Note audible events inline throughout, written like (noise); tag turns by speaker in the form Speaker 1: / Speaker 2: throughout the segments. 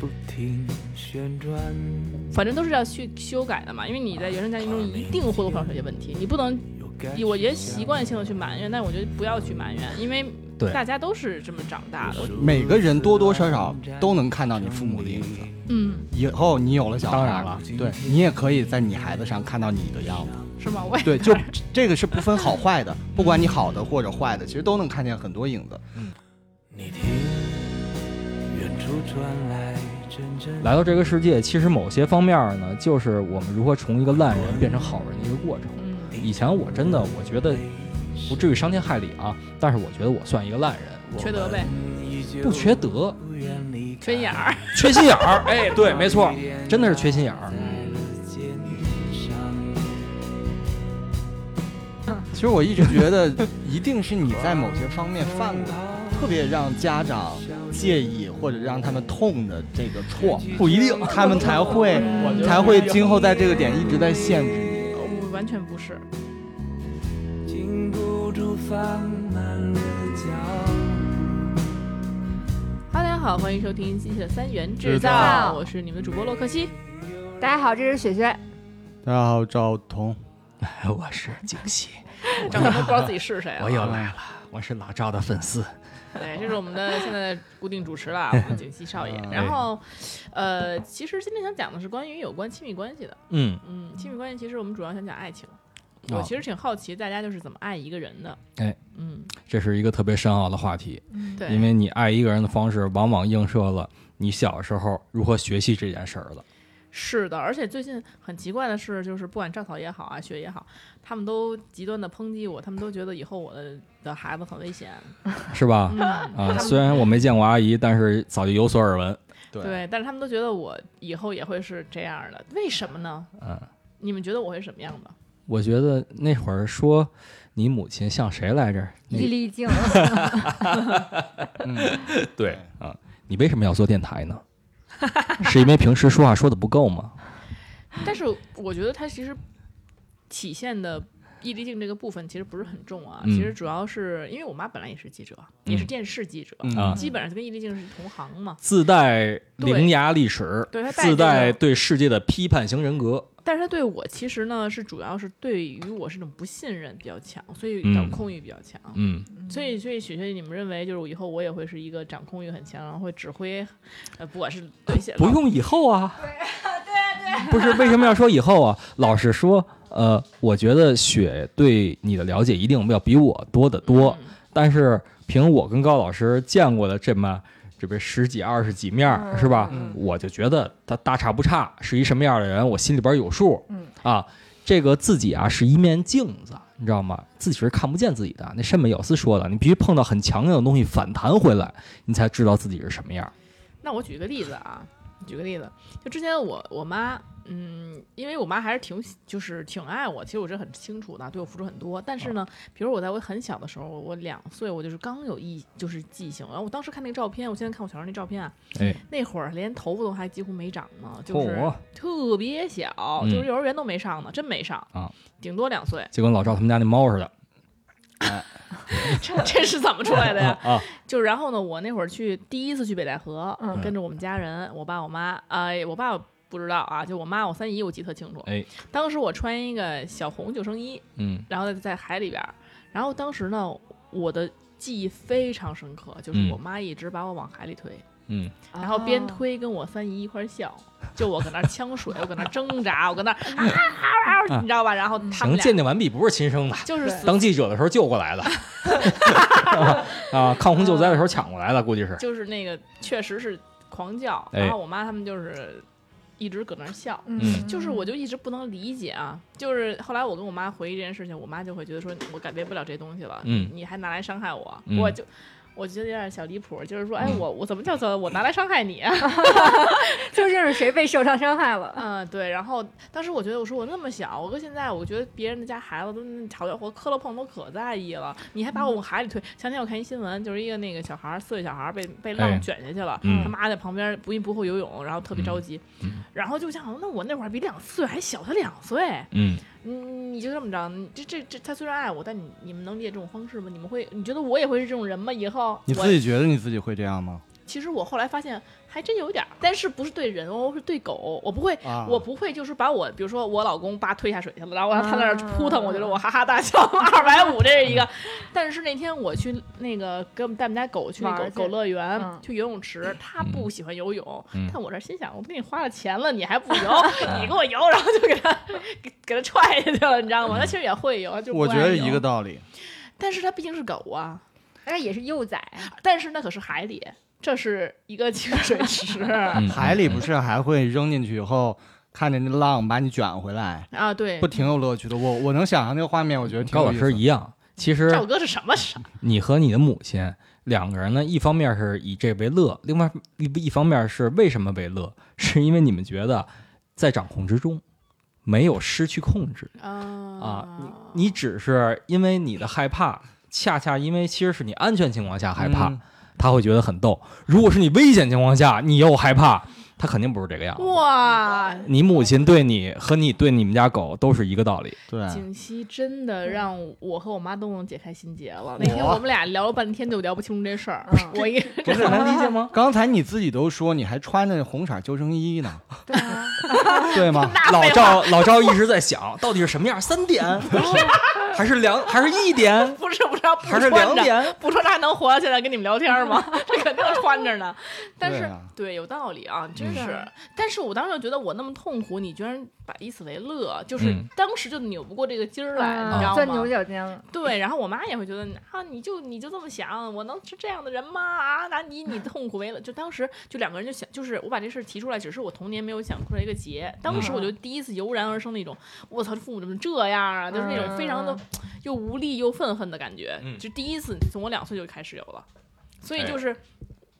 Speaker 1: 不停旋转。
Speaker 2: 反正都是要去修改的嘛，因为你在原生家庭中一定或多或少有些问题，你不能，
Speaker 1: 有感
Speaker 2: 我觉得习惯性的去埋怨，但我觉得不要去埋怨，因为
Speaker 3: 对
Speaker 2: 大家都是这么长大的。
Speaker 3: 每个人多多少少都能看到你父母的影子。
Speaker 2: 嗯，
Speaker 3: 以后你有了小孩，
Speaker 4: 当然了，
Speaker 3: 对你也可以在你孩子上看到你的样子。
Speaker 2: 是吗？我也
Speaker 3: 对，就这个是不分好坏的，不管你好的或者坏的，其实都能看见很多影子。
Speaker 1: 你听，远处传来阵阵
Speaker 4: 来到这个世界，其实某些方面呢，就是我们如何从一个烂人变成好人的一个过程。
Speaker 2: 嗯
Speaker 4: 以前我真的我觉得不至于伤天害理啊，但是我觉得我算一个烂人，我
Speaker 2: 缺德呗，
Speaker 4: 不缺德，
Speaker 1: 不愿离开
Speaker 2: 缺眼儿。
Speaker 4: 缺心眼儿。 (laughs) 哎，对，没错，真的是缺心眼儿。
Speaker 1: 肩上。
Speaker 3: 其实我一直觉得，一定是你在某些方面犯过
Speaker 2: 嗯
Speaker 3: 特别让家长介意或者让他们痛的这个错，不一定，他们才会才会今后在这个点一直在限制你。
Speaker 4: 嗯
Speaker 2: 我完全不嗯是，
Speaker 1: 禁不住放慢了脚。
Speaker 2: 哈喽大家好，欢迎收听新期的三元制
Speaker 3: 制
Speaker 2: (laughs) 造，
Speaker 3: 造
Speaker 2: 我是你们的主播洛克西。
Speaker 5: 大家好，这是雪雪。
Speaker 3: 大家好，赵彤，
Speaker 4: 哎我是惊喜，
Speaker 2: 张大都不知道自己是 (laughs) 谁啊？
Speaker 4: 来了，我是老赵的粉丝。
Speaker 2: 对，这是我们的现在的固定主持了，我们景熙少爷。然后，呃，其实今天想讲的是关于有关亲密关系的。
Speaker 4: 嗯，
Speaker 2: 嗯，亲密关系其实我们主要想讲爱情。
Speaker 4: 哦
Speaker 2: 我其实挺好奇大家就是怎么爱一个人的。
Speaker 4: 哎，
Speaker 2: 嗯，
Speaker 4: 这是一个特别深奥的话题，
Speaker 2: 对，
Speaker 4: 因为你爱一个人的方式，往往映射了你小时候如何学习这件事儿了。
Speaker 2: 是的，而且最近很奇怪的是，就是不管赵草也好啊，雪也好，他们都极端的抨击我，他们都觉得以后我的的孩子很危险。
Speaker 4: 是吧？
Speaker 2: 嗯，
Speaker 4: 啊，虽然我没见过阿姨，但是早就有所耳闻。
Speaker 3: 对
Speaker 2: 对，但是他们都觉得我以后也会是这样的，为什么呢？
Speaker 4: 嗯，
Speaker 2: 你们觉得我会是什么样的？
Speaker 4: 我觉得那会儿说你母亲像谁来着？
Speaker 5: 伊
Speaker 4: 你
Speaker 5: 丽静，
Speaker 3: 嗯，
Speaker 4: 对啊，你为什么要做电台 (laughs) 呢？是因为平时说话说的不够吗？
Speaker 2: 但是我觉得它其实体现的毅力性这个部分其实不是很重啊，
Speaker 4: 嗯
Speaker 2: 其实主要是因为我妈本来也是记者，也是电视记者，
Speaker 3: 嗯
Speaker 4: 啊
Speaker 2: 基本上就跟毅力性是同行嘛。
Speaker 4: 自带伶牙俐齿，
Speaker 2: 对对他带
Speaker 4: 自带
Speaker 2: 这个
Speaker 4: 对世界的批判型人格。
Speaker 2: 但是她对我其实呢是主要是对于我是一种不信任比较强，所以
Speaker 4: 嗯
Speaker 2: 掌控欲比较强。
Speaker 4: 嗯，
Speaker 2: 所以所以雪雪，你们认为就是我以后我也会是一个掌控欲很强，然后会指挥，呃，不管是对一些
Speaker 4: 不用以后啊。 (laughs) 对对对。不是为什么要说以后啊？老实说，呃，我觉得雪对你的了解一定要比我多得多。
Speaker 2: 嗯
Speaker 4: 但是凭我跟高老师见过的这么这边十几二十几面儿、
Speaker 2: 嗯
Speaker 4: 是吧？我就觉得他大差不差，是一什么样的人，我心里边有数。
Speaker 5: 嗯
Speaker 4: 啊，这个自己啊是一面镜子，你知道吗？自己是看不见自己的。那山本耀司说的，你必须碰到很强硬的东西反弹回来，你才知道自己是什么样儿。
Speaker 2: 那我举个例子啊，举个例子，就之前我我妈，嗯，因为我妈还是挺喜就是挺爱我，其实我这很清楚的，对我付出很多。但是
Speaker 4: 哦
Speaker 2: 呢，比如我在我很小的时候，我我两岁，我就是刚有意就是记性，然后我当时看那个照片，我现在看我小时候那照片啊，
Speaker 4: 哎，
Speaker 2: 那会儿连头发都还几乎没长呢，就是
Speaker 4: 嚯
Speaker 2: 特别小，
Speaker 4: 哦嗯
Speaker 2: 就是幼儿园都没上呢，真没上
Speaker 4: 啊，，
Speaker 2: 顶多两岁
Speaker 4: 就跟老赵他们家那猫似的
Speaker 2: 这这是怎么出来的呀？
Speaker 4: (laughs) 啊，
Speaker 2: 就然后呢，我那会儿去第一次去北戴河，
Speaker 5: 嗯
Speaker 2: 跟着我们家人，我爸我妈，哎、我爸不知道啊，就我妈我三姨我记得特清楚。
Speaker 4: 哎，
Speaker 2: 当时我穿一个小红救生衣，
Speaker 4: 嗯
Speaker 2: 然后在海里边儿，然后当时呢，我的记忆非常深刻，就是
Speaker 4: 嗯
Speaker 2: 我妈一直把我往海里推，
Speaker 4: 嗯，
Speaker 2: 然后边推跟我三姨一块儿笑，就我搁那儿呛水，我搁那儿挣扎，我搁那儿啊啊啊，你知道吧？然后他
Speaker 4: 嗯行，
Speaker 2: 们俩
Speaker 4: 鉴定完毕，不是亲生的。
Speaker 2: 就是死
Speaker 4: 当记者的时候救过来的， (laughs) 啊，抗洪救灾的时候抢过来的，估计是。
Speaker 2: 就是那个确实是狂叫，
Speaker 4: 哎
Speaker 2: 然后我妈他们就是一直搁那儿笑。
Speaker 4: 嗯
Speaker 2: 就是我就一直不能理解啊，就是后来我跟我妈回忆这件事情，我妈就会觉得说我改变不了这东西了，
Speaker 4: 嗯
Speaker 2: 你还拿来伤害我，
Speaker 4: 嗯
Speaker 2: 我就我觉得有点小离谱，就是说，哎，
Speaker 4: 嗯
Speaker 2: 我我怎么叫做我拿来伤害你啊？
Speaker 5: 究竟是谁被受伤伤
Speaker 4: (laughs)
Speaker 5: 害了？
Speaker 2: 嗯，对。然后当时我觉得，我说我那么小，我搁现在，我觉得别人的家孩子都那小家伙磕了碰都可在意了，你还把我
Speaker 4: 嗯
Speaker 2: 往海里推。前天我看一新闻，就是一个那个小孩儿，四岁小孩儿被被
Speaker 4: 哎
Speaker 2: 浪卷下去了，
Speaker 4: 嗯
Speaker 2: 他妈在旁边不不会游泳，然后特别着急，然后就想，那我那会儿比两岁还小，才两岁，
Speaker 4: 嗯，
Speaker 2: 嗯，你就这么着，你这这这，他虽然爱我，但你你们能理解这种方式吗？你们会，你觉得我也会是这种人吗？以后
Speaker 3: 你
Speaker 2: 我
Speaker 3: 自己觉得你自己会这样吗？
Speaker 2: 其实我后来发现还真有点儿，但是不是对人哦，是对狗。我不会，
Speaker 3: 啊
Speaker 2: 我不会就是把我，比如说我老公爸推下水去了，然后他在那儿
Speaker 5: 啊
Speaker 2: 扑腾，我觉得我哈哈大
Speaker 5: (laughs)
Speaker 2: 笑，二百五这是一个。但是那天我去那个给我们带我们家狗去那
Speaker 5: 玩
Speaker 2: 狗
Speaker 5: 儿去
Speaker 2: 狗乐园、
Speaker 5: 嗯
Speaker 2: 去游泳池，他不喜欢游泳，
Speaker 4: 嗯
Speaker 2: 但我这心想，我给你花了钱了，你还不
Speaker 5: (laughs)
Speaker 2: 游，你给我游，然后就给他给给他踹下去了，你知道吗？他其实也会游，就不
Speaker 3: 我觉
Speaker 2: 爱
Speaker 3: 得
Speaker 2: 游
Speaker 3: 一个，道理。
Speaker 2: 但是他毕竟是狗啊。
Speaker 5: 那也是幼崽啊，
Speaker 2: 但是那可是海里，这是一个清水
Speaker 3: (laughs)
Speaker 2: 池
Speaker 4: 嗯
Speaker 3: 海里不是还会扔进去以后，看着那浪把你卷回来，
Speaker 2: 啊。对
Speaker 3: 不，挺有乐趣的。我我能想象那个画面，我觉得挺
Speaker 4: 高
Speaker 3: 有
Speaker 4: 老
Speaker 3: 意
Speaker 4: 师
Speaker 3: 思
Speaker 4: 一
Speaker 3: 的。
Speaker 4: 样。其实
Speaker 2: 赵哥是什么傻？
Speaker 4: 你和你的母亲两个人呢，一方面是以这为乐，另外一一方面是为什么为乐？是因为你们觉得在掌控之中，没有失去控制
Speaker 2: 啊
Speaker 4: 啊，你你只是因为你的害怕，恰恰因为其实是你安全情况下害怕，
Speaker 3: 嗯
Speaker 4: 他会觉得很逗；如果是你危险情况下，你又害怕，他肯定不是这个样子。
Speaker 2: 哇，
Speaker 4: 你母亲对你和你对你们家狗都是一个道理。
Speaker 3: 对，
Speaker 2: 景熙真的让我和我妈都能解开心结了。那天我们俩聊了半天，就聊不清楚这事儿。
Speaker 5: 嗯
Speaker 2: 我一
Speaker 3: 不是能理解吗？刚才你自己都说你还穿着红色救生衣
Speaker 2: (laughs)
Speaker 3: 呢，
Speaker 5: 对啊，
Speaker 3: (laughs) 对吗？
Speaker 4: 老赵老赵一直在想， (laughs) 到底是什么样？
Speaker 2: (laughs)
Speaker 4: 三点，还是两，还是一点，
Speaker 2: 不是不知道不
Speaker 4: 还是两
Speaker 2: 穿着，
Speaker 4: 点？
Speaker 2: 不穿着还能活下去来跟你们聊天吗？ (laughs) 这肯定穿着呢。 (laughs) 但是
Speaker 3: 对啊
Speaker 2: 对，有道理啊，真
Speaker 5: 嗯
Speaker 2: 是。但是我当时就觉得我那么痛苦，你居然把以此为乐，就是
Speaker 4: 嗯
Speaker 2: 当时就扭不过这个筋儿来，你知
Speaker 5: 啊
Speaker 2: 道
Speaker 5: 钻牛
Speaker 2: 吗？
Speaker 5: 角尖了，
Speaker 2: 对，然后我妈也会觉得啊，你就你就这么想，我能是这样的人吗？啊，那你你痛苦为了，就当时就两个人就想，就是我把这事儿提出来，只是我童年没有想出来一个结，当时我就第一次油然而生的一种，我操，这父母怎么这样啊？就是那种非常的
Speaker 5: 嗯
Speaker 2: 又无力又愤恨的感觉，
Speaker 4: 嗯
Speaker 2: 就第一次从我两岁就开始有了，所以
Speaker 4: 哎
Speaker 2: 就是。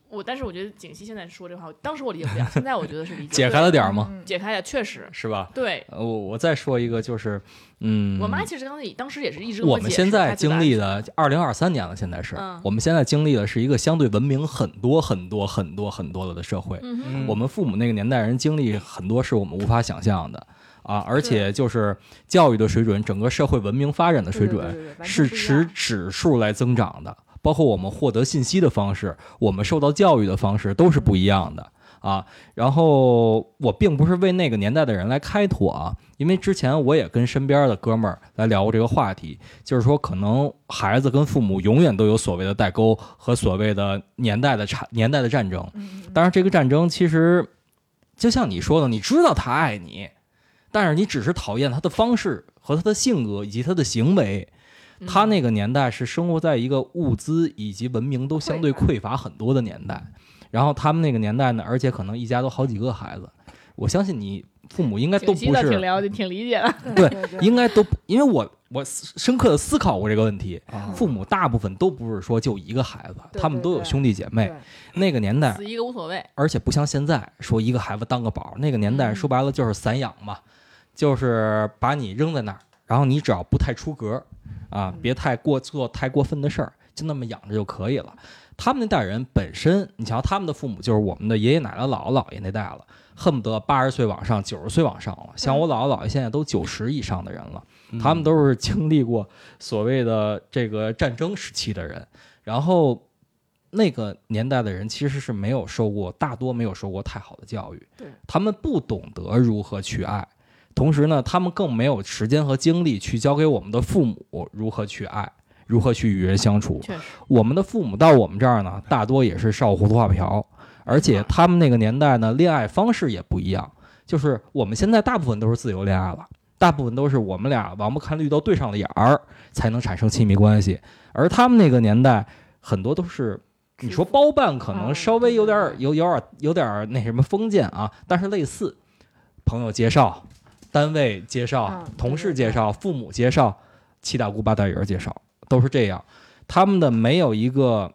Speaker 2: 我，但是我觉得景熙现在说这话，当时我理解不了，现在我觉得是理解
Speaker 4: 解开了点儿吗？
Speaker 5: 嗯
Speaker 2: 解开了，确实
Speaker 4: 是吧？
Speaker 2: 对。
Speaker 4: 呃，我我再说一个，就是，嗯，
Speaker 2: 我妈其实刚才也当时也是一直跟
Speaker 4: 我
Speaker 2: 解
Speaker 4: 们
Speaker 2: 释
Speaker 4: 现在
Speaker 2: 她觉得
Speaker 4: 经历的二零二三年了，现在是
Speaker 2: 嗯
Speaker 4: 我们现在经历的是一个相对文明很多很多很多很多的社会。
Speaker 2: 嗯哼，
Speaker 3: 嗯
Speaker 4: 我们父母那个年代人经历很多是我们无法想象的啊，而且就是教育的水准，整个社会文明发展的水准，是持
Speaker 5: 吃
Speaker 4: 指数来增长的，包括我们获得信息的方式，我们受到教育的方式都是不一样的啊。然后我并不是为那个年代的人来开脱啊，因为之前我也跟身边的哥们儿来聊过这个话题，就是说可能孩子跟父母永远都有所谓的代沟和所谓的年代的差年代的战争。当然，这个战争其实就像你说的，你知道他爱你，但是你只是讨厌他的方式和他的性格以及他的行为。
Speaker 5: 嗯
Speaker 2: 嗯
Speaker 4: 他那个年代是生活在一个物资以及文明都相对匮乏很多的年代，然后他们那个年代呢，而且可能一家都好几个孩子，我相信你父母应该都
Speaker 2: 挺
Speaker 4: 不
Speaker 2: 的，挺
Speaker 4: 是，
Speaker 2: 了解，挺理解的。
Speaker 4: 对
Speaker 5: 对对
Speaker 4: 应该都不因为我我深刻的思考过这个问题，
Speaker 3: 啊
Speaker 4: 父母大部分都不是说就一个孩子，
Speaker 5: 哦对
Speaker 4: 他们都有
Speaker 5: 对对
Speaker 4: 兄弟姐妹
Speaker 5: 对。
Speaker 4: 那个年代，
Speaker 2: 死一个无所谓。
Speaker 4: 而且不像现在说一个孩子当个宝儿，那个年代
Speaker 2: 嗯
Speaker 4: 说白了就是散养嘛，就是把你扔在那儿，然后你只要不太出格儿啊，别太过做太过分的事儿，就那么养着就可以了。他们那代人本身，你瞧他们的父母就是我们的爷爷奶奶、姥姥姥爷那代了，恨不得八十岁往上、九十岁往上了。像我姥姥姥爷现在都九十以上的人了，
Speaker 3: 嗯
Speaker 4: 他们都是经历过所谓的这个战争时期的人，然后那个年代的人其实是没有受过，大多没有受过太好的教育
Speaker 5: 对，
Speaker 4: 他们不懂得如何去爱，同时呢，他们更没有时间和精力去教给我们的父母如何去爱。如何去与人相处？
Speaker 2: 确实，
Speaker 4: 我们的父母到我们这儿呢，大多也是少糊涂话瓢，而且
Speaker 5: 嗯
Speaker 4: 他们那个年代呢，恋爱方式也不一样。就是我们现在大部分都是自由恋爱了，大部分都是我们俩王八看绿豆对上了眼儿才能产生亲密关系，而他们那个年代很多都是。你说包办可能
Speaker 5: 嗯
Speaker 4: 稍微有点儿
Speaker 5: 对对
Speaker 4: 有有点儿有点儿那什么封建啊，但是类似朋友介绍、单位介绍
Speaker 5: 嗯、
Speaker 4: 同事
Speaker 5: 对对
Speaker 4: 介绍、父母介绍、七大姑八大姨儿介绍，都是这样。他们的没有一个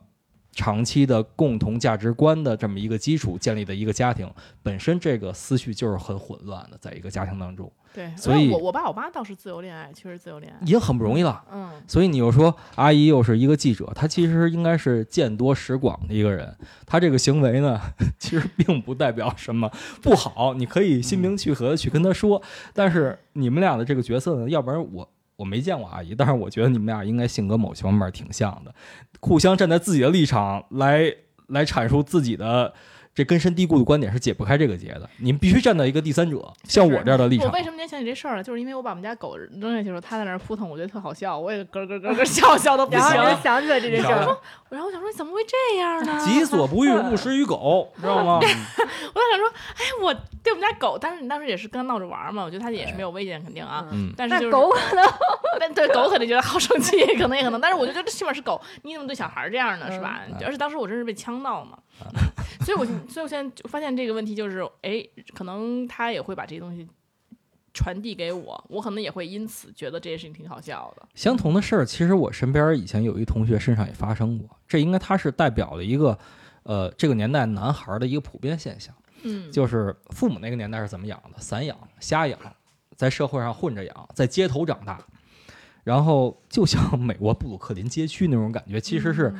Speaker 4: 长期的共同价值观的这么一个基础建立的一个家庭，本身这个思绪就是很混乱的，在一个家庭当中
Speaker 2: 对。
Speaker 4: 所以
Speaker 2: 我我爸我妈倒是自由恋爱，确实自由恋爱
Speaker 4: 已。经很不容易了。
Speaker 2: 嗯，
Speaker 4: 所以你又说阿姨又是一个记者，她其实应该是见多识广的一个人。她这个行为呢， (laughs) 其实并不代表什么不好，你可以心平气和的去跟她说。但是你们俩的这个角色呢，要不然我我没见过阿姨，但是我觉得你们俩应该性格某些方面挺像的，互相站在自己的立场来来阐述自己的这根深蒂固的观点是解不开这个结的。你们必须站到一个第三者，像我这样的立
Speaker 2: 我
Speaker 4: 场。
Speaker 2: 为什么今天想起这事儿了？就是因为我把我们家狗扔下去的时候，它在那儿扑腾，我觉得特好笑，我也咯咯咯
Speaker 4: (laughs)
Speaker 2: 咯笑笑的不
Speaker 5: 然后
Speaker 2: 行。
Speaker 5: 我就想起来这件
Speaker 4: 你
Speaker 5: 事
Speaker 4: 瞧
Speaker 5: 儿，
Speaker 2: 然后我想说，怎么会这样呢？
Speaker 4: 己所不欲，勿施于狗，知道
Speaker 2: (laughs)
Speaker 4: 吗？
Speaker 2: 我想说，哎，我对我们家狗，但是你当时也是跟它闹着玩儿嘛，我觉得它也是没有危险，肯定啊。
Speaker 4: 嗯，
Speaker 2: 但是
Speaker 5: 那
Speaker 2: 就是
Speaker 5: 狗，
Speaker 2: (laughs) 但对狗肯定觉得好生
Speaker 4: (laughs)
Speaker 2: 气，可能也可能，但是我就觉得起码是狗，你怎么对小孩儿这样呢，是
Speaker 4: 嗯
Speaker 2: 吧？而且当时我真是被呛到嘛，嗯所以我所以我现在就发现这个问题就是，哎，可能他也会把这些东西传递给我，我可能也会因此觉得这件事情挺好笑的。
Speaker 4: 相同的事儿，其实我身边以前有一同学身上也发生过。这应该他是代表了一个，呃，这个年代男孩儿的一个普遍现象，
Speaker 2: 嗯，
Speaker 4: 就是父母那个年代是怎么养的？散养、瞎养，在社会上混着养，在街头长大，然后就像美国布鲁克林街区那种感觉，其实是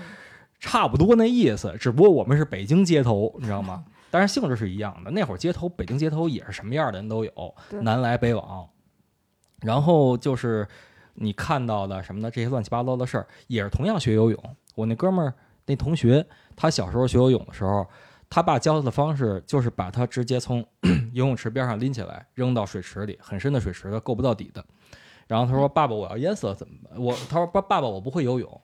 Speaker 4: 差不多那意思，只不过我们是北京街头，你知道吗？但是性质是一样的。那会儿街头，北京街头也是什么样的人都有，
Speaker 5: 对
Speaker 4: 南来北往。然后就是你看到的什么的这些乱七八糟的事儿，也是同样学游泳。我那哥们儿那同学，他小时候学游泳的时候，他爸教他的方式就是把他直接从 (coughs) 游泳池边上拎起来，扔到水池里，很深的水池，他够不到底的。然后他
Speaker 2: 嗯
Speaker 4: 说：“爸爸，我要淹死了怎么办？”我他说：“爸爸，我不会游泳。”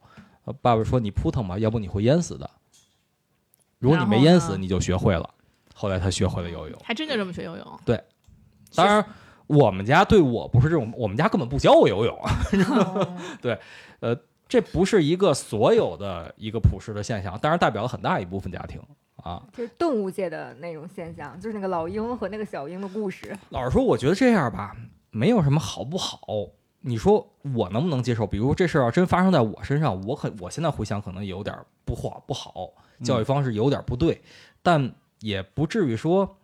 Speaker 4: 呃爸爸说：“你扑腾吧，要不你会淹死的。如果你没淹
Speaker 2: 然后
Speaker 4: 死，
Speaker 2: 呢
Speaker 4: 你就学会了。”后来他学会了游泳。
Speaker 2: 还真就这么学游泳。
Speaker 4: 当然，我们家对我不是这种，我们家根本不教我游泳。啊 (laughs) 呃这不是一个所有的一个普世的现象，当然代表了很大一部分家庭啊。
Speaker 5: 就是动物界的那种现象，就是那个老鹰和那个小鹰的故事。
Speaker 4: 老实说，我觉得这样吧，没有什么好不好。你说我能不能接受？比如这事儿要真发生在我身上，我可我现在回想可能有点儿不好不好，教育方式有点儿不对，但也不至于说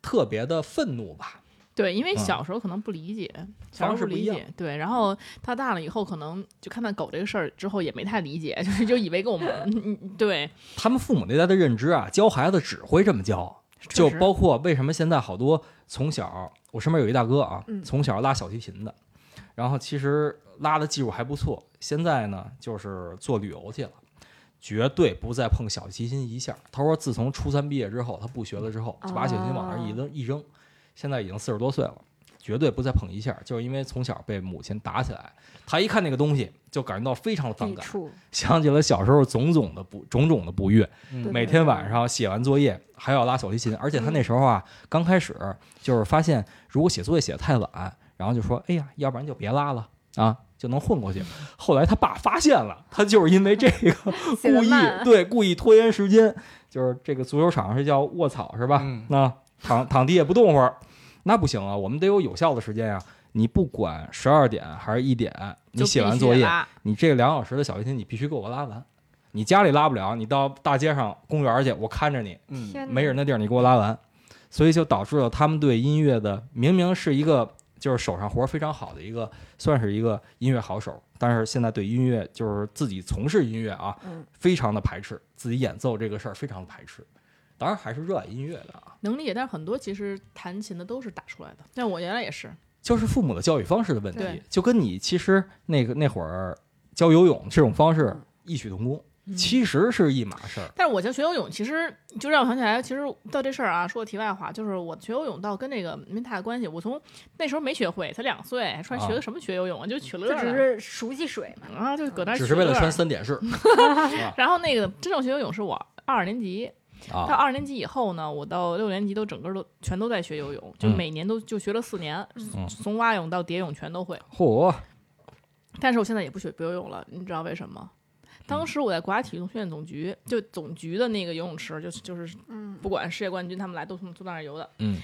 Speaker 4: 特别的愤怒吧。
Speaker 2: 对，因为
Speaker 4: 嗯
Speaker 2: 小时候可能不理解，小时
Speaker 4: 方
Speaker 2: 候
Speaker 4: 式
Speaker 2: 不
Speaker 4: 不
Speaker 2: 理
Speaker 4: 一样
Speaker 2: 解，对。然后他大了以后，可能就看到狗这个事儿之后也没太理解， (laughs) 就是就以为跟我们嗯嗯对，
Speaker 4: 他们父母那代的认知啊，教孩子只会这么教，就
Speaker 2: 确实
Speaker 4: 包括为什么现在好多从小，我身边有一大哥啊，
Speaker 5: 嗯
Speaker 4: 从小拉小提琴的，然后其实拉的技术还不错，现在呢就是做旅游去了，绝对不再碰小提琴一下。他说自从初三毕业之后，他不学了之
Speaker 2: 嗯
Speaker 4: 后，就把小提琴往那儿一扔一
Speaker 2: 哦
Speaker 4: 扔，现在已经四十多岁了。绝对不再碰一下，就是因为从小被母亲打起来，他一看那个东西就感觉到非常的反
Speaker 5: 抵
Speaker 4: 感，
Speaker 5: 触，
Speaker 4: 想起了小时候种种的不种种的不悦，
Speaker 5: 嗯对嗯
Speaker 4: 每天晚上写完作业还要拉小提琴，而且他那时候啊，刚开始就是发现，如果写作业写得太晚，然后就说，哎呀，要不然就别拉了啊，就能混过去。后来他爸发现了，他就是因为这个
Speaker 5: (laughs) 写得
Speaker 4: 故意
Speaker 5: 慢
Speaker 4: 对故意拖延时间，就是这个足球场是叫卧草是吧？
Speaker 3: 嗯
Speaker 4: 那躺躺地也不动会儿，那不行啊，我们得有有效的时间呀、啊你不管十二点还是一点，你
Speaker 2: 就
Speaker 4: 写
Speaker 2: 必
Speaker 4: 完
Speaker 2: 须
Speaker 4: 作
Speaker 2: 得
Speaker 4: 业，
Speaker 2: 拉
Speaker 4: 你这两小时的小提琴你必须给我拉完。你家里拉不了，你到大街上、公园去，我看着你，
Speaker 3: 嗯，
Speaker 5: 天哪
Speaker 4: 没人的地儿你给我拉完。所以就导致了他们对音乐的明明是一个就是手上活儿非常好的一个，算是一个音乐好手，但是现在对音乐就是自己从事音乐啊，
Speaker 5: 嗯
Speaker 4: 非常的排斥，自己演奏这个事儿非常的排斥。当然还是热爱音乐的啊，
Speaker 2: 能理解，但是很多其实弹琴的都是打出来的。像我原来也是，
Speaker 4: 就是父母的教育方式的问题
Speaker 2: 对，
Speaker 4: 就跟你其实那个那会儿教游泳这种方式
Speaker 5: 嗯
Speaker 4: 异曲同工，
Speaker 2: 嗯
Speaker 4: 其实是一码事儿。
Speaker 2: 但是我就学游泳，其实就让我想起来，其实到这事儿啊，说个题外话，就是我学游泳倒跟这个没太大关系。我从那时候没学会，才两岁，说
Speaker 4: 啊
Speaker 2: 学个什么学游泳啊，就取乐
Speaker 5: 就只
Speaker 2: 儿
Speaker 5: 是熟悉水嘛。
Speaker 2: 啊，就搁那儿
Speaker 4: 只
Speaker 2: 取
Speaker 4: 是为了
Speaker 2: 乐儿嗯
Speaker 4: 穿三点式
Speaker 2: 然后那个真正学游泳是我二年级，到 (laughs)
Speaker 4: 啊，
Speaker 2: 二年级以后呢，我到六年级都整个都全都在学游泳，就
Speaker 4: 嗯
Speaker 2: 每年都就学了四年，
Speaker 4: 嗯
Speaker 2: 从蛙泳到蝶泳全都会。
Speaker 4: 嚯，
Speaker 2: 但是我现在也不学不游泳了，你知道为什么？当时我在国家体育训练总局，就总局的那个游泳池，就是就是
Speaker 5: 嗯，
Speaker 2: 不管世界冠军他们来都从从那儿游的。
Speaker 4: 嗯。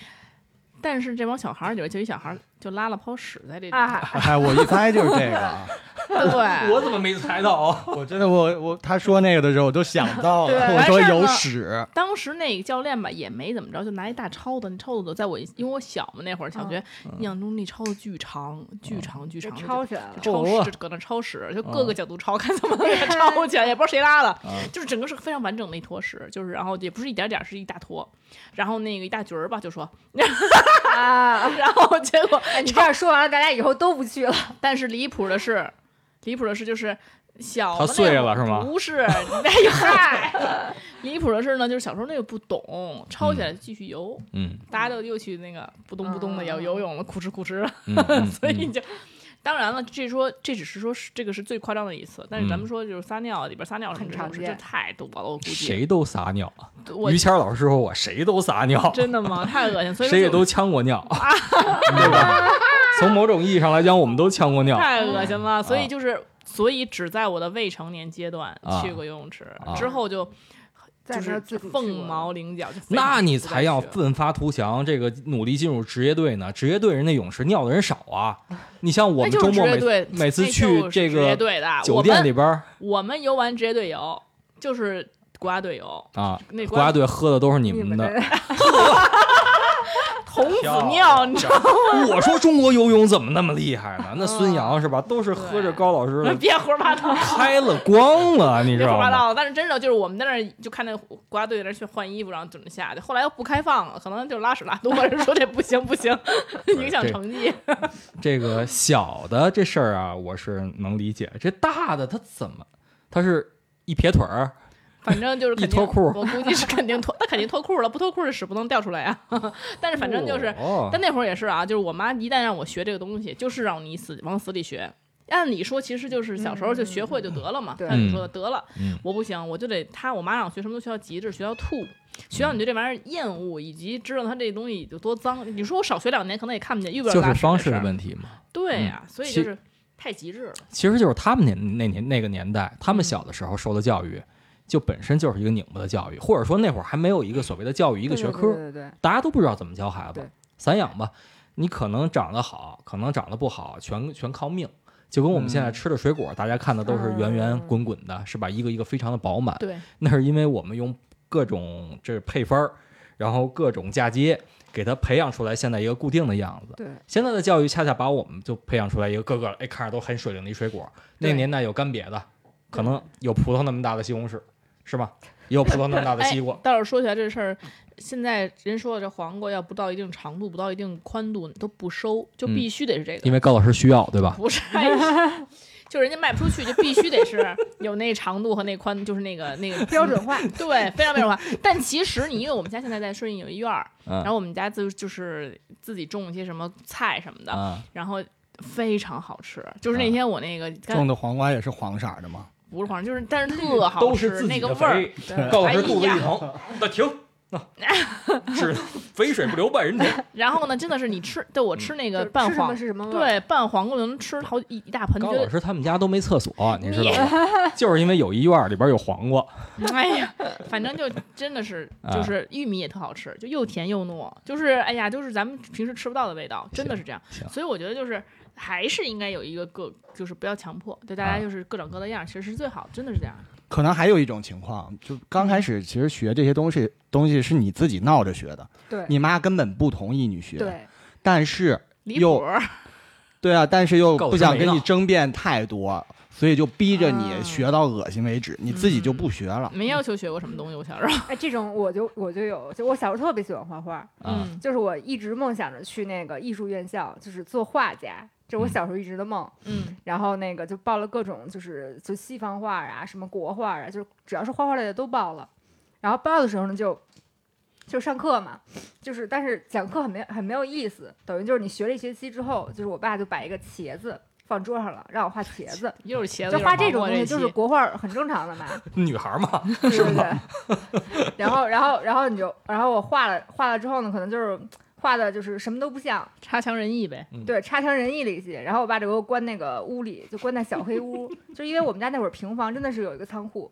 Speaker 2: 但是这帮小孩儿里边，就有一小孩儿就拉了泡屎在这里，
Speaker 5: 啊， (laughs)
Speaker 3: 哎，我一猜就是这个啊。
Speaker 2: 对，
Speaker 4: 怎么没猜到啊？
Speaker 3: 我真的，我我他说那个的时候，我都想到了，
Speaker 2: 对
Speaker 3: 我说
Speaker 2: 完事儿
Speaker 3: 有
Speaker 2: 呢
Speaker 3: 屎，
Speaker 2: 当时那个教练吧也没怎么着，就拿一大抄子，那抄子都在我因为我小嘛那会儿
Speaker 5: 嗯
Speaker 2: 小学，印象中那抄子巨长巨长巨
Speaker 5: 就
Speaker 2: 长，
Speaker 5: 嗯抄起来了
Speaker 2: 就。抄
Speaker 4: 哦
Speaker 2: 屎就搁那抄屎，就各
Speaker 4: 嗯
Speaker 2: 个角度抄，看怎么给它抄
Speaker 4: (laughs)
Speaker 2: 起来，也不知道谁拉的，就是整个是非常完整的一坨屎，就是然后也不是一点点儿，是一大坨，然后那个一大局儿吧就说， (laughs)
Speaker 5: 啊！
Speaker 2: 然后结果
Speaker 5: 你这样说完了，大家以后都不去了。
Speaker 2: 但是离谱的是，离谱的是就是小嘛
Speaker 4: 他碎
Speaker 2: 那
Speaker 4: 了
Speaker 2: 会儿
Speaker 4: 是吗
Speaker 2: 不是，那个
Speaker 4: (laughs)
Speaker 2: 嗨，离谱的是呢，就是小时候那个不懂，抄起来继续游，
Speaker 4: 嗯
Speaker 2: 大家都又去那个扑通扑通的要游泳了，哭哧哭哧的， (laughs)
Speaker 4: 嗯嗯
Speaker 2: 所以
Speaker 4: 嗯
Speaker 2: 就。当然了，这说这只是说是这个是最夸张的一次，但是咱
Speaker 4: 嗯
Speaker 2: 们说就是撒尿里边撒尿什么
Speaker 5: 很
Speaker 2: 这
Speaker 5: 常
Speaker 2: 种事，
Speaker 5: 见
Speaker 2: 这太多了，我估计。
Speaker 4: 谁都撒尿。啊
Speaker 2: 我
Speaker 4: 于谦老师说我谁都撒尿，啊
Speaker 2: 真的吗？太恶心，所以说
Speaker 4: 谁也
Speaker 2: 就啊
Speaker 4: 都呛过尿，啊 (laughs) 对吧？从某种意义上来讲，我们都呛过尿。
Speaker 2: 太恶心
Speaker 4: 嗯
Speaker 2: 了，所以就是，所以只在我的未成年阶段
Speaker 4: 啊
Speaker 2: 去过游泳池，
Speaker 4: 啊
Speaker 2: 之后就
Speaker 5: 在
Speaker 2: 就
Speaker 5: 那
Speaker 2: 是
Speaker 5: 儿自主去
Speaker 2: 凤
Speaker 5: 过
Speaker 2: 毛麟角，就非
Speaker 4: 那
Speaker 2: 常
Speaker 4: 你
Speaker 2: 不
Speaker 4: 才
Speaker 2: 再
Speaker 4: 要
Speaker 2: 去了
Speaker 4: 奋发图强，这个努力进入职业队呢。职业队人那泳池尿的人少啊，你像我
Speaker 2: 那
Speaker 4: 们
Speaker 2: 就是
Speaker 4: 周末
Speaker 2: 职业
Speaker 4: 每
Speaker 2: 队
Speaker 4: 每次
Speaker 2: 那就是
Speaker 4: 去这
Speaker 2: 职业
Speaker 4: 个
Speaker 2: 队的
Speaker 4: 酒店里，边儿
Speaker 2: 我们我们游完职业队游就是国家队游，
Speaker 4: 啊，
Speaker 2: 那
Speaker 4: 国家
Speaker 2: 队
Speaker 4: 队喝的都是你
Speaker 5: 你
Speaker 4: 们
Speaker 5: 们
Speaker 4: 的。
Speaker 5: 这
Speaker 2: 童子尿，你知道
Speaker 4: 我说中国游泳怎么那么厉害呢？那
Speaker 2: 嗯
Speaker 4: 孙杨是吧，都是喝着高老师
Speaker 2: 吗？
Speaker 4: 的
Speaker 2: 别胡说八道。
Speaker 4: 开了光了，你知
Speaker 2: 别胡
Speaker 4: 道
Speaker 2: 说八
Speaker 4: 吗？
Speaker 2: 道了，但是真的就是我们在那儿就看那国家队在那儿去换衣服，然后准备下去。后来又不开放了，可能就是拉屎拉多了，人说这不行不
Speaker 4: (laughs)
Speaker 2: 行，影响
Speaker 4: 这
Speaker 2: 成绩。
Speaker 4: 这个小的这事儿啊，我是能理解。这大的他怎么，他是一撇腿儿，
Speaker 2: 反正就是肯定
Speaker 4: 一脱裤
Speaker 2: 我估计是肯定脱，他肯定脱裤了，不脱裤的屎不能掉出来啊。 (laughs) 但是反正就是，
Speaker 4: 哦
Speaker 2: 但那会儿也是啊，就是我妈一旦让我学这个东西，就是让你死往死里学。按理说，其实就是小时候就学会就得了嘛。
Speaker 5: 对
Speaker 2: 像你说的，得了，
Speaker 4: 嗯
Speaker 2: 我不行，我就得他，我妈让我学什么都学到极致，学到吐，学到你对这玩意儿厌恶，以及知道他这东西有多脏。你说我少学两年，可能也看不见，遇不了
Speaker 4: 就
Speaker 2: 拉
Speaker 4: 是
Speaker 2: 屎
Speaker 4: 方
Speaker 2: 事
Speaker 4: 式
Speaker 2: 儿
Speaker 4: 的问题嘛。
Speaker 2: 对呀、所以
Speaker 4: 其
Speaker 2: 就是太极致了。
Speaker 4: 其实就是他们年那年那个年代，他们小的时候受的教育，就本身就是一个拧巴的教育，或者说那会儿还没有一个所谓的教育一
Speaker 5: 一
Speaker 4: 个学科，
Speaker 5: 对对对，
Speaker 4: 大家都不知道怎么教孩子
Speaker 5: 对，
Speaker 4: 散养吧。你可能长得好，可能长得不好，全全靠命。就跟我们现在
Speaker 2: 嗯
Speaker 4: 吃的水果，大家看的都是圆圆滚滚的，是吧？一个一个非常的饱满，
Speaker 2: 对，
Speaker 4: 那是因为我们用各种这配方儿，然后各种嫁接，给它培养出来现在一个固定的样子。
Speaker 5: 对
Speaker 4: 现在的教育恰恰把我们就培养出来一个个个哎看着都很水灵的一水果。那个
Speaker 2: 对
Speaker 4: 年代有干瘪的，可能有葡萄那么大的西红柿，是吧？也有葡萄那么
Speaker 2: (laughs)。
Speaker 4: 大的西瓜
Speaker 2: 倒是说起来这事儿，现在人说这黄瓜要不到一定长度、不到一定宽度都不收，就
Speaker 4: 嗯
Speaker 2: 必须得是这个。
Speaker 4: (laughs) 因为高老师需要，对吧？
Speaker 2: (laughs) 不是，哎
Speaker 5: (laughs)
Speaker 2: 呀就人家卖不出去，就必须得是有那长度和那宽，就是那个那个
Speaker 5: 标准化，
Speaker 2: (laughs) 对，非常标准化。但其实你因为我们家现在在顺义有一院儿，
Speaker 4: 嗯
Speaker 2: 然后我们家就就是自己种一些什么菜什么的，
Speaker 4: 啊，
Speaker 2: 然后非常好吃。
Speaker 4: 嗯
Speaker 2: 就是那天我那个干、
Speaker 3: 种的黄瓜也是黄色儿的嘛。
Speaker 2: 不是黄，就是但是特好吃，
Speaker 4: 都是自己
Speaker 2: 那个
Speaker 4: 的
Speaker 2: 味儿。
Speaker 4: 肥。高老师
Speaker 2: 哎
Speaker 4: 肚子
Speaker 2: 呀
Speaker 4: 一
Speaker 2: (laughs)
Speaker 4: 疼，那停，那是肥水不流
Speaker 2: (laughs)
Speaker 4: 外人田。
Speaker 2: 然后呢，真的是你吃，对我
Speaker 4: 嗯
Speaker 2: 吃那个
Speaker 5: 就是
Speaker 2: 拌
Speaker 5: 吃什
Speaker 2: 黄
Speaker 5: 么，是什么味儿，
Speaker 2: 对拌黄瓜就能吃好一一大盆，
Speaker 4: 高
Speaker 2: 觉
Speaker 4: 老
Speaker 2: 得
Speaker 4: 师他们家都没厕所，你知道吗？就是因为有一院儿里边有黄瓜，
Speaker 2: (laughs) 哎呀，反正就真的是，
Speaker 4: 啊
Speaker 2: 就是玉米也特好吃，就又甜又糯，就是哎呀，就是咱们平时吃不到的味道，真的是这样
Speaker 4: 行。
Speaker 2: 所以我觉得就是还是应该有一个各，就是不要强迫，对大
Speaker 4: 啊
Speaker 2: 家就是各长各的样儿，其实是最好，真的是这样。
Speaker 3: 可能还有一种情况，就刚开始其实学这些东西，东西是你自己闹着学的，
Speaker 5: 对
Speaker 3: 你妈根本不同意你学，
Speaker 5: 对，
Speaker 3: 但是
Speaker 2: 离
Speaker 3: 又
Speaker 2: 谱儿，
Speaker 3: 对啊，但是又
Speaker 4: 告诉
Speaker 3: 不想
Speaker 4: 没
Speaker 3: 跟
Speaker 4: 闹
Speaker 3: 你争辩太多，所以就逼着你
Speaker 5: 啊
Speaker 3: 学到恶心为止，你自己就不学了。
Speaker 2: 没要求学过什么东西，我小时候，
Speaker 5: 哎，这种我就我就有，就我小时候特别喜欢画画，
Speaker 4: 啊
Speaker 2: 嗯
Speaker 5: 就是我一直梦想着去那个艺术院校，就是做画家，这是我
Speaker 4: 嗯
Speaker 5: 小时候一直的梦。
Speaker 2: 嗯，
Speaker 5: 然后那个就报了各种，就是就西方画啊，什么国画啊，就是只要是画画类的都报了。然后报的时候呢，就就上课嘛，就是但是讲课很没很没有意思，等于就是你学了一学期之后，就是我爸就摆一个茄子放桌上了，让我画茄子，
Speaker 2: 又是茄子，
Speaker 5: 就画这
Speaker 2: 又
Speaker 5: 种
Speaker 2: 黄瓜
Speaker 5: 东西，就是
Speaker 2: 期
Speaker 5: 国画很正常的嘛，
Speaker 4: 女孩嘛，
Speaker 2: (laughs)
Speaker 5: (laughs) 对对对。然后然后然后你就然后我画了画了之后呢，可能就是画的就是什么都不像，
Speaker 2: 差强人意
Speaker 5: (laughs)
Speaker 2: 呗。
Speaker 5: 对，差强人意了一些。然后我爸就给我关那个屋里，就关在小黑屋，就因为我们家那会儿平房真的是有一个仓库，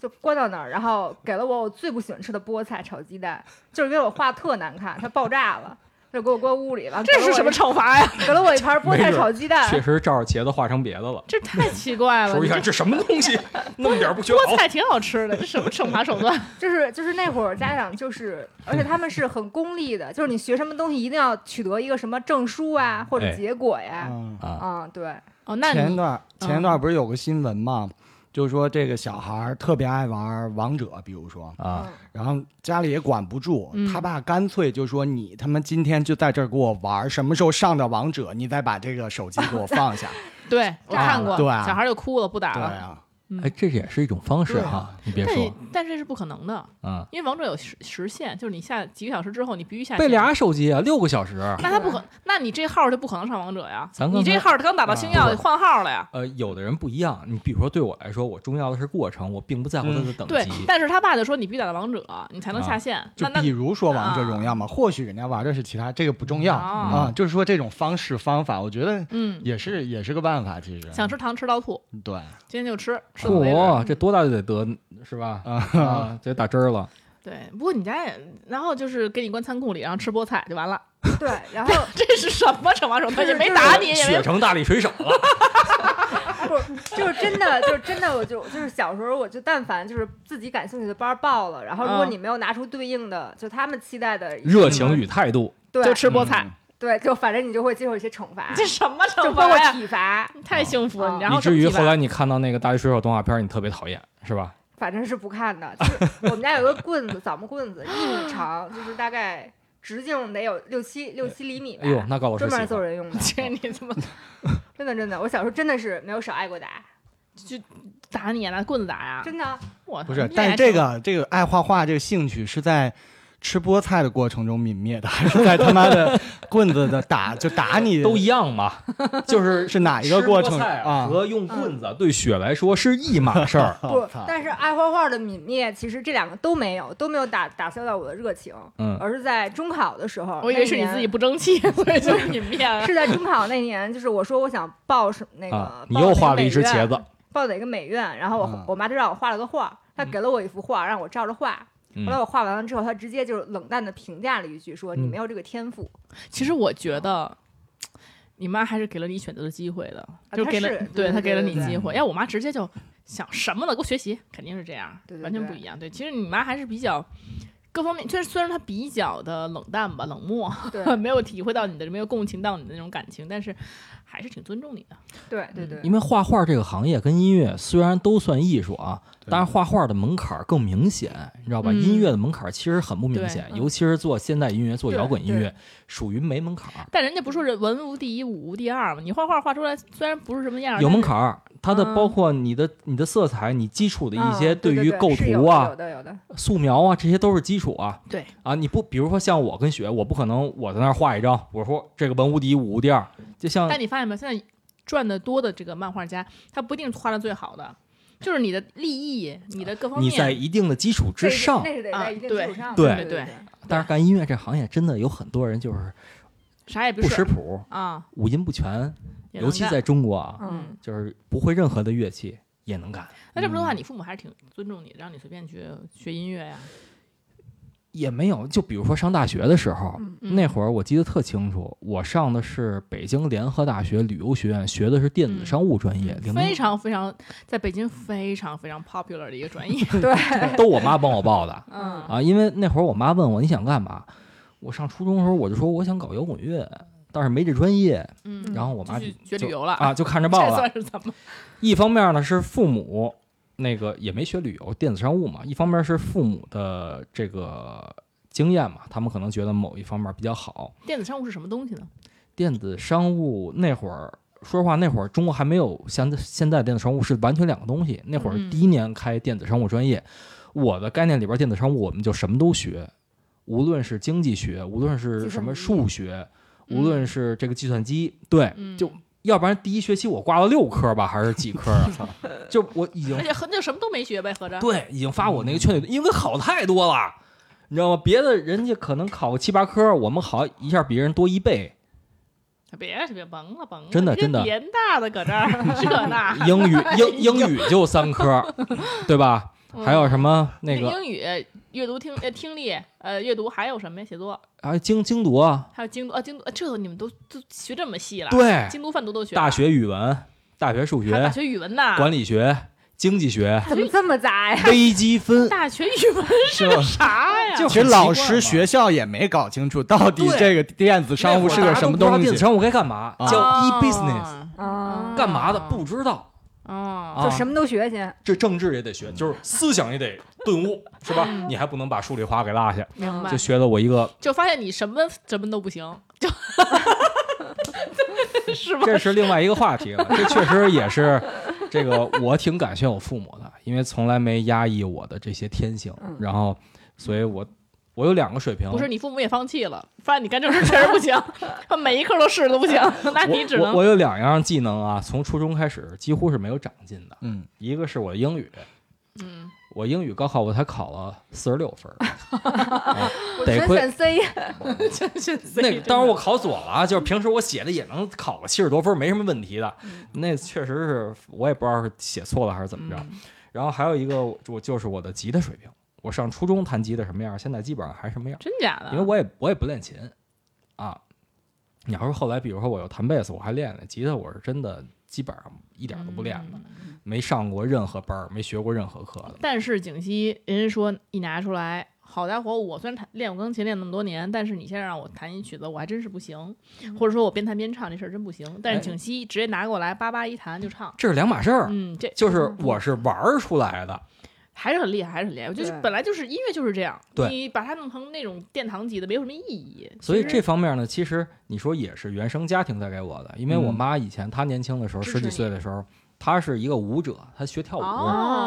Speaker 5: 就关到那儿，然后给了我我最不喜欢吃的菠菜炒鸡蛋，就是因为我画特难看，它爆炸了，就给我关屋里了。
Speaker 2: 这是什么惩罚呀？
Speaker 5: 给了我一？给了我一盘菠
Speaker 4: 没
Speaker 5: 菜
Speaker 4: 准
Speaker 5: 炒鸡蛋
Speaker 4: 确，实照着茄子画成别的了。
Speaker 2: (laughs) 这太奇怪了
Speaker 4: (laughs) 手一。看
Speaker 2: 你这
Speaker 4: 这什么
Speaker 2: (laughs)
Speaker 4: 东西，那么点儿不学
Speaker 2: 菠
Speaker 4: 好，
Speaker 2: 菜挺好吃的，这什么惩罚手
Speaker 4: (laughs)
Speaker 2: 段？
Speaker 5: 就是就是那会儿家长就是，而且他们是很功利的，就是你学什么东西一定要取得一个什么证书啊或
Speaker 4: 哎
Speaker 5: 者结果呀，
Speaker 3: 嗯，
Speaker 4: 啊
Speaker 5: 嗯，对，
Speaker 2: 哦，那
Speaker 3: 前一
Speaker 2: 你
Speaker 3: 段前一段不是有个新闻吗？就是说这个小孩儿特别爱玩王者，比如说，
Speaker 4: 啊！
Speaker 5: 嗯
Speaker 3: 然后家里也管不住，
Speaker 2: 嗯
Speaker 3: 他爸干脆就说：“你他妈今天就在这儿给我玩儿，什么时候上到王者，你再把这个手机给我放下。
Speaker 2: 对我
Speaker 5: 炸
Speaker 2: 看
Speaker 5: 了
Speaker 2: 过，
Speaker 3: 对
Speaker 4: 啊
Speaker 2: 小孩就哭了，不打
Speaker 3: 对
Speaker 2: 了。
Speaker 3: 啊，
Speaker 4: 哎，这也是一种方式
Speaker 2: 啊
Speaker 3: 对
Speaker 4: 哈，你别
Speaker 2: 但
Speaker 4: 说，
Speaker 2: 但这是不可能的，
Speaker 4: 嗯，
Speaker 2: 因为王者有时时限，就是你下几个小时之后，你必须下
Speaker 4: 备
Speaker 2: 线。
Speaker 4: 俩手机啊，六个小时。
Speaker 2: 那他不可，那你这号就不可能上王者呀
Speaker 4: 咱。
Speaker 2: 你
Speaker 4: 刚才
Speaker 2: 这号刚打到星耀，
Speaker 4: 啊
Speaker 2: 你换号了呀。
Speaker 4: 呃，有的人不一样，你比如说对我来说，我重要的是过程，我并不在乎它的等
Speaker 2: 嗯对
Speaker 4: 级，。
Speaker 2: 但是他爸就说你必须打到王者，你才能
Speaker 4: 啊
Speaker 2: 下线。
Speaker 3: 就
Speaker 2: 那那
Speaker 3: 比如说王者荣耀嘛，或许人家玩的是其他，这个不重要
Speaker 2: 哦
Speaker 3: 啊。就是说这种方式方法，我觉得
Speaker 2: 嗯，
Speaker 3: 也是也是个办法，其实
Speaker 2: 想吃糖吃到吐，
Speaker 3: 对，
Speaker 2: 今天就吃，吃到
Speaker 4: 嚯、
Speaker 2: 为止。
Speaker 4: 这多大就得得是吧？嗯啊，得打针儿了。
Speaker 2: 对，不过你家也，然后就是给你关仓库里，然后吃菠菜就完了。 (laughs)
Speaker 5: 对，然后
Speaker 2: 这是什么惩罚手段？
Speaker 5: 就
Speaker 2: 也
Speaker 5: 是
Speaker 2: 没 (laughs) 打你，也没
Speaker 4: 成大力水手了，
Speaker 5: 不就是真的，就是真的，我就就是小时候我就但凡就是自己感兴趣的班儿报了，然后如果
Speaker 2: 嗯
Speaker 5: 你没有拿出对应的，就他们期待的
Speaker 4: 热情与态度。
Speaker 5: 对
Speaker 2: 就吃菠菜，
Speaker 5: 对，就反正你就会接受一些惩罚，
Speaker 2: 这什么
Speaker 5: 就
Speaker 2: 惩罚
Speaker 5: 包括
Speaker 2: 呀？
Speaker 5: 体罚，
Speaker 2: 太幸福了，
Speaker 5: 啊
Speaker 2: 然
Speaker 4: 嗯以
Speaker 2: 后
Speaker 4: 至于后
Speaker 2: 来。
Speaker 4: 来你看到那个大力水手动画片儿，你特别讨厌是吧？
Speaker 5: 反正是不看的。就是 (laughs) 我们家有个棍子，枣木棍子，一米长，就是大概直径得有六七六七厘米吧
Speaker 4: 哎，呦，那高老师
Speaker 5: 专
Speaker 4: 喜
Speaker 5: 门
Speaker 4: 欢
Speaker 5: 揍人
Speaker 4: (laughs)
Speaker 5: 用
Speaker 2: (laughs)
Speaker 5: 的
Speaker 2: 这你怎么
Speaker 5: 真的真的，我小时候真的是没有少挨过打，
Speaker 4: 啊
Speaker 2: 打你啊？拿棍子打呀？
Speaker 5: 真的。
Speaker 2: 我
Speaker 3: 不
Speaker 2: 操
Speaker 3: 是，
Speaker 2: 你
Speaker 3: 但是
Speaker 2: 还
Speaker 3: 这
Speaker 2: 挺
Speaker 3: 个这个爱画画这个兴趣是在吃菠菜的过程中泯灭的， (laughs) 还是在他妈的棍子的打就打你
Speaker 4: 都一样嘛，就是
Speaker 3: 是哪一个过程
Speaker 4: 吃菠菜
Speaker 3: 啊？。
Speaker 4: 和
Speaker 5: 嗯
Speaker 4: 用棍子对雪来说是一码事儿
Speaker 3: 我
Speaker 5: 不
Speaker 3: 操，
Speaker 5: 但是爱画画的泯灭，其实这两个都没有，都没有打打消掉我的热情，
Speaker 4: 嗯
Speaker 5: 而是在中考的时候，
Speaker 2: 我以为是你
Speaker 5: 那年
Speaker 2: 自己不争
Speaker 5: (laughs)
Speaker 2: 气，所以就是你灭了。 (laughs)
Speaker 5: 是在中考那年，就是我说我想报什 (laughs) 么那个，
Speaker 4: 啊，
Speaker 5: 报
Speaker 4: 你又画了一只
Speaker 5: 哪个美
Speaker 4: 茄
Speaker 5: 院
Speaker 4: 子，，
Speaker 5: 报哪个美院，然后我、
Speaker 3: 嗯
Speaker 5: 我妈就让我画了个画，她给了我一幅画，让我照着画。
Speaker 4: 嗯嗯
Speaker 5: 后来我画完了之后，她直接就冷淡的评价了一句说：“你没有这个天赋。
Speaker 2: 其实我觉得。你妈还是给了你选择的机会的，
Speaker 5: 啊
Speaker 2: 就
Speaker 5: 她
Speaker 2: 给了，
Speaker 5: 是对
Speaker 2: 对她
Speaker 5: 对
Speaker 2: 给了
Speaker 5: 对
Speaker 2: 你
Speaker 5: 对
Speaker 2: 机会。要我妈直接就想什么呢？给我学习，肯定是这样，
Speaker 5: 对对
Speaker 2: 完全不一样。对，其实你妈还是比较各方面，虽然虽然她比较的冷淡吧，冷漠，
Speaker 5: 对
Speaker 2: (laughs) 没有体会到你的，没有共情到你的那种感情，但是还是挺尊重你的。”
Speaker 5: 对对对
Speaker 4: 因为画画这个行业跟音乐虽然都算艺术啊，
Speaker 3: 对
Speaker 4: 但是画画的门槛儿更明显，你知道吧？
Speaker 2: 嗯
Speaker 4: 音乐的门槛儿其实很不明显，
Speaker 2: 对嗯
Speaker 4: 尤其是做现代音乐、做
Speaker 5: 对
Speaker 4: 摇滚音
Speaker 5: 对
Speaker 4: 乐，属于没门槛儿，
Speaker 2: 但人家不是说
Speaker 5: 嗯
Speaker 2: 人文无第一，武无第二嘛？你画画画出来虽然不是什么样儿，
Speaker 4: 有
Speaker 2: 但
Speaker 4: 门
Speaker 2: 是
Speaker 4: 槛儿。它的
Speaker 2: 嗯
Speaker 4: 包括你的、你的色彩、你基础的一些
Speaker 5: 啊对
Speaker 4: 于
Speaker 5: 对
Speaker 4: 构
Speaker 5: 是有
Speaker 4: 图
Speaker 5: 的
Speaker 4: 啊
Speaker 5: 有、的有的，
Speaker 4: 素描啊，这些都是基础啊。
Speaker 2: 对
Speaker 4: 啊，你不比如说像我跟雪，我不可能我在那儿画一张，我说这个文无第一，武无第二，就像
Speaker 2: 但你发现没有，现在赚得多的这个漫画家，他不一定画的最好的，就是你的立意，你的各方
Speaker 4: 你
Speaker 2: 面。
Speaker 4: 在一定的基础之
Speaker 5: 这是
Speaker 4: 上，
Speaker 5: 那是得
Speaker 2: 啊
Speaker 5: 在一定
Speaker 2: 对
Speaker 5: 基础上的。
Speaker 4: 对
Speaker 5: 对
Speaker 2: 对
Speaker 4: 但是干音乐这行业真的有很多人就是
Speaker 2: 啥也不
Speaker 4: 不识
Speaker 2: 是
Speaker 4: 谱，
Speaker 2: 啊，
Speaker 4: 五音不全，
Speaker 2: 也
Speaker 4: 尤
Speaker 2: 能
Speaker 4: 其
Speaker 2: 干
Speaker 4: 在中国啊，
Speaker 5: 嗯，
Speaker 4: 就是不会任何的乐器也能干，
Speaker 2: 那这么说
Speaker 4: 嗯
Speaker 2: 的话，你父母还是挺尊重你，让你随便去学音乐呀。
Speaker 4: 也没有。就比如说上大学的时候，
Speaker 2: 嗯
Speaker 4: 那会儿我记得特清楚，我上的是北京联合大学旅游学院，学的是电子商务专业，零
Speaker 2: 嗯非常非常，在北京非常非常 popular 的一个专
Speaker 4: (laughs)
Speaker 2: 业，
Speaker 5: 对，
Speaker 4: 都我妈帮我
Speaker 2: (laughs)
Speaker 4: 报的
Speaker 2: 嗯，
Speaker 4: 啊。因为那会儿我妈问我你想干嘛，我上初中的时候我就说我想搞摇滚乐，但是没这专业，
Speaker 2: 嗯，
Speaker 4: 然后我妈
Speaker 2: 就去学
Speaker 4: 就
Speaker 2: 旅游了，
Speaker 4: 啊就 (laughs) 看着
Speaker 2: (laughs)
Speaker 4: 报
Speaker 2: 这
Speaker 4: 了。
Speaker 2: 算是怎么？
Speaker 4: 一方面呢是父母那个也没学旅游电子商务嘛，一方面是父母的这个经验嘛，他们可能觉得某一方面比较好。
Speaker 2: 电子商务是什么东西呢？
Speaker 4: 电子商务那会儿，说实话，那会儿中国还没有像现在电子商务是完全两个东西。那会儿
Speaker 2: 嗯
Speaker 4: 第一年开电子商务专业，我的概念里边电子商务我们就什么都学，无论是经济学，无论是什么数学，
Speaker 2: 嗯
Speaker 4: 无论是这个计算机，对，
Speaker 2: 嗯，
Speaker 4: 就要不然第一学期我挂了六科吧，还是几科啊？就我已经
Speaker 2: 而且合那什么都没学呗，合着
Speaker 4: 对，已经发我那个劝退，因为好太多了，你知道吗？别的人家可能考个七八科，我们好一下比人多一倍。
Speaker 2: 别别甭了甭了，
Speaker 4: 真的
Speaker 2: 人家
Speaker 4: 真的
Speaker 2: 联大的搁这
Speaker 4: (laughs)
Speaker 2: 儿这那，
Speaker 4: 英语 (laughs) 英英语就三科，对吧？还有什么那个
Speaker 2: 英语阅读听呃听力呃阅读还有什么呀？写作
Speaker 4: 还有精精读啊？
Speaker 2: 还有精读啊精读，啊这都你们都都学这么细了？，
Speaker 4: 对，
Speaker 2: 精读泛读都学了。
Speaker 4: 大学语文、大学数
Speaker 2: 还有大
Speaker 4: 学、
Speaker 2: 学语文呢？
Speaker 4: 管理学、经济学、
Speaker 5: 怎么这么杂呀？
Speaker 4: 微积 (laughs) 分，
Speaker 2: 大学语文是个啥呀？
Speaker 4: 就
Speaker 3: 其实
Speaker 4: 很奇
Speaker 3: 老
Speaker 4: 怪嘛
Speaker 3: 师学校也没搞清楚到底
Speaker 4: 对
Speaker 3: 这个电子商务是个什
Speaker 4: 大家都
Speaker 3: 么
Speaker 4: 不知道
Speaker 3: 东
Speaker 4: 电子
Speaker 3: 西。
Speaker 4: 商务该干嘛？叫
Speaker 2: 啊
Speaker 4: e business，
Speaker 5: 啊，
Speaker 4: 干嘛的不知道。
Speaker 2: 啊
Speaker 4: 啊
Speaker 5: 就什么都学去。
Speaker 4: 这政治也得学，就是思想也得顿悟，是吧？你还不能把数理化给落下，
Speaker 2: 明白
Speaker 4: 就。学了我一个 (laughs)
Speaker 2: 就发现你什么什么都不行，就是吧？
Speaker 4: 这是另外一个话题了。这确实也是，这个我挺感谢我父母的，因为从来没压抑我的这些天性。
Speaker 5: 嗯
Speaker 4: 然后，所以我我有两个水平，
Speaker 2: 不是你父母也放弃了，发现你干这事儿确实不
Speaker 4: (laughs)
Speaker 2: 行，他每一科都试了都不行，那你只
Speaker 4: 我我
Speaker 2: 能
Speaker 4: 我有两样技能啊，从初中开始几乎是没有长进的。
Speaker 3: 嗯，
Speaker 4: 一个是我英语，
Speaker 2: 嗯， (laughs)
Speaker 4: 我英语高考我才考了四十六分儿，
Speaker 5: 嗯我
Speaker 4: 得
Speaker 5: 全
Speaker 4: 亏
Speaker 5: 选 C，
Speaker 4: (laughs)
Speaker 2: 真是
Speaker 4: 那个当然我考左了啊，就是平时我写的也能考个七十多分儿，没什么问题的。
Speaker 2: 嗯
Speaker 4: 那确实是我也不知道是写错了还是怎么着。
Speaker 2: 嗯
Speaker 4: 然后还有一个我就是我的吉他水平，我上初中弹吉他什么样，现在基本上还是什么样，
Speaker 2: 真假的？
Speaker 4: 因为我也我也不练琴啊。你要是后来，比如说我又弹贝斯，我还练练吉他，我是真的基本上一点儿都不练
Speaker 2: 嗯
Speaker 4: 的，没上过任何班儿，没学过任何课的。
Speaker 2: 但是景熙，人家说一拿出来，好家伙，我虽然弹练过钢琴练那么多年，但是你现在让我弹一曲子，我还真是不行，
Speaker 4: 嗯
Speaker 2: 或者说我边弹边唱这事儿真不行。但是景熙直接拿过来，叭叭一弹就唱，
Speaker 4: 这是两码事儿，
Speaker 2: 嗯，这
Speaker 4: 就是我是玩儿出来的。
Speaker 2: 还是很厉害，还是很厉害。我觉得
Speaker 5: 对
Speaker 2: 本来就是音乐就是这样，
Speaker 4: 对
Speaker 2: 你把它弄成那种殿堂级的，没有什么意义。
Speaker 4: 所以
Speaker 2: 其
Speaker 4: 这
Speaker 2: 实
Speaker 4: 方面呢，其实你说也是原生家庭带给我的，因为我
Speaker 3: 嗯
Speaker 4: 妈以前她年轻的时候，
Speaker 2: 支持
Speaker 4: 十几岁的时候，她是一个舞者，她学跳舞、啊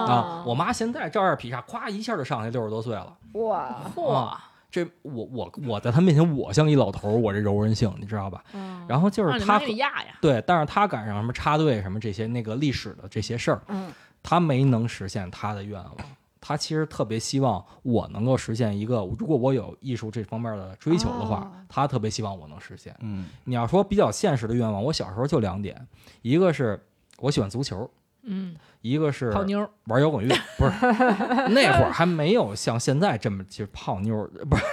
Speaker 2: 哦。
Speaker 4: 我妈现在照样劈叉，咵一下就上去六十多岁了。啊
Speaker 5: 哇，
Speaker 2: 嚯，
Speaker 4: 这我我我在她面前，我像一老头儿，我这柔韧性，你知道吧？
Speaker 2: 嗯
Speaker 4: 然后就
Speaker 2: 让
Speaker 4: 是
Speaker 2: 你
Speaker 4: 她
Speaker 2: 妈给你压呀，
Speaker 4: 对，但是她赶上什么插队什么这些那个历史的这些事儿，
Speaker 5: 嗯，
Speaker 4: 她没能实现她的愿望。她其实特别希望我能够实现一个，如果我有艺术这方面的追求的话
Speaker 5: 哦，
Speaker 4: 她特别希望我能实现。
Speaker 3: 嗯，
Speaker 4: 你要说比较现实的愿望，我小时候就两点，一个是我喜欢足球，
Speaker 2: 嗯，
Speaker 4: 一个是
Speaker 2: 泡妞儿，
Speaker 4: 玩
Speaker 2: (laughs)
Speaker 4: 摇滚乐。不是那会儿还没有像现在这么就是泡妞儿，不是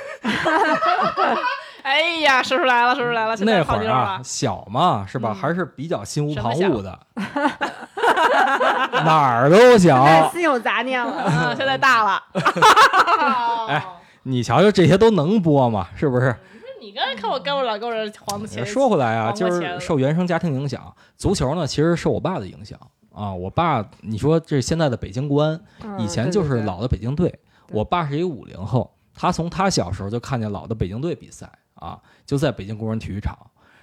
Speaker 2: 哎呀，说出来了，说出来了，现在
Speaker 4: 那
Speaker 2: 泡
Speaker 4: 会
Speaker 2: 妞
Speaker 4: 儿
Speaker 2: 儿
Speaker 4: 啊
Speaker 2: 了，
Speaker 4: 小嘛是吧，
Speaker 2: 嗯
Speaker 4: 还是比较心无
Speaker 2: 什
Speaker 4: 旁
Speaker 2: 么
Speaker 4: 骛的，
Speaker 2: (laughs)
Speaker 4: 哪儿都
Speaker 5: 太
Speaker 4: 小。
Speaker 5: 心有杂念了。
Speaker 4: (laughs)
Speaker 2: 嗯，现在大了。 (laughs)
Speaker 4: 哎你瞧瞧这些都能播吗？是不
Speaker 2: (laughs)
Speaker 4: 是？
Speaker 2: 你刚才看我跟我老跟我黄的钱
Speaker 4: 说回来啊，
Speaker 2: 黄瓜
Speaker 4: 就
Speaker 2: 钱
Speaker 4: 是
Speaker 2: 了
Speaker 4: 受原生家庭影响，足球呢其实受我爸的影响啊。我爸，你说这现在的北京国安，
Speaker 5: 嗯
Speaker 4: 以前就
Speaker 5: 对
Speaker 4: 是
Speaker 5: 对对
Speaker 4: 老的北京队。
Speaker 5: 对
Speaker 4: 我爸是一个五零后，他从他小时候就看见老的北京队比赛啊，就在北京工人体育场，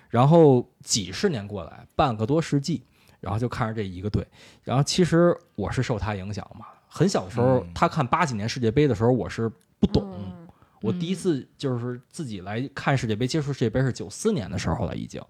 Speaker 4: 然后几十年过来，半个多世纪，然后就看着这一个队。然后其实我是受他影响嘛，很小的时候，
Speaker 3: 嗯
Speaker 4: 他看八几年世界杯的时候，我是不懂。
Speaker 5: 嗯
Speaker 4: 我第一次就是自己来看世界杯，接触世界杯是九四年的时候了，已经。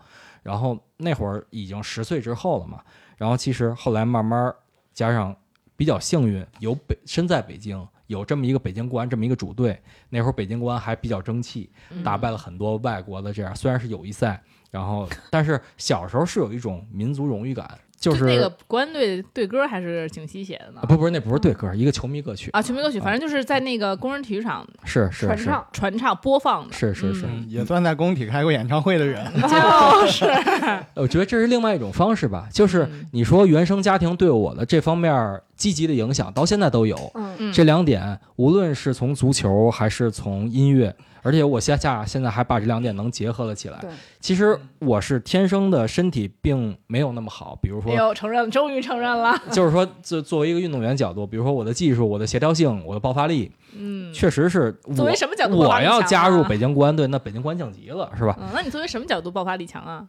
Speaker 4: 然后那会儿已经十岁之后了嘛。然后其实后来慢慢加上比较幸运，有北身在北京，有这么一个北京国安这么一个主队。那会儿北京国安还比较争气，
Speaker 2: 嗯
Speaker 4: 打败了很多外国的这样，虽然是友谊赛，然后但是小时候是有一种民族荣誉感，就是
Speaker 2: 那个国安队队歌还是景熙写的呢
Speaker 4: 啊。不不是那不是对歌，一个球迷歌曲
Speaker 2: 啊，全民歌曲，反正就是在那个工人体育场
Speaker 4: 是是
Speaker 5: 传
Speaker 4: 是
Speaker 5: 唱，
Speaker 2: 传唱播放的，
Speaker 4: 是是是
Speaker 2: 嗯，
Speaker 3: 也算在工体开过演唱会的人，
Speaker 2: 就是
Speaker 4: 呃我觉得这是另外一种方式吧，
Speaker 2: 嗯
Speaker 4: 就是你说原生家庭对我的这方面儿积极的影响，到现在都有。
Speaker 5: 嗯，
Speaker 2: 嗯
Speaker 4: 这两点，无论是从足球还是从音乐，而且我下下现在还把这两点能结合了起来
Speaker 5: 对。
Speaker 4: 其实我是天生的身体并没有那么好，比如
Speaker 2: 哎
Speaker 4: 说，
Speaker 2: 呦，承认了，终于承认
Speaker 4: (laughs)
Speaker 2: 了，
Speaker 4: 就是说，作作为一个运动员角度，比如说我的技术、我的协调性、我的爆发力，
Speaker 2: 嗯，
Speaker 4: 确实是
Speaker 2: 作
Speaker 4: 我
Speaker 2: 为什么角度爆发
Speaker 4: 我
Speaker 2: 力强啊
Speaker 4: 要加入北京国安队，那北京国安降级了，是吧？
Speaker 2: 嗯，那你作为什么角度爆发力强啊？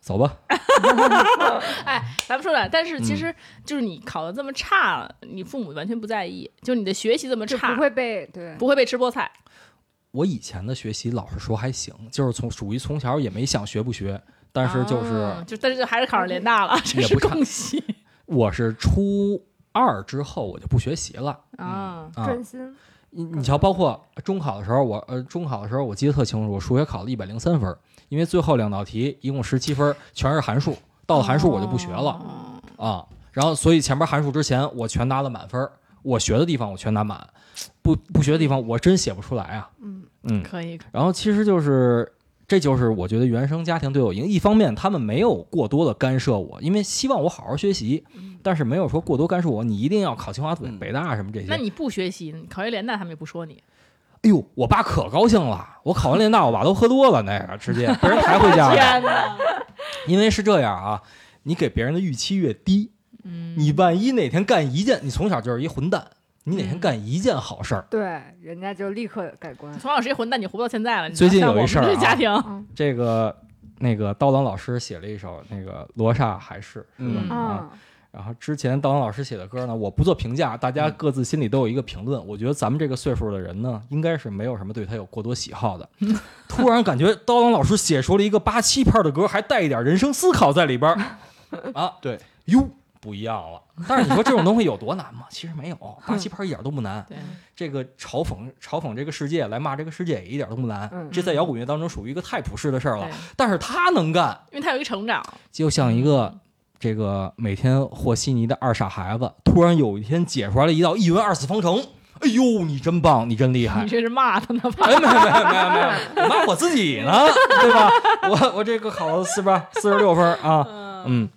Speaker 4: 走吧，
Speaker 2: 哎咱们说点，但是其
Speaker 4: 嗯
Speaker 2: 实就是你考的这么差，你父母完全不在意，就你的学习这么
Speaker 5: 就
Speaker 2: 差，
Speaker 5: 不会被
Speaker 4: 啊
Speaker 5: 对
Speaker 2: 不会被吃菠菜，
Speaker 4: 我以前的学习，老实说还行，就是从属于从小也没想学不学，但是就是、嗯
Speaker 2: 啊就但是就还是考上联大了，这
Speaker 4: 也
Speaker 2: 是
Speaker 4: 不差
Speaker 2: 恭喜
Speaker 4: 我是初二之后我就不学习了
Speaker 2: 啊！
Speaker 4: 啊。
Speaker 5: 专心，
Speaker 4: 你你瞧，包括中考的时候，我呃中考的时候我记得特清楚，我数学考了一百零三分，因为最后两道题一共十七分，全是函数，到了函数我就不学了、
Speaker 2: 哦
Speaker 4: 啊。然后所以前面函数之前我全拿了满分，我学的地方我全拿满，不不学的地方我真写不出来啊。
Speaker 5: 嗯
Speaker 4: 嗯，
Speaker 2: 可以，
Speaker 4: 然后其实就是，这就是我觉得原生家庭对我影，一方面他们没有过多的干涉我，因为希望我好好学习，
Speaker 2: 嗯
Speaker 4: 但是没有说过多干涉我，你一定要考清华北
Speaker 3: 嗯
Speaker 4: 北大什么这些。
Speaker 2: 那你不学习，你考一联大他们也不说你，
Speaker 4: 哎呦，我爸可高兴了，我考完联大，我爸都喝多了，那个
Speaker 2: (laughs)
Speaker 4: 直接被人抬回家了。
Speaker 2: 哪！
Speaker 4: 因为是这样啊，你给别人的预期越低，
Speaker 2: 嗯
Speaker 4: 你万一哪天干一件，你从小就是一混蛋，
Speaker 2: 嗯
Speaker 4: 你哪天干一件好事儿。
Speaker 5: 对，人家就立刻改观。
Speaker 2: 从小是一混蛋，你活不到现在了。你
Speaker 4: 最近有
Speaker 2: 像我
Speaker 4: 一事儿
Speaker 2: 们这
Speaker 4: 啊
Speaker 2: 家庭，
Speaker 4: 这个那个刀郎老师写了一首那个《罗刹海市》，是吧
Speaker 2: 嗯？
Speaker 4: 啊
Speaker 5: 啊，
Speaker 4: 然后之前刀郎老师写的歌呢，我不做评价，大家
Speaker 5: 嗯
Speaker 4: 各自心里都有一个评论。我觉得咱们这个岁数的人呢，应该是没有什么对他有过多喜好的。
Speaker 5: 嗯
Speaker 4: 突然感觉刀郎老师写出了一个八七拍的歌，还带一点人生思考在里边儿
Speaker 5: (laughs)
Speaker 4: 啊，
Speaker 3: 对，
Speaker 4: 哟，不一样了。但是你说这种东西有多难吗？ (laughs) 其实没有，八七拍一点都不难。
Speaker 2: 对，
Speaker 4: 这个嘲讽嘲讽这个世界，来骂这个世界也一点都不难。
Speaker 5: 嗯
Speaker 4: 这在摇滚乐当中属于一个太普世的事儿了
Speaker 2: 对，
Speaker 4: 但是他能干。
Speaker 2: 因为他有一个成长，
Speaker 4: 就像一个这个每天和稀泥的二傻孩子，突然有一天解出来了一道一元二次方程。哎呦，你真棒，你真厉
Speaker 2: (laughs)
Speaker 4: 害
Speaker 2: 你！这是骂他呢吧？
Speaker 4: 哎，没有没有没有没有没有，我骂我自己呢，对吧？我我这个考了四八四十六分啊，
Speaker 2: 嗯
Speaker 4: 嗯，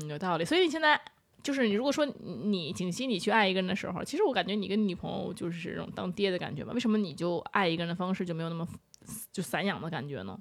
Speaker 2: 嗯，有道理。所以你现在就是你，如果说你景熙你去爱一个人的时候，其实我感觉你跟你女朋友就是这种当爹的感觉吧？为什么你就爱一个人的方式就没有那么就散养的感觉呢？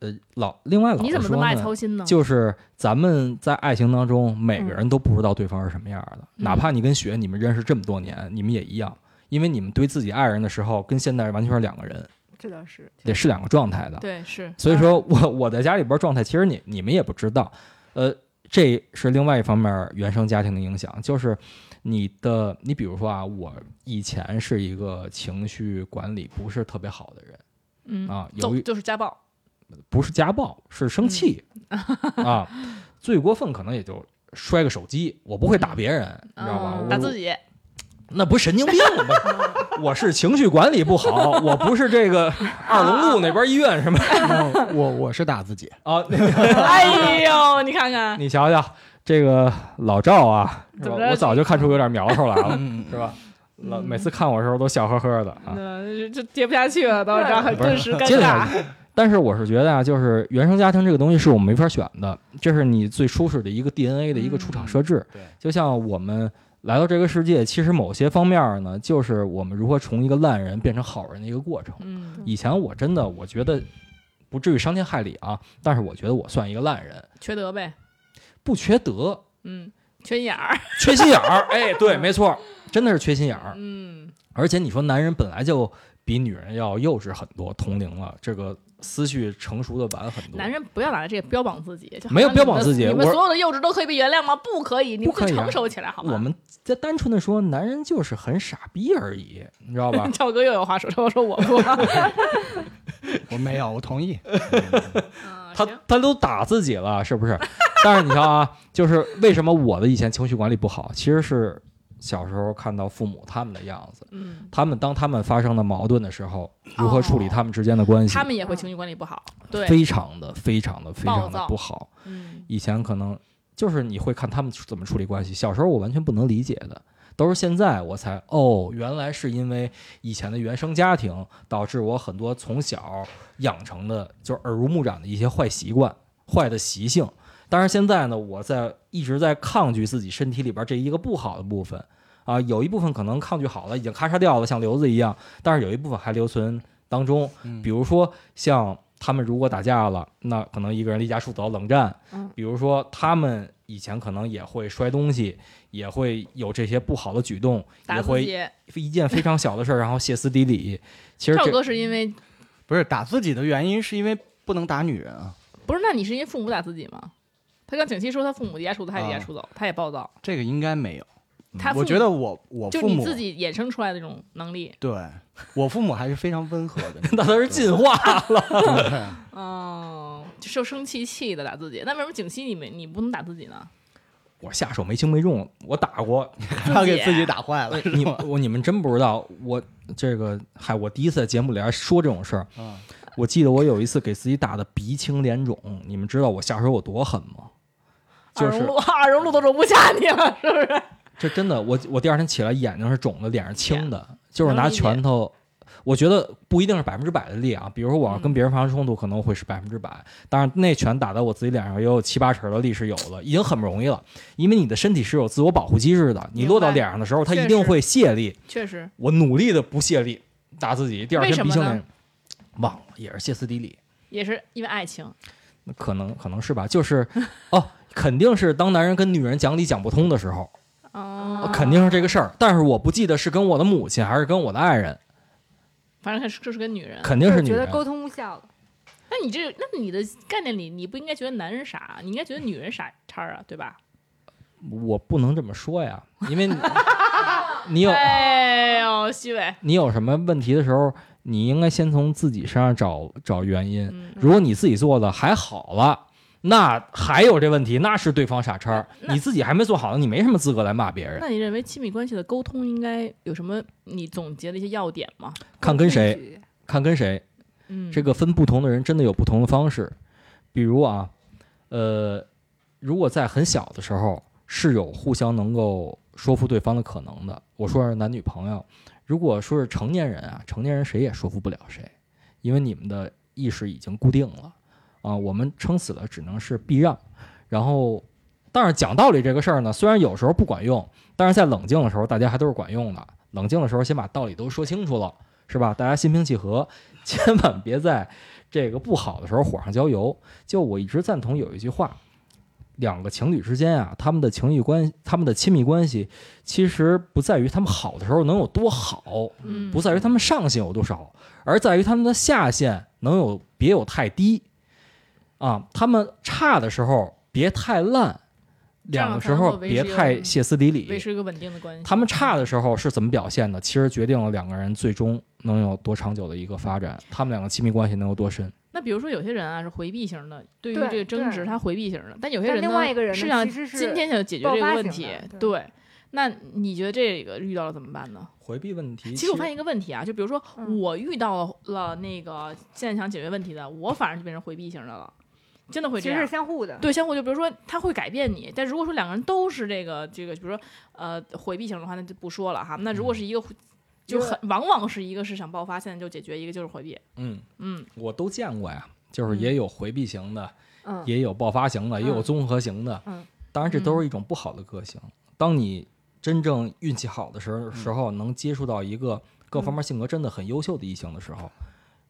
Speaker 4: 呃，老另外老
Speaker 2: 你
Speaker 4: 实
Speaker 2: 怎么那
Speaker 4: 说
Speaker 2: 么爱
Speaker 4: 呢
Speaker 2: 操心呢？
Speaker 4: 就是咱们在爱情当中，每个人都不知道对方是什么样的，
Speaker 2: 嗯
Speaker 4: 哪怕你跟雪你们认识这么多年，你们也一样，因为你们对自己爱人的时候，跟现在完全是两个人，
Speaker 5: 这倒是。
Speaker 4: 得是两个状态的。
Speaker 2: 对，是
Speaker 4: 所以说我我在家里边状态，其实你你们也不知道，呃，这是另外一方面原生家庭的影响，就是你的你比如说啊，我以前是一个情绪管理不是特别好的人
Speaker 2: 嗯
Speaker 4: 啊，由
Speaker 2: 总
Speaker 4: 于
Speaker 2: 就是家暴，
Speaker 4: 不是家暴是生气、
Speaker 2: 嗯
Speaker 4: (laughs) 啊，最过分可能也就摔个手机，我不会打别人，你知道吧？
Speaker 2: 嗯
Speaker 4: 我
Speaker 2: 打自己，
Speaker 4: 那不是神经病吗？ (laughs) 我是情绪管理不好，我不是这个二龙路那边医院什么
Speaker 3: 嗯我我是打自己，
Speaker 4: 啊，
Speaker 2: 哎呦，你看 (laughs) 看，
Speaker 4: 你瞧瞧这个老赵啊，是
Speaker 2: 怎
Speaker 4: 吧
Speaker 2: 么着
Speaker 4: 我早就看出有点苗头来
Speaker 2: (laughs)
Speaker 4: 了，
Speaker 3: 嗯，
Speaker 4: 是吧？老
Speaker 2: 嗯
Speaker 4: 每次看我的时候都笑呵呵的啊。
Speaker 2: 那这这接不下去了，到这儿
Speaker 4: 不是
Speaker 2: 顿时尴
Speaker 4: 接着
Speaker 2: 尬
Speaker 4: 来。但是我是觉得啊，就是原生家庭这个东西是我们没法选的，这是你最舒适的一个 DNA 的一个出
Speaker 2: 嗯
Speaker 4: 厂设置。
Speaker 3: 对
Speaker 4: 就像我们来到这个世界，其实某些方面呢，就是我们如何从一个烂人变成好人的一个过程。
Speaker 2: 嗯，
Speaker 4: 以前我真的我觉得不至于伤天害理啊，但是我觉得我算一个烂人，
Speaker 2: 缺德呗，
Speaker 4: 不缺德，
Speaker 2: 嗯，缺眼儿，
Speaker 4: 缺心眼儿。 (laughs) 哎，对，没错，真的是缺心眼儿。
Speaker 2: 嗯，
Speaker 4: 而且你说男人本来就比女人要幼稚很多，同龄了，这个思绪成熟的晚很多。
Speaker 2: 男人不要拿这个标榜自己，就好像
Speaker 4: 没有标榜
Speaker 2: 你们
Speaker 4: 自己
Speaker 2: 你们
Speaker 4: 我
Speaker 2: 所有的幼稚都可以被原谅吗？不可以，你
Speaker 4: 不
Speaker 2: 们
Speaker 4: 可
Speaker 2: 就
Speaker 4: 以啊
Speaker 2: 成熟起来好吗？？
Speaker 4: 我们在单纯的说，男人就是很傻逼而已，你知道吧
Speaker 2: (laughs) (laughs) 赵哥又有话说，赵哥说我
Speaker 4: (laughs)
Speaker 2: 不，啊
Speaker 3: 嗯我没有，我同意。
Speaker 2: 嗯
Speaker 4: 他
Speaker 2: 行
Speaker 4: 他都打自己了，是不是？但是你瞧啊， (laughs) 就是为什么我的以前情绪管理不好，其实是小时候看到父母他们的样子，
Speaker 2: 嗯，
Speaker 4: 他们当他们发生了矛盾的时候，如何处理
Speaker 2: 哦
Speaker 4: 他们之间的关系，
Speaker 2: 他们也会情绪管理不好，对，
Speaker 4: 嗯非常的非常的非常
Speaker 2: 暴
Speaker 4: 的
Speaker 2: 躁
Speaker 4: 不好。
Speaker 2: 嗯
Speaker 4: 以前可能就是你会看他们怎么处理关系，小时候我完全不能理解的，都是现在我才哦，原来是因为以前的原生家庭导致我很多从小养成的，就是耳濡目染的一些坏习惯、坏的习性。但是现在呢，我在一直在抗拒自己身体里边这一个不好的部分啊，有一部分可能抗拒好了，已经咔嚓掉了，像瘤子一样，但是有一部分还留存当中。
Speaker 3: 嗯
Speaker 4: 比如说像他们如果打架了，那可能一个人离家出走冷战。
Speaker 5: 嗯
Speaker 4: 比如说他们以前可能也会摔东西，也会有这些不好的举动，也
Speaker 2: 打自
Speaker 4: 会
Speaker 2: 己。
Speaker 4: 一件非常小的事儿，然 (laughs) 后歇斯底里。其实
Speaker 2: 赵
Speaker 4: 这。
Speaker 2: 哥是因为
Speaker 3: 不是打自己的原因是因为不能打女人啊，
Speaker 2: 不是？那你是因为父母打自己吗？他跟景熙说他父母离家出走，他也离家出走，他也暴躁，
Speaker 3: 这个应该没有。嗯
Speaker 2: 他父
Speaker 3: 我觉得我我
Speaker 2: 就
Speaker 3: 父
Speaker 2: 你
Speaker 3: 母
Speaker 2: 自己衍生出来的这种能力。
Speaker 3: 对我父母还是非常温和
Speaker 2: (laughs)
Speaker 3: 的
Speaker 4: (laughs) 那都是进化 (laughs) 了。
Speaker 3: 对
Speaker 2: 哦，就受生气气的打自己。那为什么景熙你没你不能打自己呢？
Speaker 4: 我下手没轻没重，我打
Speaker 3: (laughs)
Speaker 4: 过
Speaker 3: 他给自己打坏了，是
Speaker 4: 你
Speaker 3: 吗？
Speaker 4: 我你们真不知道，我这个嗨，我第一次在节目里还说这种事儿。
Speaker 3: 嗯
Speaker 4: 我记得我有一次给自己打的鼻青脸肿，你们知道我下手有多狠吗？就
Speaker 2: 二荣
Speaker 4: 是
Speaker 2: 路， (laughs) 二荣路都容不下你了，是不是？
Speaker 4: 这真的，我我第二天起来眼睛是肿的，脸是青的，就是
Speaker 2: 能
Speaker 4: 拿
Speaker 2: 理解
Speaker 4: 拳头。我觉得不一定是百分之百的力啊，比如说我要
Speaker 2: 嗯
Speaker 4: 跟别人发生冲突，可能会是百分之百，当然那拳打到我自己脸上也有七八成的力是有了，已经很不容易了，因为你的身体是有自我保护机制的，你
Speaker 2: 明
Speaker 4: 落到
Speaker 2: 白
Speaker 4: 脸上的时候，它
Speaker 2: 确
Speaker 4: 一定
Speaker 2: 实
Speaker 4: 会泄力，
Speaker 2: 确实，
Speaker 4: 我努力的不泄力打自己，第二
Speaker 2: 为
Speaker 4: 天
Speaker 2: 什
Speaker 4: 鼻
Speaker 2: 么
Speaker 4: 青
Speaker 2: 呢
Speaker 4: 脸，忘了也是歇斯底里，
Speaker 2: 也是因为爱情。
Speaker 4: 那可能可能是吧，就是 (laughs) 哦，肯定是当男人跟女人讲理讲不通的时候，
Speaker 2: 哦，
Speaker 4: 呃肯定是这个事儿，但是我不记得是跟我的母亲还是跟我的爱人，
Speaker 2: 反正这是跟女人。
Speaker 4: 肯定是
Speaker 5: 我
Speaker 4: 女
Speaker 5: 觉
Speaker 4: 人
Speaker 5: 得。沟通无效了。
Speaker 2: 那你这那你的概念里，你不应该觉得男人傻，你应该觉得女人傻叉啊，对吧？
Speaker 4: 我不能这么说呀，因为你你有
Speaker 2: 哎呦，西伟，
Speaker 4: 你有什么问题的时候，你应该先从自己身上找找原因。
Speaker 2: 嗯，
Speaker 4: 如果你自己做的还好了，那还有这问题，那是对方傻叉儿，你自己还没做好呢，你没什么资格来骂别人。
Speaker 2: 那你认为亲密关系的沟通应该有什么？你总结的一些要点吗？
Speaker 4: 看跟谁，
Speaker 5: 谁，
Speaker 4: 看跟谁，
Speaker 2: 嗯，
Speaker 4: 这个分不同的人真的有不同的方式。比如啊，呃，如果在很小的时候是有互相能够说服对方的可能的，我说是男女朋友，如果说是成年人啊，成年人谁也说服不了谁，因为你们的意识已经固定了啊，我们撑死了只能是避让，然后。但是讲道理这个事儿呢，虽然有时候不管用，但是在冷静的时候，大家还都是管用的。冷静的时候，先把道理都说清楚了，是吧？大家心平气和， (laughs) 千万别在这个不好的时候火上浇油。就我一直赞同有一句话，两个情侣之间啊，他们的情侣关，他们的亲密关系，其实不在于他们好的时候能有多好，
Speaker 2: 嗯
Speaker 4: 不在于他们上限有多少，而在于他们的下限能有别有太低，啊，他们差的时候别太烂，
Speaker 2: 这样
Speaker 4: 两个
Speaker 2: 才
Speaker 4: 时
Speaker 2: 能
Speaker 4: 候
Speaker 2: 够维
Speaker 4: 别
Speaker 2: 持一个
Speaker 4: 太歇斯底里，
Speaker 2: 维持一个稳定的关系。
Speaker 4: 他们差的时候是怎么表现的，其实决定了两个人最终能有多长久的一个发展，他们两个亲密关系能有多深。
Speaker 2: 那比如说有些人啊是回避型的，对于
Speaker 5: 对
Speaker 2: 这个争执
Speaker 5: 对
Speaker 2: 他回避型的，但有些
Speaker 5: 但
Speaker 2: 人
Speaker 5: 另
Speaker 2: 呢
Speaker 5: 外一个人呢
Speaker 2: 是想
Speaker 5: 其实是
Speaker 2: 今天想解决
Speaker 5: 爆
Speaker 2: 这个
Speaker 5: 发
Speaker 2: 问
Speaker 5: 型
Speaker 2: 题
Speaker 5: 的，对
Speaker 2: 对。那你觉得这个遇到了怎么办呢？
Speaker 4: 回避问题，
Speaker 2: 其实我发现一个问题啊，就比如说
Speaker 5: 嗯
Speaker 2: 我遇到了那个现在想解决问题的，我反而就变成回避型的了，真的会这
Speaker 5: 其实
Speaker 2: 样
Speaker 5: 是。相互的。
Speaker 2: 对，相互就比如说他会改变你，但如果说两个人都是这个这个，比如说呃回避型的话，那就不说了哈。那如果是一个，就很往往是一个是想爆发，现在就解决，一个就是回避。
Speaker 4: 嗯，
Speaker 2: 嗯，
Speaker 4: 我都见过呀，就是也有回避型的，
Speaker 5: 嗯，
Speaker 4: 也有爆发型的，也有
Speaker 5: 嗯
Speaker 4: 综合型的。
Speaker 5: 嗯，
Speaker 4: 当然这都是一种不好的个性。当你真正运气好的时
Speaker 5: 嗯
Speaker 4: 候，时候能接触到一个各方面性格真的很优秀的异性的时候，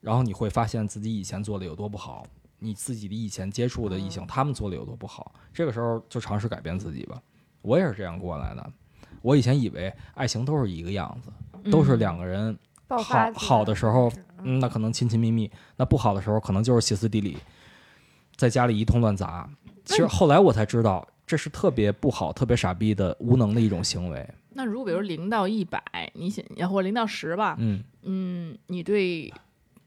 Speaker 4: 然后你会发现自己以前做的有多不好，你自己的以前接触的异
Speaker 5: 嗯
Speaker 4: 性、他们做的有多不好。这个时候就尝试改变自己吧。我也是这样过来的。我以前以为爱情都是一个样子，
Speaker 5: 嗯
Speaker 4: 都是两个人
Speaker 5: 爆发
Speaker 4: 好好的时候，嗯，那可能亲亲密密；那不好的时候，可能就是歇斯底里，在家里一通乱砸。其实后来我才知道，这是特别不好、特别傻逼的无能的一种行为。
Speaker 2: 那如果比如零到一百，你想或者零到十吧，
Speaker 5: 啊
Speaker 4: 嗯，
Speaker 2: 嗯，你对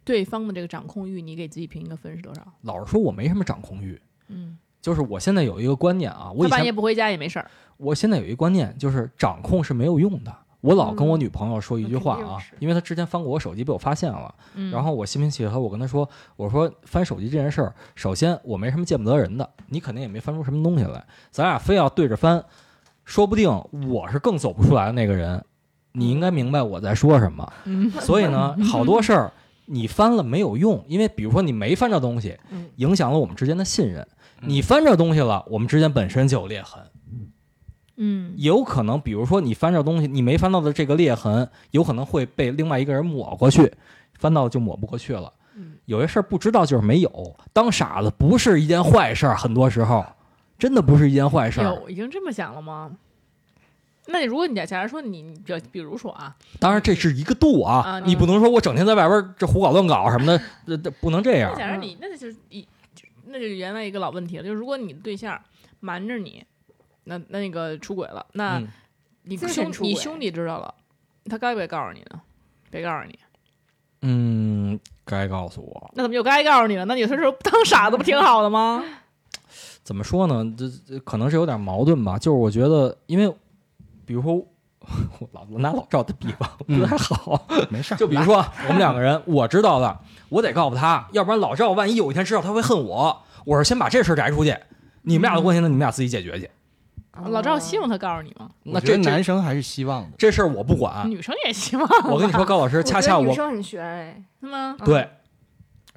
Speaker 2: 对方的这个掌控欲，你给自己评一个分是多少？
Speaker 4: 老实说，我没什么掌控欲，
Speaker 2: 嗯，
Speaker 4: 就是我现在有一个观念啊，我
Speaker 2: 他
Speaker 4: 以
Speaker 2: 半
Speaker 4: 前
Speaker 2: 夜不回家也没事儿。
Speaker 4: 我现在有一观念，就是掌控是没有用的。我老跟我女朋友说一句话
Speaker 5: 嗯那肯定
Speaker 4: 啊
Speaker 5: 是，
Speaker 4: 因为她之前翻过我手机，被我发现了。
Speaker 2: 嗯，
Speaker 4: 然后我心平气和，我跟她说：“我说翻手机这件事儿，首先我没什么见不得人的，你肯定也没翻出什么东西来，咱俩非要对着翻，说不定我是更走不出来的那个人。你应该明白我在说什么。
Speaker 2: 嗯
Speaker 4: 所以呢，好多事儿你翻了没有用，因为比如说你没翻着东西，
Speaker 2: 嗯
Speaker 4: 影响了我们之间的信任。
Speaker 3: 嗯
Speaker 4: 你翻着东西了，我们之间本身就有裂痕。”
Speaker 2: 嗯
Speaker 4: 有可能，比如说你翻着东西，你没翻到的这个裂痕，有可能会被另外一个人抹过去，翻到就抹不过去了。
Speaker 2: 嗯
Speaker 4: 有些事儿不知道就是没有，当傻子不是一件坏事儿，很多时候真的不是一件坏事儿。
Speaker 2: 有已经这么想了吗？那你如果你假假如说你你比比如说啊，
Speaker 4: 当然这是一个度啊，
Speaker 2: 啊
Speaker 4: 你不能说我整天在外边儿这胡搞乱搞什么的，这这不能这样嗯
Speaker 2: 那。假如你那就是一就那就原来一个老问题了，就是如果你的对象瞒着你，那那个出轨了，那
Speaker 4: 嗯，
Speaker 2: 你
Speaker 5: 精
Speaker 2: 兄
Speaker 5: 神出
Speaker 2: 你
Speaker 5: 轨
Speaker 2: 兄弟知道了，他该不该告诉你呢？别告诉你，
Speaker 4: 嗯，该告诉我
Speaker 2: 那怎么就该告诉你了？那你有些时候当傻子不挺好的吗？
Speaker 4: 怎么说呢？这这可能是有点矛盾吧。就是我觉得，因为比如说我 (laughs) 老我拿老赵的比方不太好。
Speaker 3: 嗯没事儿，
Speaker 4: 就比如说啊我们两个人，我知道了，我得告诉他，要不然老赵万一有一天知道，他会恨我。我是先把这事儿摘出去，你们俩的关系呢，你们俩自己解决去。
Speaker 5: 哦嗯
Speaker 2: 老赵
Speaker 4: 嗯
Speaker 2: 希望他告诉你吗？
Speaker 4: 那
Speaker 3: 嗯我觉
Speaker 4: 这
Speaker 3: 得
Speaker 4: 这
Speaker 3: 男生还是希望的。
Speaker 4: 这事儿我不管。
Speaker 2: 女生也希望
Speaker 4: 我跟你说，高老师，
Speaker 5: 我觉
Speaker 4: 恰
Speaker 5: 得
Speaker 4: 恰
Speaker 5: 女
Speaker 4: 我
Speaker 5: 生很悬哎，
Speaker 2: 是吗？
Speaker 5: 嗯
Speaker 4: 对，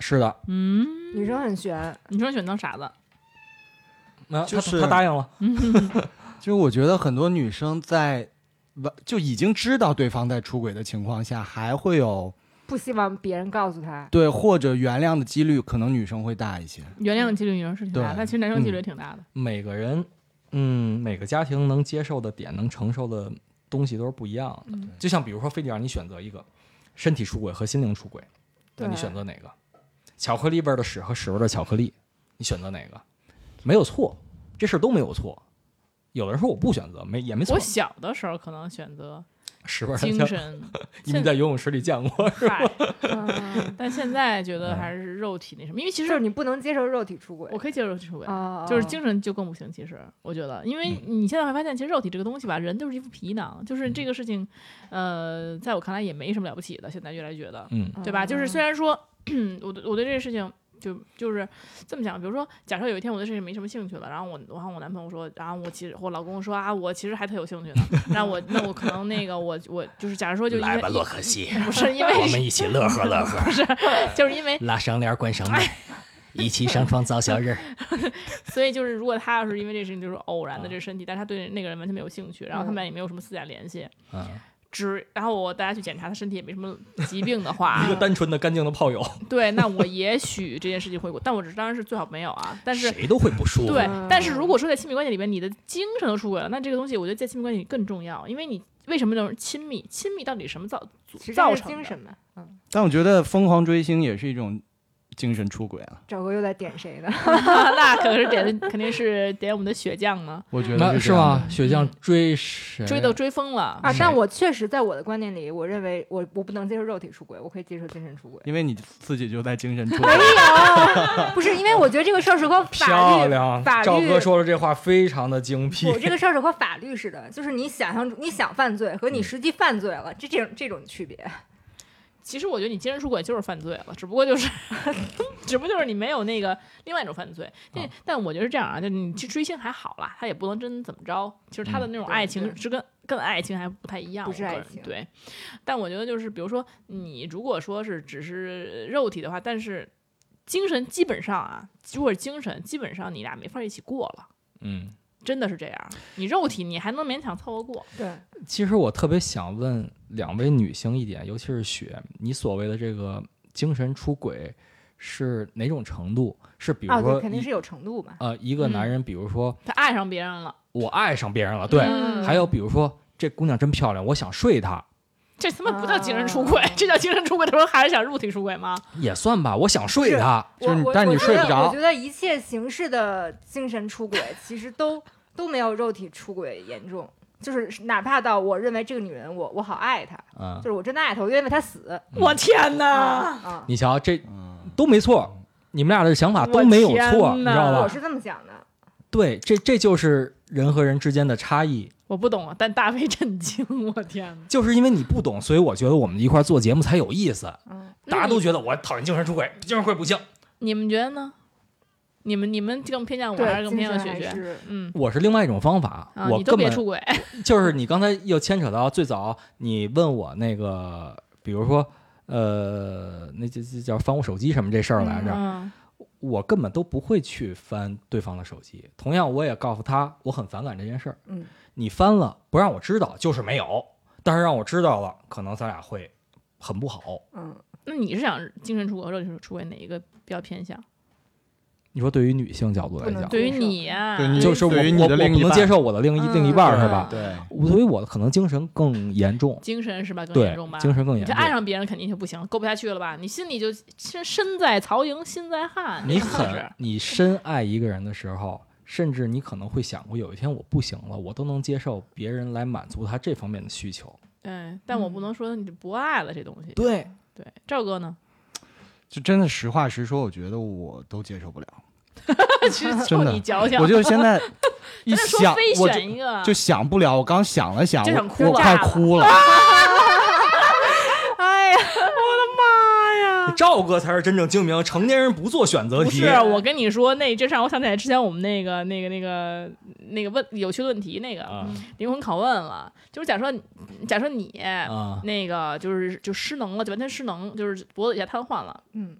Speaker 4: 是的，
Speaker 2: 嗯，
Speaker 5: 女生很悬，
Speaker 2: 女生选当傻子，
Speaker 4: 那
Speaker 3: 就
Speaker 4: 他
Speaker 3: 是
Speaker 4: 他答应了，
Speaker 3: 就是我觉得很多女生在完就已经知道对方在出轨的情况下，还会有
Speaker 5: 不希望别人告诉她。
Speaker 3: 对或者原谅的几率，可能女生会大一些。
Speaker 2: 原谅几率女生是挺大的，
Speaker 3: 对
Speaker 2: 但其实男生几率也挺大的。
Speaker 4: 每个人，嗯，每个家庭能接受的点，能承受的东西都是不一样的。
Speaker 2: 嗯
Speaker 4: 就像比如说，非得让你选择一个身体出轨和心灵出轨，那你
Speaker 5: 对
Speaker 4: 选择哪个？巧克力味儿的屎和屎味儿的巧克力，你选择哪个？没有错，这事儿都没有错。有的人说我不选择，没也没错
Speaker 2: 我。小的时候可能选择
Speaker 4: 屎味儿的
Speaker 2: 精
Speaker 4: 巧，
Speaker 2: 神，
Speaker 4: (laughs) 你们在游泳池里见过？
Speaker 2: 嗨，
Speaker 5: 嗯
Speaker 2: 但现在觉得还是肉体那什么，因为其
Speaker 5: (laughs) 就是
Speaker 2: 实
Speaker 5: 你不能接受肉体出轨
Speaker 2: 我可以接受出轨，
Speaker 5: 啊，
Speaker 2: 就是精神就更不行。其实我觉得，因为你现在会发现，其实肉体这个东西吧，人就是一副皮囊，就是这个事情，呃，在我看来也没什么了不起的。现在越来越觉得，
Speaker 4: 嗯
Speaker 2: 对吧？就是虽
Speaker 5: 然
Speaker 2: 然说， (clears throat) 我对我对这个事情就就是这么想，比如说，假设有一天我对这事情没什么兴趣了，然后我我和我男朋友说，然后我其实我老公说啊，我其实还特有兴趣呢，那我那我可能那个我我就是假如说就因为哎
Speaker 1: 可西，
Speaker 2: (laughs) 不是因为
Speaker 1: 一起乐呵乐呵，
Speaker 2: (laughs) 就是因为
Speaker 1: 拉上帘，关上门，
Speaker 2: (laughs)
Speaker 1: 一起上床造小人。
Speaker 2: 所以就是，如果他要是因为这事情就是偶然的这身体，但是他对那个人完全没有兴趣，然后他们俩也没有什么私下联系，
Speaker 4: 嗯，
Speaker 2: 只然后我带他去检查他身体也没什么疾病的话
Speaker 4: (laughs) 一，个单纯的干净的炮友，
Speaker 2: 对，那我也许这件事情会过，但我只当然是最好没有啊。但是
Speaker 4: 谁都会不舒服。
Speaker 2: 对，但是如果说在亲密关系里边，你的精神都出轨了，那这个东西我觉得在亲密关系里更重要，因为你为什么叫亲密？亲密到底什么造造
Speaker 5: 造
Speaker 2: 成的
Speaker 5: 精神嘛，嗯，
Speaker 3: 但我觉得疯狂追星也是一种精神出轨啊，
Speaker 5: 赵哥又在点谁呢？
Speaker 2: (laughs) 那可是点的肯定是点我们的雪降嘛，
Speaker 3: 我觉
Speaker 4: 那
Speaker 3: 得
Speaker 4: 是
Speaker 3: 这样
Speaker 4: 吗
Speaker 3: 的？？
Speaker 4: 雪降追谁？
Speaker 2: 追都追疯了。
Speaker 5: 啊，
Speaker 4: 谁
Speaker 5: 但我确实在我的观念里，我认为我我不能接受肉体出轨，我可以接受精神出轨。
Speaker 3: 因为你自己就在精神
Speaker 2: (laughs)
Speaker 3: 出轨。
Speaker 5: (laughs) 不是因为我觉得这个事儿是和法
Speaker 4: 漂
Speaker 5: 律，
Speaker 4: 亮
Speaker 5: 法，律
Speaker 4: 赵哥说的这话非常的精辟。
Speaker 5: 我这个事儿是和法律似的，就是你想象中你想犯罪和你实际犯罪了，这这种这种区别。
Speaker 2: 其实我觉得你精神出轨就是犯罪了，只不过就是， (laughs) 只不过就是你没有那个另外一种犯罪。但、
Speaker 4: 啊
Speaker 2: 但我觉得是这样啊，就你去追星还好啦，他也不能真怎么着，就是他的那种
Speaker 5: 嗯
Speaker 2: 爱
Speaker 5: 对
Speaker 2: 情
Speaker 5: 对
Speaker 2: 是跟跟爱情还不太一样，
Speaker 5: 不
Speaker 2: 我
Speaker 5: 是
Speaker 2: 个
Speaker 5: 爱
Speaker 2: 人
Speaker 5: 情
Speaker 2: 对。但我觉得就是，比如说你如果说是只是肉体的话，但是精神基本上啊，如果是精神基本上你俩没法一起过了，
Speaker 4: 嗯，
Speaker 2: 真的是这样。你肉体你还能勉强凑合过，
Speaker 5: 对，
Speaker 4: 其实我特别想问两位女性一点，尤其是雪，你所谓的这个精神出轨是哪种程度？是比如
Speaker 5: 啊，
Speaker 4: 说
Speaker 5: 对，肯定
Speaker 4: 一
Speaker 5: 是嗯有程度嘛。
Speaker 4: 呃，一个男人，比如说
Speaker 2: 他爱上别人了，
Speaker 4: 我爱上别人了，啊对，
Speaker 2: 嗯
Speaker 4: 还有比如说这姑娘真漂亮，我想睡她，
Speaker 2: 这他妈不叫精神出轨，
Speaker 5: 啊
Speaker 2: 这叫精神出轨。他说还是想肉体出轨吗？
Speaker 4: 也算吧，我想睡她，
Speaker 5: 我
Speaker 3: 就是你
Speaker 5: 我
Speaker 3: 但是你
Speaker 5: 我觉
Speaker 3: 睡不
Speaker 5: 得
Speaker 3: 着
Speaker 5: 我觉得一切形式的精神出轨，其实都都没有肉体出轨严重。就是哪怕到我认为这个女人我我好爱她，
Speaker 4: 嗯
Speaker 5: 就，是我真的爱她，我愿意为她死。
Speaker 2: 我天
Speaker 5: 啊
Speaker 2: 哪！
Speaker 5: 啊，
Speaker 4: 你瞧这
Speaker 3: 嗯
Speaker 4: 都没错，你们俩的想法都没有
Speaker 2: 我
Speaker 4: 错，
Speaker 2: 天
Speaker 4: 你
Speaker 2: 哪
Speaker 4: 知道
Speaker 5: 我
Speaker 4: 吧？
Speaker 5: 是这么想的。
Speaker 4: 对，这这就是人和人之间的差异，
Speaker 2: 我不懂，啊但大为震惊，我天哪！
Speaker 4: 就是因为你不懂，所以我觉得我们一块儿做节目才有意思。
Speaker 5: 嗯，
Speaker 4: 大家都觉得我讨厌精神出轨，精神出轨不行。
Speaker 2: 你们觉得呢？你们你们更偏向我，还是
Speaker 5: 对，
Speaker 2: 更
Speaker 5: 精
Speaker 2: 偏
Speaker 5: 神
Speaker 2: 向雪雪？
Speaker 5: 还是
Speaker 2: 嗯
Speaker 4: 我是另外一种方法，
Speaker 2: 啊，
Speaker 4: 我
Speaker 2: 你都
Speaker 4: 根
Speaker 2: 别
Speaker 4: 本
Speaker 2: 出轨，
Speaker 4: 就是你刚才又牵扯到最早你问我那个，比如说呃，那这这叫翻我手机什么这事儿来着，
Speaker 2: 嗯，
Speaker 4: 我根本都不会去翻对方的手机。同样，我也告诉他我很反感这件事儿。
Speaker 5: 嗯，
Speaker 4: 你翻了不让我知道，就是没有；但是让我知道了，可能咱俩会很不好。
Speaker 5: 嗯，
Speaker 2: 那你是想精神出轨，或者是出轨哪一个比较偏向？
Speaker 4: 你说对于女性角度来
Speaker 5: 不能
Speaker 4: 讲，
Speaker 2: 对嗯于你啊呀，
Speaker 3: 对你
Speaker 4: 就是我
Speaker 3: 对于你
Speaker 4: 我
Speaker 3: 的
Speaker 4: 我
Speaker 3: 另
Speaker 4: 不
Speaker 3: 一
Speaker 4: 能
Speaker 3: 半
Speaker 4: 接受我的另一另一半儿是吧？
Speaker 3: 对，
Speaker 4: 所以我的可能精神更严重，
Speaker 2: 嗯精神是吧更严
Speaker 4: 对
Speaker 2: 重吧？，
Speaker 4: 精神更
Speaker 2: 你
Speaker 4: 严
Speaker 2: 这
Speaker 4: 重。
Speaker 2: 爱上别人肯定就不行，过不下去了吧？你心里就身身在曹营心在汉，
Speaker 4: 你
Speaker 2: 真的
Speaker 4: 很
Speaker 2: 是
Speaker 4: 你深爱一个人的时候，甚至你可能会想过，有一天我不行了，我都能接受别人来满足他这方面的需求。
Speaker 2: 对，哎但
Speaker 4: 嗯
Speaker 2: 我不能说你不爱了这东西。
Speaker 4: 对，
Speaker 2: 对，赵哥呢？
Speaker 3: 就真的实话实说，我觉得我都接受不了。
Speaker 2: (laughs) 其 (laughs) 实
Speaker 3: 真
Speaker 2: 就
Speaker 3: 的
Speaker 2: 你矫情，
Speaker 3: 我就是
Speaker 2: (laughs)
Speaker 3: 现在一
Speaker 2: 咱俩说
Speaker 3: 想
Speaker 2: 非，
Speaker 3: 我就
Speaker 2: 选一个，
Speaker 3: 就想不了。我刚想了想，
Speaker 2: 就
Speaker 3: 我
Speaker 2: 想哭
Speaker 3: 我
Speaker 2: 了
Speaker 3: 快
Speaker 2: (laughs)
Speaker 3: 哭了。
Speaker 5: 哎呀，
Speaker 4: (laughs) 赵哥才是真正精明，成年人不做选择
Speaker 2: 不
Speaker 4: 题
Speaker 2: 是，。啊我跟你说，那这事让我想起来之前我们那个、那个、那个、那个问有趣的问题，那个、
Speaker 4: 啊
Speaker 2: 灵魂拷问了，就是假设你假设你、
Speaker 4: 啊！
Speaker 2: 那个就是就失能了，就完全失能，就是脖子以下瘫痪了，
Speaker 5: 嗯，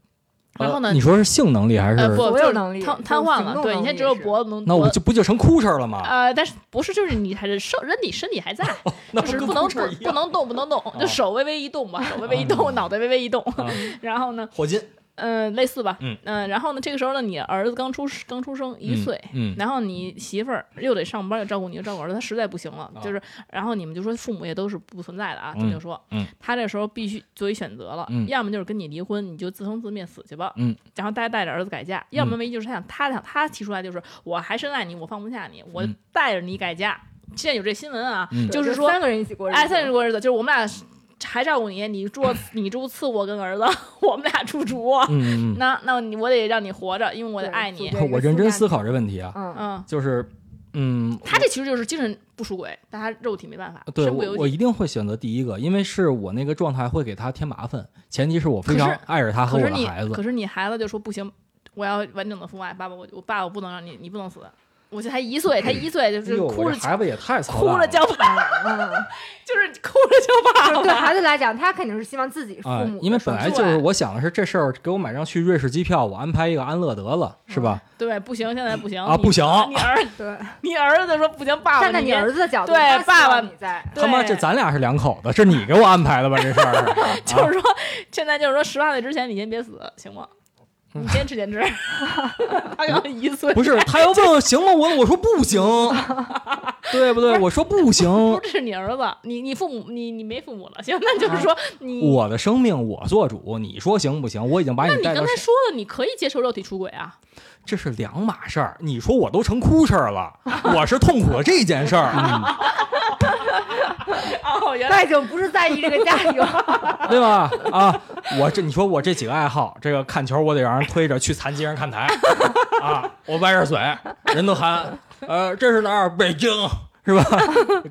Speaker 2: 然后呢
Speaker 4: 呃你说是性能力还是？
Speaker 2: 呃不，
Speaker 5: 所
Speaker 2: 就
Speaker 5: 有
Speaker 2: 是
Speaker 5: 能力
Speaker 2: 瘫
Speaker 5: 就
Speaker 2: 瘫
Speaker 5: 是
Speaker 2: 痪
Speaker 5: 行
Speaker 2: 了，
Speaker 5: 动
Speaker 2: 对，你现
Speaker 5: 能
Speaker 2: 在
Speaker 5: 力
Speaker 2: 只有
Speaker 5: 是
Speaker 2: 脖子能
Speaker 4: 那我
Speaker 2: 脖
Speaker 4: 就不就成哭事儿了吗？
Speaker 2: 呃，但是不是就是你还是身人体身体还在，
Speaker 4: (laughs) 那
Speaker 2: 就是
Speaker 4: 跟
Speaker 2: 不能
Speaker 4: 哭事儿
Speaker 2: 不
Speaker 4: 一
Speaker 2: (laughs) 不
Speaker 4: 样
Speaker 2: 能动不能动，就
Speaker 4: 哦
Speaker 2: 手微微一动吧，手微微一动，脑袋微微一动，
Speaker 4: 啊
Speaker 2: 然后呢，
Speaker 4: 火金
Speaker 2: 呃，类似吧，
Speaker 4: 嗯
Speaker 2: 然后呢，这个时候呢，你儿子刚出世刚出生一岁，
Speaker 4: 嗯，
Speaker 2: 然后你媳妇儿又得上班，又照顾你，又照顾儿子，他实在不行了，
Speaker 4: 啊
Speaker 2: 就是，然后你们就说父母也都是不存在的啊，
Speaker 4: 嗯
Speaker 2: 这就说，
Speaker 4: 嗯
Speaker 2: 他这时候必须做一选择了，
Speaker 4: 嗯
Speaker 2: 要么就是跟你离婚，你就自生自灭死去吧，
Speaker 4: 嗯
Speaker 2: 然后带带着儿子改嫁，要么没就是他想他想他提出来就是我还深爱你，我放不下你，我
Speaker 4: 嗯
Speaker 2: 带着你改嫁，现在有这新闻啊，
Speaker 4: 嗯
Speaker 2: 就是
Speaker 5: 对
Speaker 2: 说
Speaker 5: 三个人一起过日子，
Speaker 2: 哎，三十过日子，就是我们俩还照顾你，你住你住次卧跟儿子， (laughs) 我们俩住主卧。
Speaker 4: 嗯嗯
Speaker 2: 那那你我得让你活着，因为我得
Speaker 5: 对
Speaker 2: 爱
Speaker 5: 组
Speaker 2: 你
Speaker 5: 织。
Speaker 4: 嗯，我认真思考这问题啊，
Speaker 5: 嗯，
Speaker 2: 嗯，
Speaker 4: 就是，嗯，
Speaker 2: 他这其实就是精神不出轨，但他肉体没办法，
Speaker 4: 啊对
Speaker 2: 身不
Speaker 4: 我
Speaker 2: 由
Speaker 4: 我
Speaker 2: 己。
Speaker 4: 一定会选择第一个，因为是我那个状态会给他添麻烦，前提是我非
Speaker 2: 可
Speaker 4: 常
Speaker 2: 是
Speaker 4: 爱着他和
Speaker 2: 可
Speaker 4: 我
Speaker 2: 是
Speaker 4: 的
Speaker 2: 你
Speaker 4: 孩，子
Speaker 2: 可。是你孩子就说不行，我要完整的父爱，爸爸我我爸我不能让你，你不能死。我才一岁，才一岁
Speaker 4: 哎
Speaker 2: 就是哭着
Speaker 4: 子也太
Speaker 2: 哭着叫爸，
Speaker 5: 嗯
Speaker 2: 就是哭着叫爸
Speaker 5: 就是对
Speaker 2: 爸。
Speaker 5: 孩子来讲，他肯定是希望自己父
Speaker 4: 啊、
Speaker 5: 母的
Speaker 4: 因为
Speaker 5: 双
Speaker 4: 本来
Speaker 5: 亲
Speaker 4: 就是我想的是这事儿给我买张去瑞士机票，我安排一个安乐得了，是吧？
Speaker 2: 对，不行，现在不行
Speaker 4: 啊，
Speaker 2: 你
Speaker 4: 不行，
Speaker 2: 嗯你儿
Speaker 5: 对，
Speaker 2: 你儿子说不行，爸爸
Speaker 5: 站在你
Speaker 2: 别
Speaker 5: 儿子的角度，
Speaker 2: 对
Speaker 5: 他希
Speaker 2: 爸爸
Speaker 5: 望你在，
Speaker 4: 他妈
Speaker 2: 对
Speaker 4: 这咱俩是两口子，是你给我安排的吧？这事儿啊
Speaker 2: (laughs) 就是说，现在就是说，十八岁之前你先别死，行吗？你先吃减
Speaker 4: (laughs)
Speaker 2: 脂，他刚一岁，
Speaker 4: 不是他要问我行吗？我我说
Speaker 2: (laughs)
Speaker 4: 不行，对不对？我说不行，
Speaker 2: 不是这是你儿子，你你父母你你没父母了，行，那就是说你，
Speaker 4: 我的生命我做主，你说行不行？我已经把
Speaker 2: 那
Speaker 4: 你带
Speaker 2: 刚
Speaker 4: 到
Speaker 2: 才
Speaker 4: 世，
Speaker 2: 说了，你可以接受肉体出轨啊，
Speaker 4: 这是两码事儿。你说我都成哭事儿
Speaker 2: (laughs)
Speaker 4: 了，我是痛苦的这件事儿。
Speaker 2: (laughs)
Speaker 4: 啊
Speaker 2: 嗯哦，原
Speaker 5: 他已经不是在意这个家
Speaker 2: (laughs)
Speaker 5: 庭了，
Speaker 4: 对吧？啊，我这你说我这几个爱好，这个看球我得让人推着去残疾人看台啊，我歪着嘴，人都喊，呃，这是哪儿？北京是吧？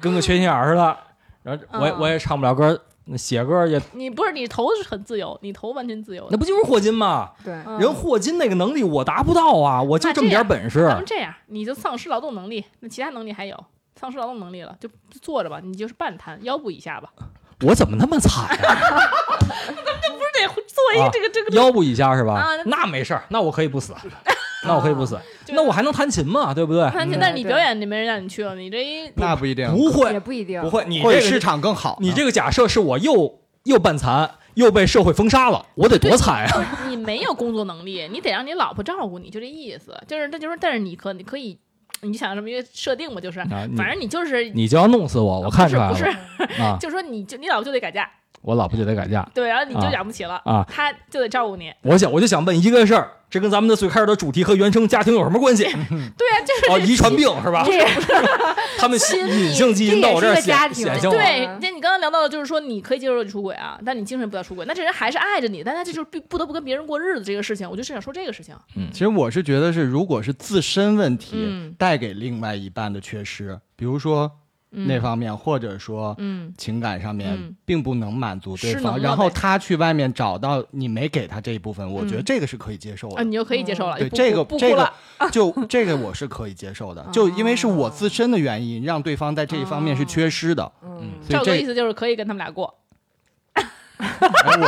Speaker 4: 跟个缺心眼儿似的。然后我也
Speaker 2: 嗯
Speaker 4: 我也唱不了歌，那写歌也
Speaker 2: 你不是你头是很自由，你头完全自由
Speaker 4: 那
Speaker 2: 的，
Speaker 4: 不就是霍金吗？
Speaker 5: 对，
Speaker 2: 嗯
Speaker 4: 人霍金那个能力我达不到啊，我就
Speaker 2: 那
Speaker 4: 这
Speaker 2: 这
Speaker 4: 么点
Speaker 2: 样
Speaker 4: 本事
Speaker 2: 咱。们这样，你就丧失劳动能力，那其他能力还有。丧失劳动能力了，就坐着吧，你就是半瘫，腰部以下 (laughs) 吧，
Speaker 4: 我怎么那么惨
Speaker 2: (laughs)
Speaker 4: 呀、
Speaker 2: 不是得做一
Speaker 4: 啊
Speaker 2: 个这个这个
Speaker 4: 腰部以下是吧？
Speaker 2: 啊
Speaker 4: 那没事儿，那我可以
Speaker 2: (laughs)
Speaker 4: 不死，那我可以不死，那我还能弹琴嘛？对不对？
Speaker 2: 弹琴，但是你表演你没人让你去了，你这一
Speaker 3: 那不一定，
Speaker 4: 不会
Speaker 5: 也，不一定
Speaker 4: 不。会，你这
Speaker 3: 会
Speaker 4: 个
Speaker 3: 市
Speaker 4: 是
Speaker 3: 场更好呢。
Speaker 2: 嗯
Speaker 4: 你这个假设是我又又半残，又被社会封杀了，我得多惨呀、
Speaker 2: 就是你没有工作能力，你得让你老婆照顾你，就这意思。就是，这就是，但是你可你可以，你想这么一个设定吧，就是，
Speaker 4: 啊！你
Speaker 2: 反正你就是，
Speaker 4: 你就要弄死我，我看出来
Speaker 2: 不是
Speaker 4: 了
Speaker 3: (laughs)
Speaker 4: 啊！
Speaker 2: 就是说你就你老婆就得改嫁，
Speaker 4: 我老婆就得改嫁
Speaker 2: 对，然后你就
Speaker 4: 啊
Speaker 2: 养不起了，
Speaker 4: 啊！
Speaker 2: 她就得照顾你。
Speaker 4: 我想我就想问一个事儿，这跟咱们的最开始的主题和原生家庭有什么关
Speaker 2: (laughs)
Speaker 4: 系？
Speaker 2: 对啊，这
Speaker 4: 哦，遗传病是吧？
Speaker 5: 这
Speaker 4: 他们隐性基因到我这儿显显性了。
Speaker 2: 对，啊那你刚刚聊到的就是说你可以接受肉体出轨啊，但你精神不要出轨。那这人还是爱着你，但他这就是不不得不跟别人过日子这个事情，我就是想说这个事情。
Speaker 3: 其实我是觉得是，如果是自身问题
Speaker 2: 嗯
Speaker 3: 带给另外一半的缺失，比如说
Speaker 2: 嗯
Speaker 3: 那方面，或者说
Speaker 2: 嗯，
Speaker 3: 情感上面
Speaker 2: 嗯
Speaker 3: 并不能满足对
Speaker 2: 失能
Speaker 3: 方，
Speaker 2: 了
Speaker 3: 然后
Speaker 2: 呗
Speaker 3: 他去外面找到你没给他这一部分，我觉得
Speaker 2: 嗯
Speaker 3: 这个是可以接受
Speaker 2: 啊，
Speaker 3: 的。
Speaker 2: 你就可以接受了，
Speaker 3: 哦对
Speaker 2: 不
Speaker 3: 这
Speaker 2: 不
Speaker 3: 个
Speaker 2: 不
Speaker 3: 这
Speaker 2: 哭
Speaker 3: 个
Speaker 2: 了。
Speaker 3: (laughs)
Speaker 2: (laughs) 啊
Speaker 3: 就这个我是可以接受的，就因为是我自身的原因，让对方在这一方面是缺失的，
Speaker 5: 嗯，
Speaker 3: 所
Speaker 2: 啊赵
Speaker 3: 以
Speaker 2: 哥意
Speaker 3: 这
Speaker 2: 思就是可以跟他们俩过， (laughs)
Speaker 3: 哎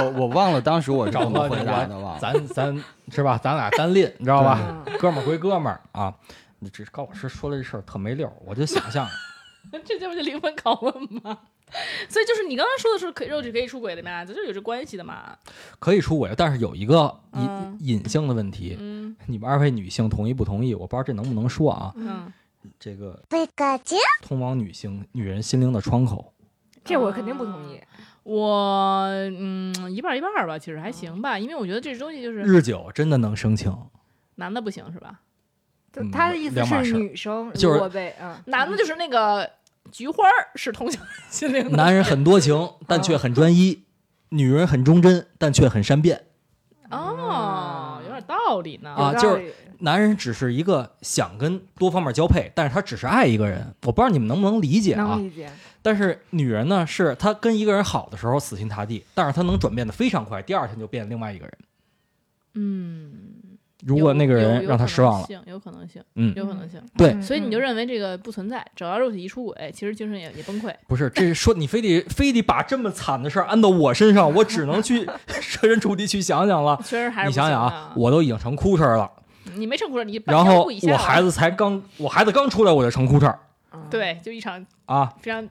Speaker 3: 我我忘了当时我是
Speaker 4: 找
Speaker 3: 怎
Speaker 4: 到你
Speaker 3: 么 (laughs) 回答的
Speaker 4: 我
Speaker 3: 了。
Speaker 4: 咱咱是吧？咱俩单拎，你知道吧？哥们儿归哥们儿啊！你这高老师说的这事儿特没溜儿，我就想象啊
Speaker 2: 这就是灵魂拷问吗？ (laughs) 所以就是你刚刚说的是可以肉体可以出轨的嘛，这就是有这关系的嘛。
Speaker 4: 可以出轨，但是有一个隐
Speaker 2: 嗯
Speaker 4: 隐性的问题，
Speaker 2: 嗯
Speaker 4: 你们二位女性同意不同意？我不知道这能不能说啊。
Speaker 2: 嗯，
Speaker 4: 这个
Speaker 6: 贝卡丘，
Speaker 4: 通往女性女人心灵的窗口，
Speaker 5: 这我肯定不同
Speaker 4: 嗯
Speaker 5: 意。
Speaker 2: 我嗯一半儿一半儿吧，其实还行吧，因为我觉得这东西就是
Speaker 4: 日久真的能生情。
Speaker 2: 男的不行是吧？
Speaker 5: 就
Speaker 4: 嗯
Speaker 5: 他的意思
Speaker 4: 两码事
Speaker 5: 是
Speaker 4: 儿
Speaker 5: 女生
Speaker 4: 就是
Speaker 5: 如果被嗯，
Speaker 2: 男的就是那个菊花儿是通向心灵的
Speaker 4: 男人很多情，但却很专一；女人很忠贞，但却很善变。
Speaker 2: 哦，有点道理呢。
Speaker 4: 啊
Speaker 5: 有道
Speaker 4: 就是
Speaker 5: 理
Speaker 2: 嗯
Speaker 4: 男人只是一个想跟多方面交配，但是他只是爱一个人。我不知道你们能不能理解啊
Speaker 5: 能？理解。
Speaker 4: 但是女人呢，是她跟一个人好的时候死心塌地，但是她能转变的非常快，第二天就变另外一个人。
Speaker 2: 嗯，
Speaker 4: 如果那个
Speaker 2: 有
Speaker 4: 人让她失望，了，
Speaker 2: 有有可能性，
Speaker 4: 嗯
Speaker 2: 有可能性。
Speaker 4: 对，
Speaker 2: 所以
Speaker 5: 嗯
Speaker 2: 你就认为这个不存在，只要肉体一出轨，其实精神也也崩溃。
Speaker 4: 不是，这是说你非得非得把这么惨的事儿安到我身上，我只能
Speaker 2: (laughs)
Speaker 4: 去设身处地去想想了。
Speaker 2: 确实还是
Speaker 4: 你
Speaker 2: 不
Speaker 4: 想想
Speaker 2: 行
Speaker 4: 啊
Speaker 2: 的，
Speaker 4: 我都已经成哭事儿了，
Speaker 2: 你没成哭了，你半
Speaker 4: 然
Speaker 2: 腰
Speaker 4: 后
Speaker 2: 部以下
Speaker 4: 我
Speaker 2: 了
Speaker 4: 孩子才刚，我孩子刚出来我就成哭事儿，
Speaker 5: 嗯，
Speaker 2: 对，就一场
Speaker 4: 啊。
Speaker 2: (laughs) 非常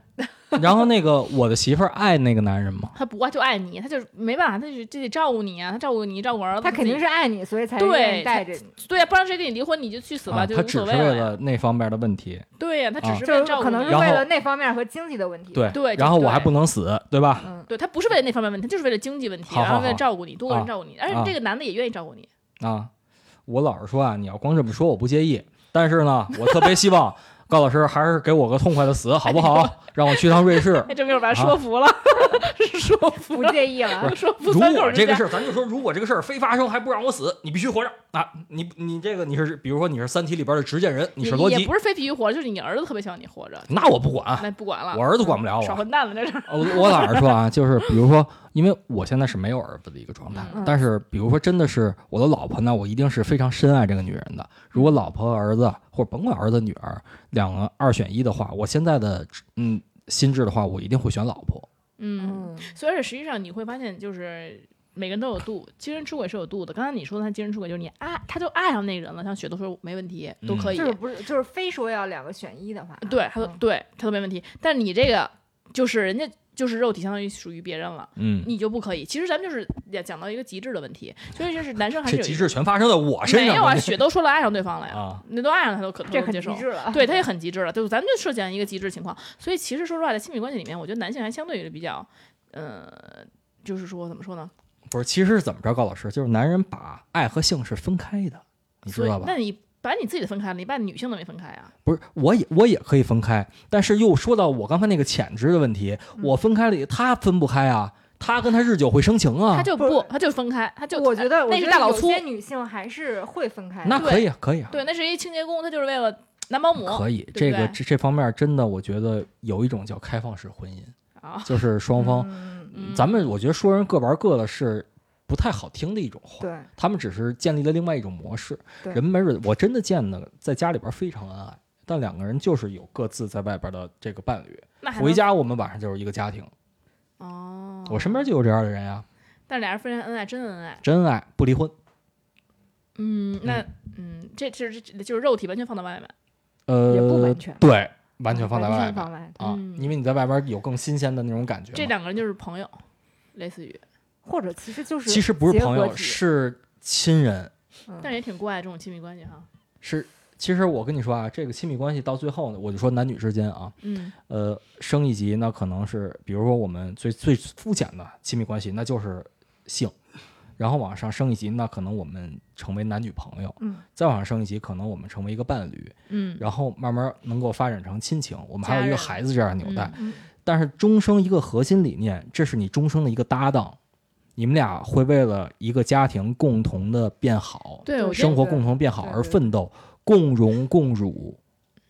Speaker 4: 然后那个我的媳妇儿爱那个男人吗？
Speaker 2: 他不爱就爱你，他就是没办法，他就就得照顾你啊，他照顾你，照顾儿子，
Speaker 5: 他肯定是爱你，所以才
Speaker 2: 对
Speaker 5: 愿意带着你。
Speaker 2: 对啊呀、不然谁跟你离婚你就去死吧，
Speaker 4: 啊，
Speaker 2: 就
Speaker 4: 他
Speaker 2: 无
Speaker 4: 只
Speaker 2: 所
Speaker 4: 是
Speaker 2: 谓
Speaker 4: 为
Speaker 2: 呀。
Speaker 4: 了那方面的问题，
Speaker 2: 对呀、他只
Speaker 4: 啊
Speaker 2: 是为
Speaker 5: 就
Speaker 2: 了
Speaker 5: 是
Speaker 2: 照顾
Speaker 5: 可
Speaker 2: 你，
Speaker 5: 能是
Speaker 4: 然后
Speaker 5: 为了那方面和经济的问题。，
Speaker 4: 对
Speaker 2: 对
Speaker 4: 然后
Speaker 2: 对
Speaker 4: 我还不能死，对吧？
Speaker 5: 嗯，
Speaker 2: 对他不是为了那方面问题，他就是为了经济问题，
Speaker 4: 好好
Speaker 2: 然后为了
Speaker 4: 好
Speaker 2: 照顾你，多个
Speaker 4: 啊
Speaker 2: 人照顾你，而且
Speaker 4: 啊
Speaker 2: 这个男的也愿意照顾你。
Speaker 4: 啊，我老实说啊，你要光这么说我不介意，但是呢，我特别希望 (laughs) 高老师还是给我个痛快的死，好不
Speaker 2: 哎
Speaker 4: 好？让我去趟瑞士。
Speaker 2: 哎，这没有把
Speaker 4: 啊
Speaker 2: 他说服了， (laughs) 说服
Speaker 5: 不
Speaker 2: 了，
Speaker 5: 介意了。 (laughs)
Speaker 2: 说 (laughs) 服
Speaker 4: 如
Speaker 2: 三口
Speaker 4: 果
Speaker 2: 之
Speaker 4: 这个
Speaker 2: 家
Speaker 4: 事儿，咱就说，如果这个事儿非发生还不让我死，你必须活着啊！你你这个你是，比如说你是《三体》里边的执剑人，你是罗
Speaker 2: 也
Speaker 4: 辑
Speaker 2: 不，是非必须活着，就是你儿子特别希望你活着，
Speaker 4: 那我不管，啊
Speaker 2: 那不管了，
Speaker 4: 我儿子管不了我
Speaker 2: 耍。混蛋了这是。
Speaker 4: 呃我我老实说啊，就是比如说，因为我现在是没有儿子的一个状态，
Speaker 5: 嗯
Speaker 4: 但是比如说真的是我的老婆呢，我一定是非常深爱这个女人的。如果老婆、儿子或者甭管儿子、女儿两个二选一的话，我现在的嗯心智的话，我一定会选老婆。
Speaker 2: 嗯，
Speaker 5: 嗯，
Speaker 2: 所以实际上你会发现，就是每个人都有度，精神出轨是有度的。刚才你说的他精神出轨，就是你爱他就爱上那个人了，像雪都说没问题，
Speaker 4: 嗯
Speaker 2: 都可以，
Speaker 5: (laughs) 就是不是就是非说要两个选一的话，
Speaker 2: 对，他都
Speaker 5: 嗯
Speaker 2: 对他都没问题。但你这个就是人家就是肉体相当于属于别人了，
Speaker 4: 嗯，
Speaker 2: 你就不可以。其实咱们就是也讲到一个极致的问题，所以就是男生还是
Speaker 4: 这
Speaker 2: 有一
Speaker 4: 极致全发生在我身
Speaker 2: 没
Speaker 4: 上了。
Speaker 2: 有啊？
Speaker 4: 这
Speaker 2: 雪都说了爱上对方了呀，
Speaker 4: 啊，
Speaker 2: 那都爱上他都可
Speaker 5: 这
Speaker 2: 都能
Speaker 5: 很
Speaker 2: 接
Speaker 5: 极
Speaker 2: 受。
Speaker 5: 致了。
Speaker 2: 对，他也很极致了，对，咱们就设想一个极致情况。所以其实说实话，在亲密关系里面，我觉得男性还相对于比较，呃，就是说怎么说呢？
Speaker 4: 不是，其实是怎么着，高老师，就是男人把爱和性是分开的，你
Speaker 2: 所
Speaker 4: 知
Speaker 2: 以
Speaker 4: 道吧
Speaker 2: 那？你把你自己的分开了，你把女性的没分开啊？
Speaker 4: 不是，我也我也可以分开，但是又说到我刚才那个潜质的问题，
Speaker 2: 嗯
Speaker 4: 我分开了也，他分不开啊，他跟他日久会生情啊，
Speaker 2: 他就
Speaker 5: 不
Speaker 2: 不，他就分开，他就哎
Speaker 5: (laughs) 我觉得，我
Speaker 2: 那
Speaker 5: 觉
Speaker 2: 是
Speaker 5: 得
Speaker 2: 大老
Speaker 5: 有
Speaker 2: 粗，
Speaker 5: 些女性还是会分开的。
Speaker 4: 那
Speaker 2: 对
Speaker 4: 可以啊，可以啊，
Speaker 2: 对，那是一清洁工，他就是为了男保姆，
Speaker 4: 可以，
Speaker 2: 不
Speaker 4: 这个
Speaker 2: 对
Speaker 4: 这这方面真的，我觉得有一种叫开放式婚姻，
Speaker 2: 啊， (laughs)
Speaker 4: 就是双方，
Speaker 5: 嗯，
Speaker 2: 嗯
Speaker 4: 咱们我觉得说人各玩各的是不太好听的一种话，
Speaker 5: 对，
Speaker 4: 他们只是建立了另外一种模式。
Speaker 5: 对
Speaker 4: 人没准我真的见的在家里边非常恩爱，但两个人就是有各自在外边的这个伴侣，
Speaker 2: 那还
Speaker 4: 回
Speaker 2: 能
Speaker 4: 家我们晚上就是一个家庭。
Speaker 2: 哦，
Speaker 4: 我身边就有这样的人呀，
Speaker 2: 但俩人非常恩爱，真恩爱。
Speaker 4: 真爱不离婚。
Speaker 2: 嗯，那嗯，这这这这就是肉体完全放到外面，
Speaker 4: 呃，
Speaker 5: 也不完全
Speaker 4: 对，完全放在外
Speaker 5: 完
Speaker 4: 边
Speaker 5: 全放外，
Speaker 4: 啊，
Speaker 2: 嗯
Speaker 4: 因为你在外边有更新鲜的那种感觉嘛。嗯
Speaker 2: 这两个人就是朋友，类似于，
Speaker 5: 或者其实就是
Speaker 4: 其实不是
Speaker 5: 结
Speaker 4: 朋
Speaker 5: 合
Speaker 4: 友，
Speaker 5: 体
Speaker 4: 是亲人。
Speaker 5: 嗯
Speaker 2: 但是也挺怪这种亲密关系哈。
Speaker 4: 是，其实我跟你说啊，这个亲密关系到最后呢，我就说男女之间啊，
Speaker 2: 嗯
Speaker 4: 呃，升一级那可能是，比如说我们最最肤浅的亲密关系，那就是性，然后往上升一级，那可能我们成为男女朋友，
Speaker 5: 嗯，
Speaker 4: 再往上升一级，可能我们成为一个伴侣，
Speaker 2: 嗯，
Speaker 4: 然后慢慢能够发展成亲情，我们还有一
Speaker 2: 家
Speaker 4: 个
Speaker 2: 人
Speaker 4: 孩子这样的纽带，
Speaker 5: 嗯
Speaker 4: 但是终生一个核心理念，这是你终生的一个搭档。你们俩会为了一个家庭共同的变好，
Speaker 2: 对，我
Speaker 5: 对
Speaker 2: 觉
Speaker 4: 生活
Speaker 5: 对
Speaker 4: 共同变好
Speaker 5: 对
Speaker 4: 而
Speaker 5: 对
Speaker 4: 奋斗，共荣共辱，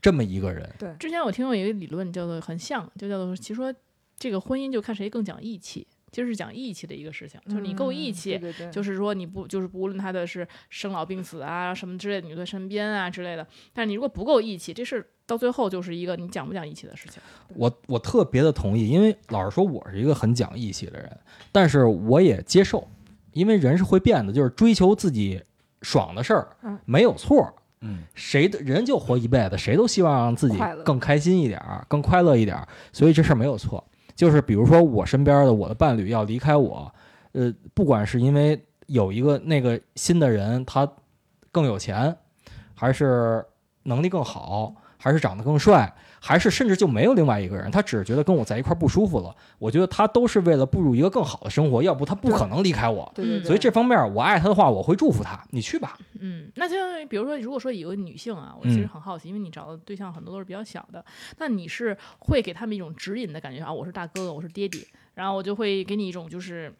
Speaker 4: 这么一个人，
Speaker 2: 得之前我听过一个理论叫做很像，就叫做其实说这个婚姻就看谁更讲义气，就是讲义气的一个事情，就是你够
Speaker 4: 嗯
Speaker 2: 义气，
Speaker 5: 嗯对对对
Speaker 2: 就是说你不就是无论他的是生老病死啊什么之类的，你在身边啊之类的，但是你如果不够义气，这事儿到最后就是一个你讲不讲义气的事情。
Speaker 4: 我我特别的同意，因为老实说，我是一个很讲义气的人，但是我也接受，因为人是会变的，就是追求自己爽的事儿
Speaker 5: 嗯
Speaker 4: 没有错，
Speaker 3: 嗯，
Speaker 4: 谁的人就活一辈子，谁都希望让自己
Speaker 5: 快乐
Speaker 4: 更开心一点儿，更快乐一点儿，所以这事儿没有错。就是比如说我身边的我的伴侣要离开我，呃，不管是因为有一个那个新的人他更有钱，还是能力更好，还是长得更帅，还是甚至就没有另外一个人，他只是觉得跟我在一块儿不舒服了。我觉得他都是为了步入一个更好的生活，要不他不可能离开我。
Speaker 5: 对对对，
Speaker 4: 所以这方面我爱他的话，我会祝福他，你去吧。
Speaker 2: 嗯，那就相当于比如说，如果说有个女性啊，我其
Speaker 4: 嗯
Speaker 2: 实很好奇，因为你找的对象很多都是比较小的，那你是会给他们一种指引的感觉啊，我是大哥哥，我是爹爹，然后我就会给你一种就是。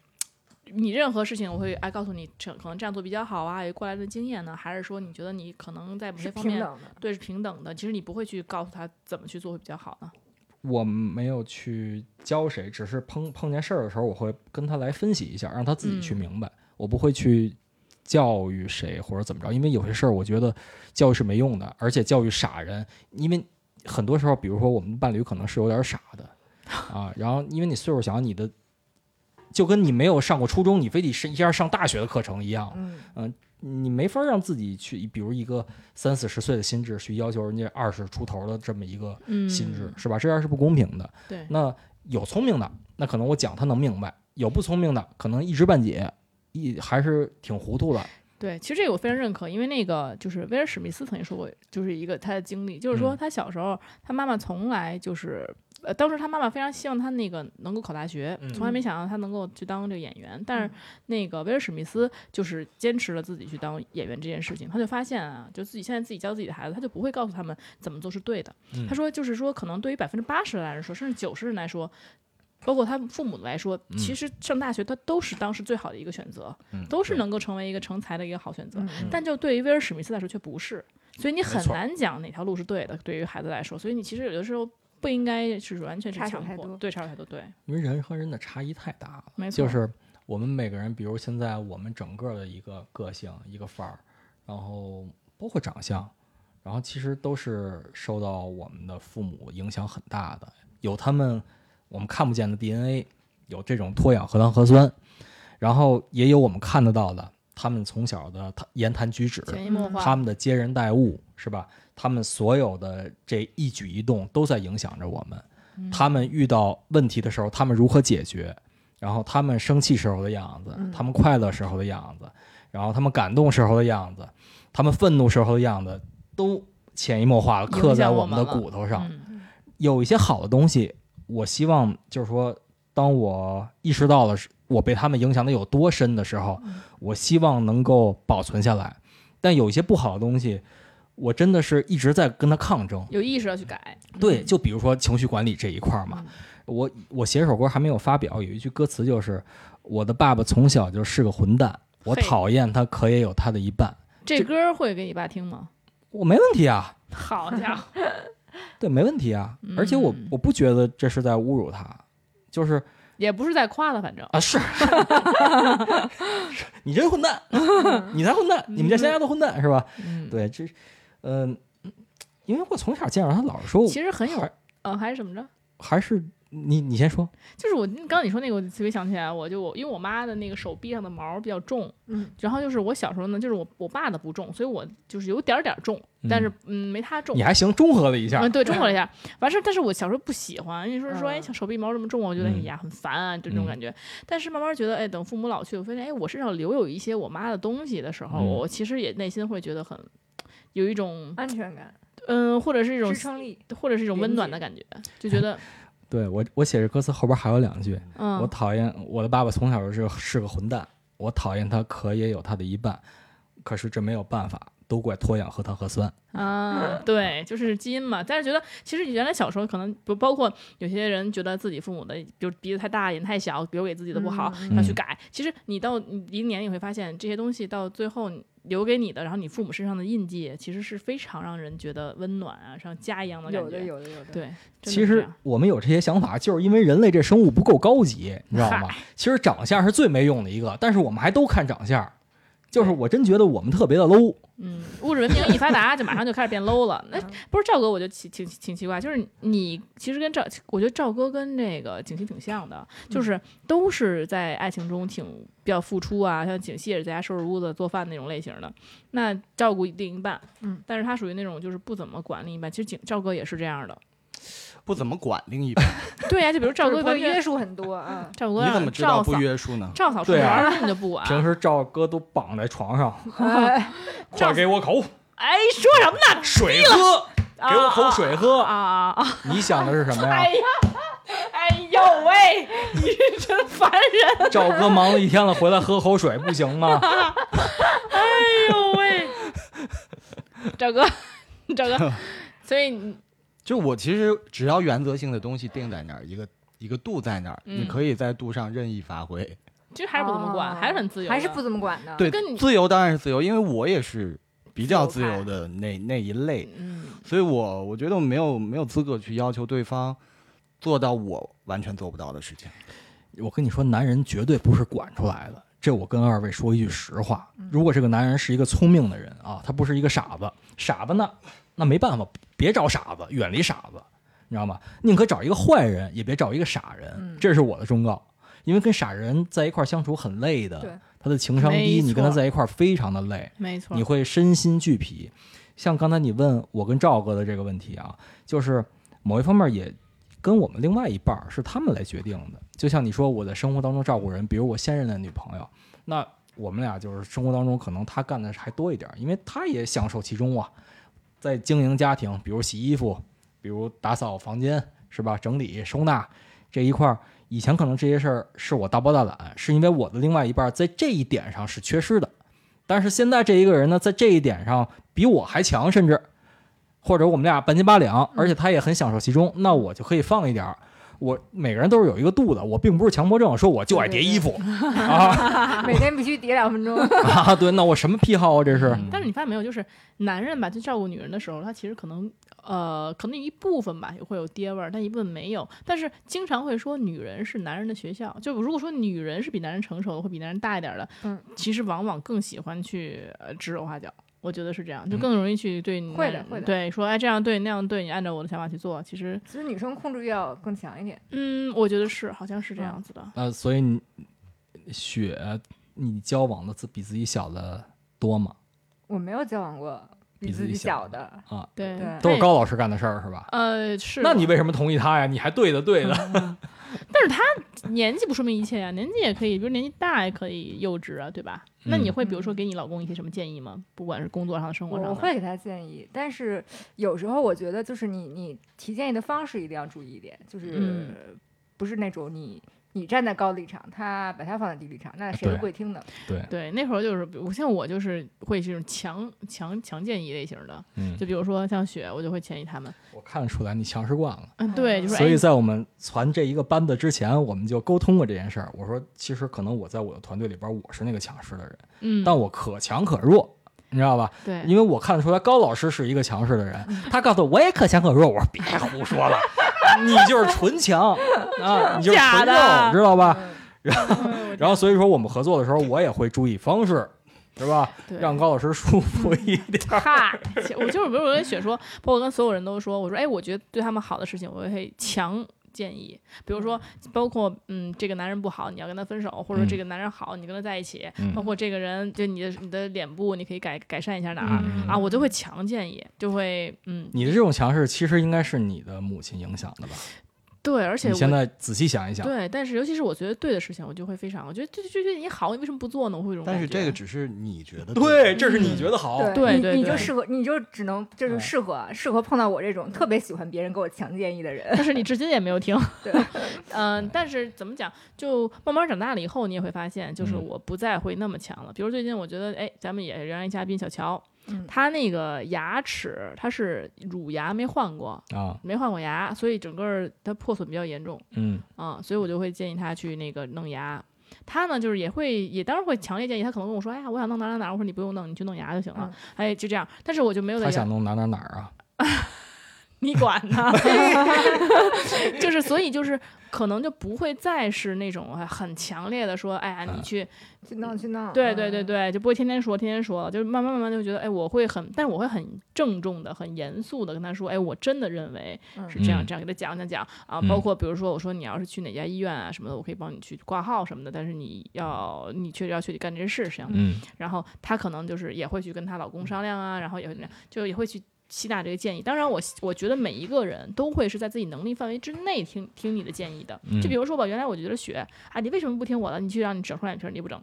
Speaker 2: 你任何事情，我会哎告诉你，这可能这样做比较好啊，有过来的经验呢，还是说你觉得你可能在某
Speaker 5: 是
Speaker 2: 些方
Speaker 5: 平
Speaker 2: 面
Speaker 5: 等的，
Speaker 2: 对是平等的？其实你不会去告诉他怎么去做会比较好呢？
Speaker 4: 我没有去教谁，只是碰碰见事儿的时候，我会跟他来分析一下，让他自己去
Speaker 2: 嗯
Speaker 4: 明白。我不会去教育谁或者怎么着，因为有些事儿我觉得教育是没用的，而且教育傻人，因为很多时候，比如说我们的伴侣可能是有点傻的啊，然后因为你岁数小，你的就跟你没有上过初中，你非得是一下上大学的课程一样，
Speaker 5: 嗯，
Speaker 4: 你没法让自己去，比如一个三四十岁的心智去要求人家二十出头的这么一个
Speaker 2: 嗯，
Speaker 4: 心智，是吧？这样是不公平的。
Speaker 2: 对，
Speaker 4: 那有聪明的，那可能我讲他能明白；有不聪明的，可能一知半解，一还是挺糊涂的。
Speaker 2: 对，其实这个我非常认可，因为那个就是威尔史密斯曾经说过，就是一个他的经历，就是说
Speaker 4: 嗯
Speaker 2: 他小时候、他妈妈从来就是，呃，当时他妈妈非常希望他那个能够考大学，
Speaker 4: 嗯
Speaker 2: 从来没想到他能够去当这个演员，但
Speaker 5: 嗯
Speaker 2: 是那个威尔史密斯就是坚持了自己去当演员这件事情，他就发现啊，就自己现在自己教自己的孩子，他就不会告诉他们怎么做是对的。
Speaker 4: 嗯
Speaker 2: 他说，就是说，可能对于百分之八十的人来说，甚至九十人来说。包括他们父母来说，其实上大学他都是当时最好的一个选择，
Speaker 4: 嗯
Speaker 2: 都是
Speaker 4: 对
Speaker 2: 能够成为一个成才的一个好选择。
Speaker 5: 嗯
Speaker 2: 但就对于威尔史密斯来说却不是，所以你很
Speaker 4: 错
Speaker 2: 难讲哪条路是对的。对于孩子来说，所以你其实有的时候不应该是完全是
Speaker 5: 插手
Speaker 2: 强
Speaker 5: 太
Speaker 2: 迫，
Speaker 5: 多
Speaker 2: 对，插手太多，对，
Speaker 4: 因为人和人的差异太大了。
Speaker 2: 没错，
Speaker 4: 就是我们每个人，比如现在我们整个的一个个性、一个范儿，然后包括长相，然后其实都是受到我们的父母影响很大的，有他们我们看不见的 DNA，有这种脱氧核糖核酸，然后也有我们看得到的他们从小的他言谈举止，
Speaker 2: 潜移默化，
Speaker 4: 他们的接人待物是吧？他们所有的这一举一动都在影响着我们。
Speaker 2: 嗯
Speaker 4: 他们遇到问题的时候，他们如何解决？然后他们生气时候的样子，
Speaker 2: 嗯
Speaker 4: 他们快乐时候的样子，然后他们感动时候的样子，他们愤怒时候的样子，都潜移默化地
Speaker 2: 影
Speaker 4: 刻在
Speaker 2: 响
Speaker 4: 我
Speaker 2: 我
Speaker 4: 们的
Speaker 2: 们了
Speaker 4: 骨头上。
Speaker 2: 嗯
Speaker 4: 有一些好的东西，我希望就是说，当我意识到了是我被他们影响的有多深的时候，我希望能够保存下来。但有一些不好的东西，我真的是一直在跟他抗争。
Speaker 2: 有意识要去改，嗯
Speaker 4: 对，就比如说情绪管理这一块儿嘛，我我写一首歌还没有发表，有一句歌词就是：“我的爸爸从小就是个混蛋，我
Speaker 2: 嘿
Speaker 4: 讨厌他，可也有他的一半。
Speaker 2: 这歌会给你爸听
Speaker 5: (laughs)
Speaker 2: 吗？”
Speaker 4: 我没问题啊，
Speaker 2: 好家伙，
Speaker 4: 对，没问题啊。而且我
Speaker 2: 嗯
Speaker 4: 我不觉得这是在侮辱他，就是
Speaker 2: (laughs) 也不是在夸他，反正
Speaker 4: 啊，是，是 (laughs) 你这混
Speaker 2: (laughs)
Speaker 4: 蛋，你才混蛋，你们家全家都混蛋是吧？
Speaker 2: 嗯，
Speaker 4: 对，这，嗯、因为我从小见着他，老是说我，
Speaker 2: 其实很有
Speaker 4: 还，
Speaker 2: 呃，还是怎么着？
Speaker 4: 还是你你先说，
Speaker 2: 就是我刚刚你说那个，我特别想起来，我就我因为我妈的那个手臂上的毛比较重，
Speaker 5: 嗯，
Speaker 2: 然后就是我小时候呢，就是我我爸的不重，所以我就是有点儿点儿重，但是嗯没他重
Speaker 4: 你。还行，中和了一下，
Speaker 2: 嗯，对，中和了一下，完事儿。但是我小时候不喜欢，因为说说，哎，
Speaker 5: 嗯
Speaker 2: 小手臂毛这么重，我觉得哎
Speaker 4: 嗯
Speaker 2: 呀很烦啊，这种
Speaker 4: 嗯
Speaker 2: 感觉。但是慢慢觉得，哎，等父母老去，我发现，哎，我身上留有一些我妈的东西的时候，
Speaker 4: 嗯
Speaker 2: 我其实也内心会觉得很有一种，
Speaker 5: 安全感、
Speaker 2: 嗯，或者是一种
Speaker 5: 支，撑力，
Speaker 2: 或者是一种温暖的感觉，就觉得，
Speaker 4: 对 (laughs) 我我写这歌词后边还有两句，
Speaker 2: 嗯，
Speaker 4: 我讨厌我的爸爸从小就是个是个混蛋，我讨厌他，可也有他的一半，可是这没有办法，都怪脱氧核糖核酸，
Speaker 2: (laughs) 啊，对，就是基因嘛。但是觉得其实原来小时候可能不包括有些人觉得自己父母的，比如鼻子太大、眼太小，留给自己的不好，
Speaker 4: 嗯
Speaker 2: 要去改。其实你到你一年，你会发现这些东西到最后你留给你的，然后你父母身上的印记，其实是非常让人觉得温暖啊，像家一样的感觉。
Speaker 5: 有的有的有的，
Speaker 2: 对，真的
Speaker 4: 其
Speaker 2: 是这
Speaker 4: 实
Speaker 2: 样
Speaker 4: 我们有这些想法，就是因为人类这生物不够高级，你知道吗
Speaker 2: 嗨？
Speaker 4: 其实长相是最没用的一个，但是我们还都看长相，就是我真觉得我们特别的 low。
Speaker 2: 嗯，物质文明一发达，就马上就开始变 low 了。
Speaker 5: 嗯
Speaker 2: 那不是赵哥，我就奇挺挺奇怪，就是你其实跟赵，我觉得赵哥跟那个景熙挺像的，
Speaker 5: 嗯
Speaker 2: 就是都是在爱情中挺比较付出啊，像景熙也是在家收拾屋子、做饭那种类型的，那照顾另一半，
Speaker 5: 嗯，
Speaker 2: 但是他属于那种就是不怎么管另一半，其实景赵哥也是这样的，
Speaker 3: 不怎么管另一半，
Speaker 2: 对呀、就比如赵
Speaker 5: 就是
Speaker 2: 哥
Speaker 5: 不会
Speaker 2: 完
Speaker 5: 约
Speaker 2: 全，
Speaker 5: 束很多
Speaker 2: (laughs)
Speaker 5: 啊。
Speaker 2: 赵哥
Speaker 3: 你怎
Speaker 2: 让
Speaker 3: 么知道
Speaker 2: 赵
Speaker 3: 不
Speaker 2: 嫂
Speaker 3: 约束呢？
Speaker 2: 赵嫂出
Speaker 4: 对
Speaker 2: 门
Speaker 4: 啊
Speaker 2: 儿根本就不管，
Speaker 4: 平时赵哥都绑在床上，
Speaker 5: 哎
Speaker 4: 快给我口
Speaker 2: 哎，说什么呢？
Speaker 4: 水喝，
Speaker 2: 啊
Speaker 4: 给我口水喝。
Speaker 2: 啊啊啊！
Speaker 4: 你想的是什么
Speaker 2: 哎
Speaker 4: 呀？
Speaker 2: 呀，哎呦喂，你真烦人！
Speaker 4: 赵哥忙了一天了，回来喝口水不行吗？
Speaker 2: 哎呦喂， (laughs) 赵哥，赵
Speaker 5: (laughs)
Speaker 2: 哥，所以你
Speaker 3: 就我其实只要原则性的东西定在那儿，一个一个度在那儿，
Speaker 2: 嗯
Speaker 3: 你可以在度上任意发挥。
Speaker 2: 其实还是不怎么管，
Speaker 5: 哦
Speaker 2: 还是很自由的，
Speaker 5: 还是不怎么管的。
Speaker 3: 对
Speaker 2: 啊跟你，
Speaker 3: 自由当然是自由，因为我也是比较
Speaker 5: 自
Speaker 3: 自
Speaker 5: 由派
Speaker 3: 由的那那一类，
Speaker 2: 嗯，
Speaker 3: 所以我我觉得我没有没有资格去要求对方做到我完全做不到的事情。
Speaker 4: 我跟你说，男人绝对不是管出来的。这我跟二位说一句实话，如果这个男人是一个聪明的人啊，他不是一个傻子，傻子呢，那没办法，别找傻子，远离傻子，你知道吗？宁可找一个坏人，也别找一个傻人，这是我的忠告。因为跟傻人在一块儿相处很累
Speaker 5: 对
Speaker 4: 的，他的情商低，
Speaker 2: 没
Speaker 4: 你跟他
Speaker 2: 错
Speaker 4: 在一块儿非常的累，
Speaker 2: 没错
Speaker 4: 你，
Speaker 5: 嗯
Speaker 4: 会身心俱疲。像刚才你问我跟赵哥的这个问题啊，就是某一方面也跟我们另外一半儿是他们来决定的。就像你说我在生活当中照顾人，比如我现任的女朋友，那我们俩就是生活当中可能她干的还多一点儿，因为她也享受其中啊，在经营家庭，比如洗衣服，比如打扫房间，是吧？整理收纳这一块儿。以前可能这些事儿是我大包大揽，是因为我的另外一半儿在这一点上是缺失的，但是现在这一个人呢，在这一点上比我还强，甚至或者我们俩半斤八两，而且他也很享受其中，那我就可以放一点儿。我每个人都是有一个度的，我并不是强迫症，说我就爱叠衣服啊
Speaker 5: 每天必须叠两分钟。 (laughs)
Speaker 4: (laughs) 啊！对，那我什么癖好啊？这是
Speaker 2: 但是你发现没有，就是男人吧，去照顾女人的时候，他其实可能呃，可能一部分吧也会有爹味儿，但一部分没有。但是经常会说女人是男人的学校，就如果说女人是比男人成熟的，会比男人大一点的，
Speaker 5: 嗯，
Speaker 2: 其实往往更喜欢去呃指手画脚。我觉得是这样，就更容易去对你、
Speaker 5: 嗯会的会的
Speaker 2: 对说哎这样对那样对，你按照我的想法去做。其实，
Speaker 5: 其实女生控制欲要更强一点。
Speaker 2: 嗯，我觉得是，好像是这
Speaker 5: 嗯
Speaker 2: 样子的。
Speaker 4: 呃，所以你雪，你交往的自比自己小的多吗？
Speaker 5: 我没有交往过比
Speaker 4: 比自
Speaker 5: 自己
Speaker 4: 己小
Speaker 5: 小的，
Speaker 4: 啊，
Speaker 2: 对
Speaker 5: 对
Speaker 4: 都是高老师干的事儿是吧？
Speaker 2: 呃是嗯的，
Speaker 4: 那你为什么同意他呀？你还对的对的，
Speaker 2: 但是他年纪不说明一切呀、年纪也可以，比如年纪大也可以幼稚啊，对吧？那
Speaker 4: 嗯
Speaker 2: 你会比如说给你老公一些什么建议吗？不管是工作上的、生活上的，
Speaker 5: 嗯我会给他建议，但是有时候我觉得就是你你提建议的方式一定要注意一点，就是、
Speaker 2: 嗯
Speaker 5: 不是那种你你站在高的立场，他把他放在低立场，那谁
Speaker 4: 对
Speaker 5: 都不会听的。
Speaker 2: 对那会儿就是我像我就是会这种强强强建议类型的，
Speaker 4: 嗯，
Speaker 2: 就比如说像雪，我就会建议他们，
Speaker 4: 我看得出来你强势惯了。
Speaker 2: 嗯，对，就说
Speaker 4: 所以
Speaker 2: 哎
Speaker 4: 在我们传这一个班子之前，我们就沟通过这件事儿。我说，其实可能我在我的团队里边，我是那个强势的人，
Speaker 2: 嗯，
Speaker 4: 但我可强可弱，你知道吧？
Speaker 2: 对，
Speaker 4: 因为我看得出来高老师是一个强势的人，
Speaker 2: 嗯
Speaker 4: 他告诉我我也可强可弱。我说别胡
Speaker 2: (laughs)
Speaker 4: 说了，你就是纯强啊，你就是
Speaker 2: 假
Speaker 4: 纯肉，
Speaker 2: 的
Speaker 4: 知道吧？
Speaker 5: 嗯
Speaker 4: 然后所以说我们合作的时候，我也会注意方式，是吧？
Speaker 2: 对
Speaker 4: 让高老师舒服一点。
Speaker 2: 嗨，我就是比如我跟雪说，包括跟所有人都说，我说哎，我觉得对他们好的事情，我会强建议，比如说包括嗯，这个男人不好，你要跟他分手，或者说
Speaker 4: 嗯
Speaker 2: 这个男人好，你跟他在一起，
Speaker 4: 嗯
Speaker 2: 包括这个人就你的你的脸部你可以改改善一下哪儿、
Speaker 4: 嗯
Speaker 2: 啊，我就会强建议，就会嗯，
Speaker 4: 你的这种强势，其实应该是你的母亲影响的吧？
Speaker 2: 对，而且
Speaker 4: 你
Speaker 2: 我
Speaker 4: 现在仔细想一想，
Speaker 2: 对，但是尤其是我觉得对的事情，我就会非常，我觉得这这这你好，你为什么不做呢？我会有种
Speaker 6: 但是
Speaker 2: 感觉
Speaker 6: 这个只是你觉得
Speaker 4: 对，这是你觉得好，
Speaker 2: 对
Speaker 5: 你
Speaker 2: 对
Speaker 5: 你就
Speaker 2: 对
Speaker 5: 适合，你就只能就是
Speaker 4: 嗯
Speaker 5: 适合、适合碰到我这种特别喜欢别人给我强建议的人。
Speaker 2: 但是你至今也没有听。
Speaker 5: (laughs) 对，
Speaker 2: 嗯，但是怎么讲，就慢慢长大了以后，你也会发现，就是
Speaker 4: 嗯
Speaker 2: 我不再会那么强了。比如最近，我觉得，哎，咱们也仍然一嘉宾小乔，
Speaker 5: 嗯
Speaker 2: 他那个牙齿，他是乳牙没换过，
Speaker 4: 啊，
Speaker 2: 没换过牙，所以整个儿它破损比较严重
Speaker 4: 嗯
Speaker 2: 啊、所以我就会建议他去那个弄牙。他呢，就是也会，也当然会强烈建议他，可能跟我说，哎呀，我想弄哪哪哪儿，我说你不用弄，你去弄牙就行
Speaker 5: 嗯
Speaker 2: 了，哎，就这样。但是我就没有，再
Speaker 4: 他
Speaker 2: 跟
Speaker 4: 想弄哪哪哪儿啊？
Speaker 2: 你管呢？ (laughs) 就是，所以就是，可能就不会再是那种哎很强烈的说，哎呀，你去，
Speaker 5: (laughs) 去弄去弄，
Speaker 2: 对对对
Speaker 5: 嗯，
Speaker 2: 对，就不会天天说，天天说了，就是慢慢慢慢就觉得，哎，我会很，但我会很郑重的、很严肃的跟他说，哎，我真的认为是这样
Speaker 4: 嗯
Speaker 2: 这样，给他讲讲讲啊，
Speaker 4: 嗯
Speaker 2: 包括比如说我说你要是去哪家医院啊什么的，我可以帮你去挂号什么的，但是你要你确实要去干这些事情，
Speaker 4: 嗯
Speaker 2: 然后她可能就是也会去跟她老公商量啊，然后也会怎么样，就也会去吸纳这个建议。当然我，我觉得每一个人都会是在自己能力范围之内听听你的建议的。
Speaker 4: 嗯
Speaker 2: 就比如说吧，原来我觉得雪啊，你为什么不听我的？你去让你整双眼皮儿，你不整，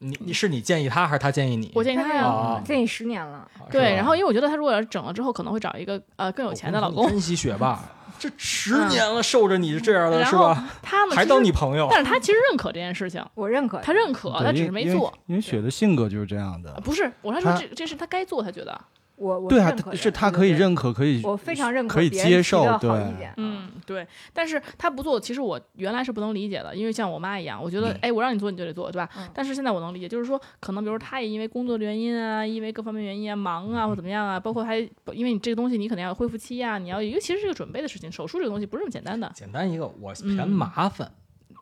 Speaker 4: 你你是你建议他还是他建议你？
Speaker 2: 我建议
Speaker 5: 他
Speaker 2: 她
Speaker 5: 这
Speaker 2: 呀。
Speaker 4: 啊
Speaker 5: 样建议十年了，
Speaker 4: 啊是吧哦
Speaker 2: 对，然后因为我觉得她如果要是整了之后，可能会找一个呃更有钱的老
Speaker 4: 我 (laughs)
Speaker 2: 公。嗯
Speaker 4: 跟你说你珍惜雪吧，这十年了，受着你这样的
Speaker 2: 然
Speaker 4: 是
Speaker 2: 后
Speaker 4: 吧？
Speaker 2: 她呢，
Speaker 4: 还
Speaker 2: 其
Speaker 4: 当
Speaker 2: 实
Speaker 4: 你朋友？
Speaker 2: 但是她其实认可这件事情，
Speaker 5: 我认可。
Speaker 2: 她认可，她啊只是没做。啊
Speaker 6: 因为雪的性格就是这样的。
Speaker 2: 不是，我她说
Speaker 6: 她
Speaker 2: 这这是她该做，她觉得。
Speaker 5: 我我
Speaker 6: 对啊
Speaker 5: 认可，的
Speaker 6: 是他可以，
Speaker 5: 对
Speaker 6: 认可，可以
Speaker 5: 对对我非常认可，
Speaker 6: 可以接受
Speaker 5: 好
Speaker 6: 对
Speaker 5: 意见，
Speaker 2: 嗯，对，但是他不做，其实我原来是不能理解的，因为像我妈一样，我觉
Speaker 4: 嗯
Speaker 2: 得，哎，我让你做你就得做，对吧？
Speaker 5: 嗯
Speaker 2: 但是现在我能理解，就是说，可能比如她也因为工作的原因啊，因为各方面原因啊，忙啊，或怎么样啊，包括还因为你这个东西，你可能要有恢复期啊，你要，尤其是这个准备的事情，手术这个东西不是那么简单的。
Speaker 4: 简单一个，我嫌
Speaker 2: 嗯
Speaker 4: 麻烦，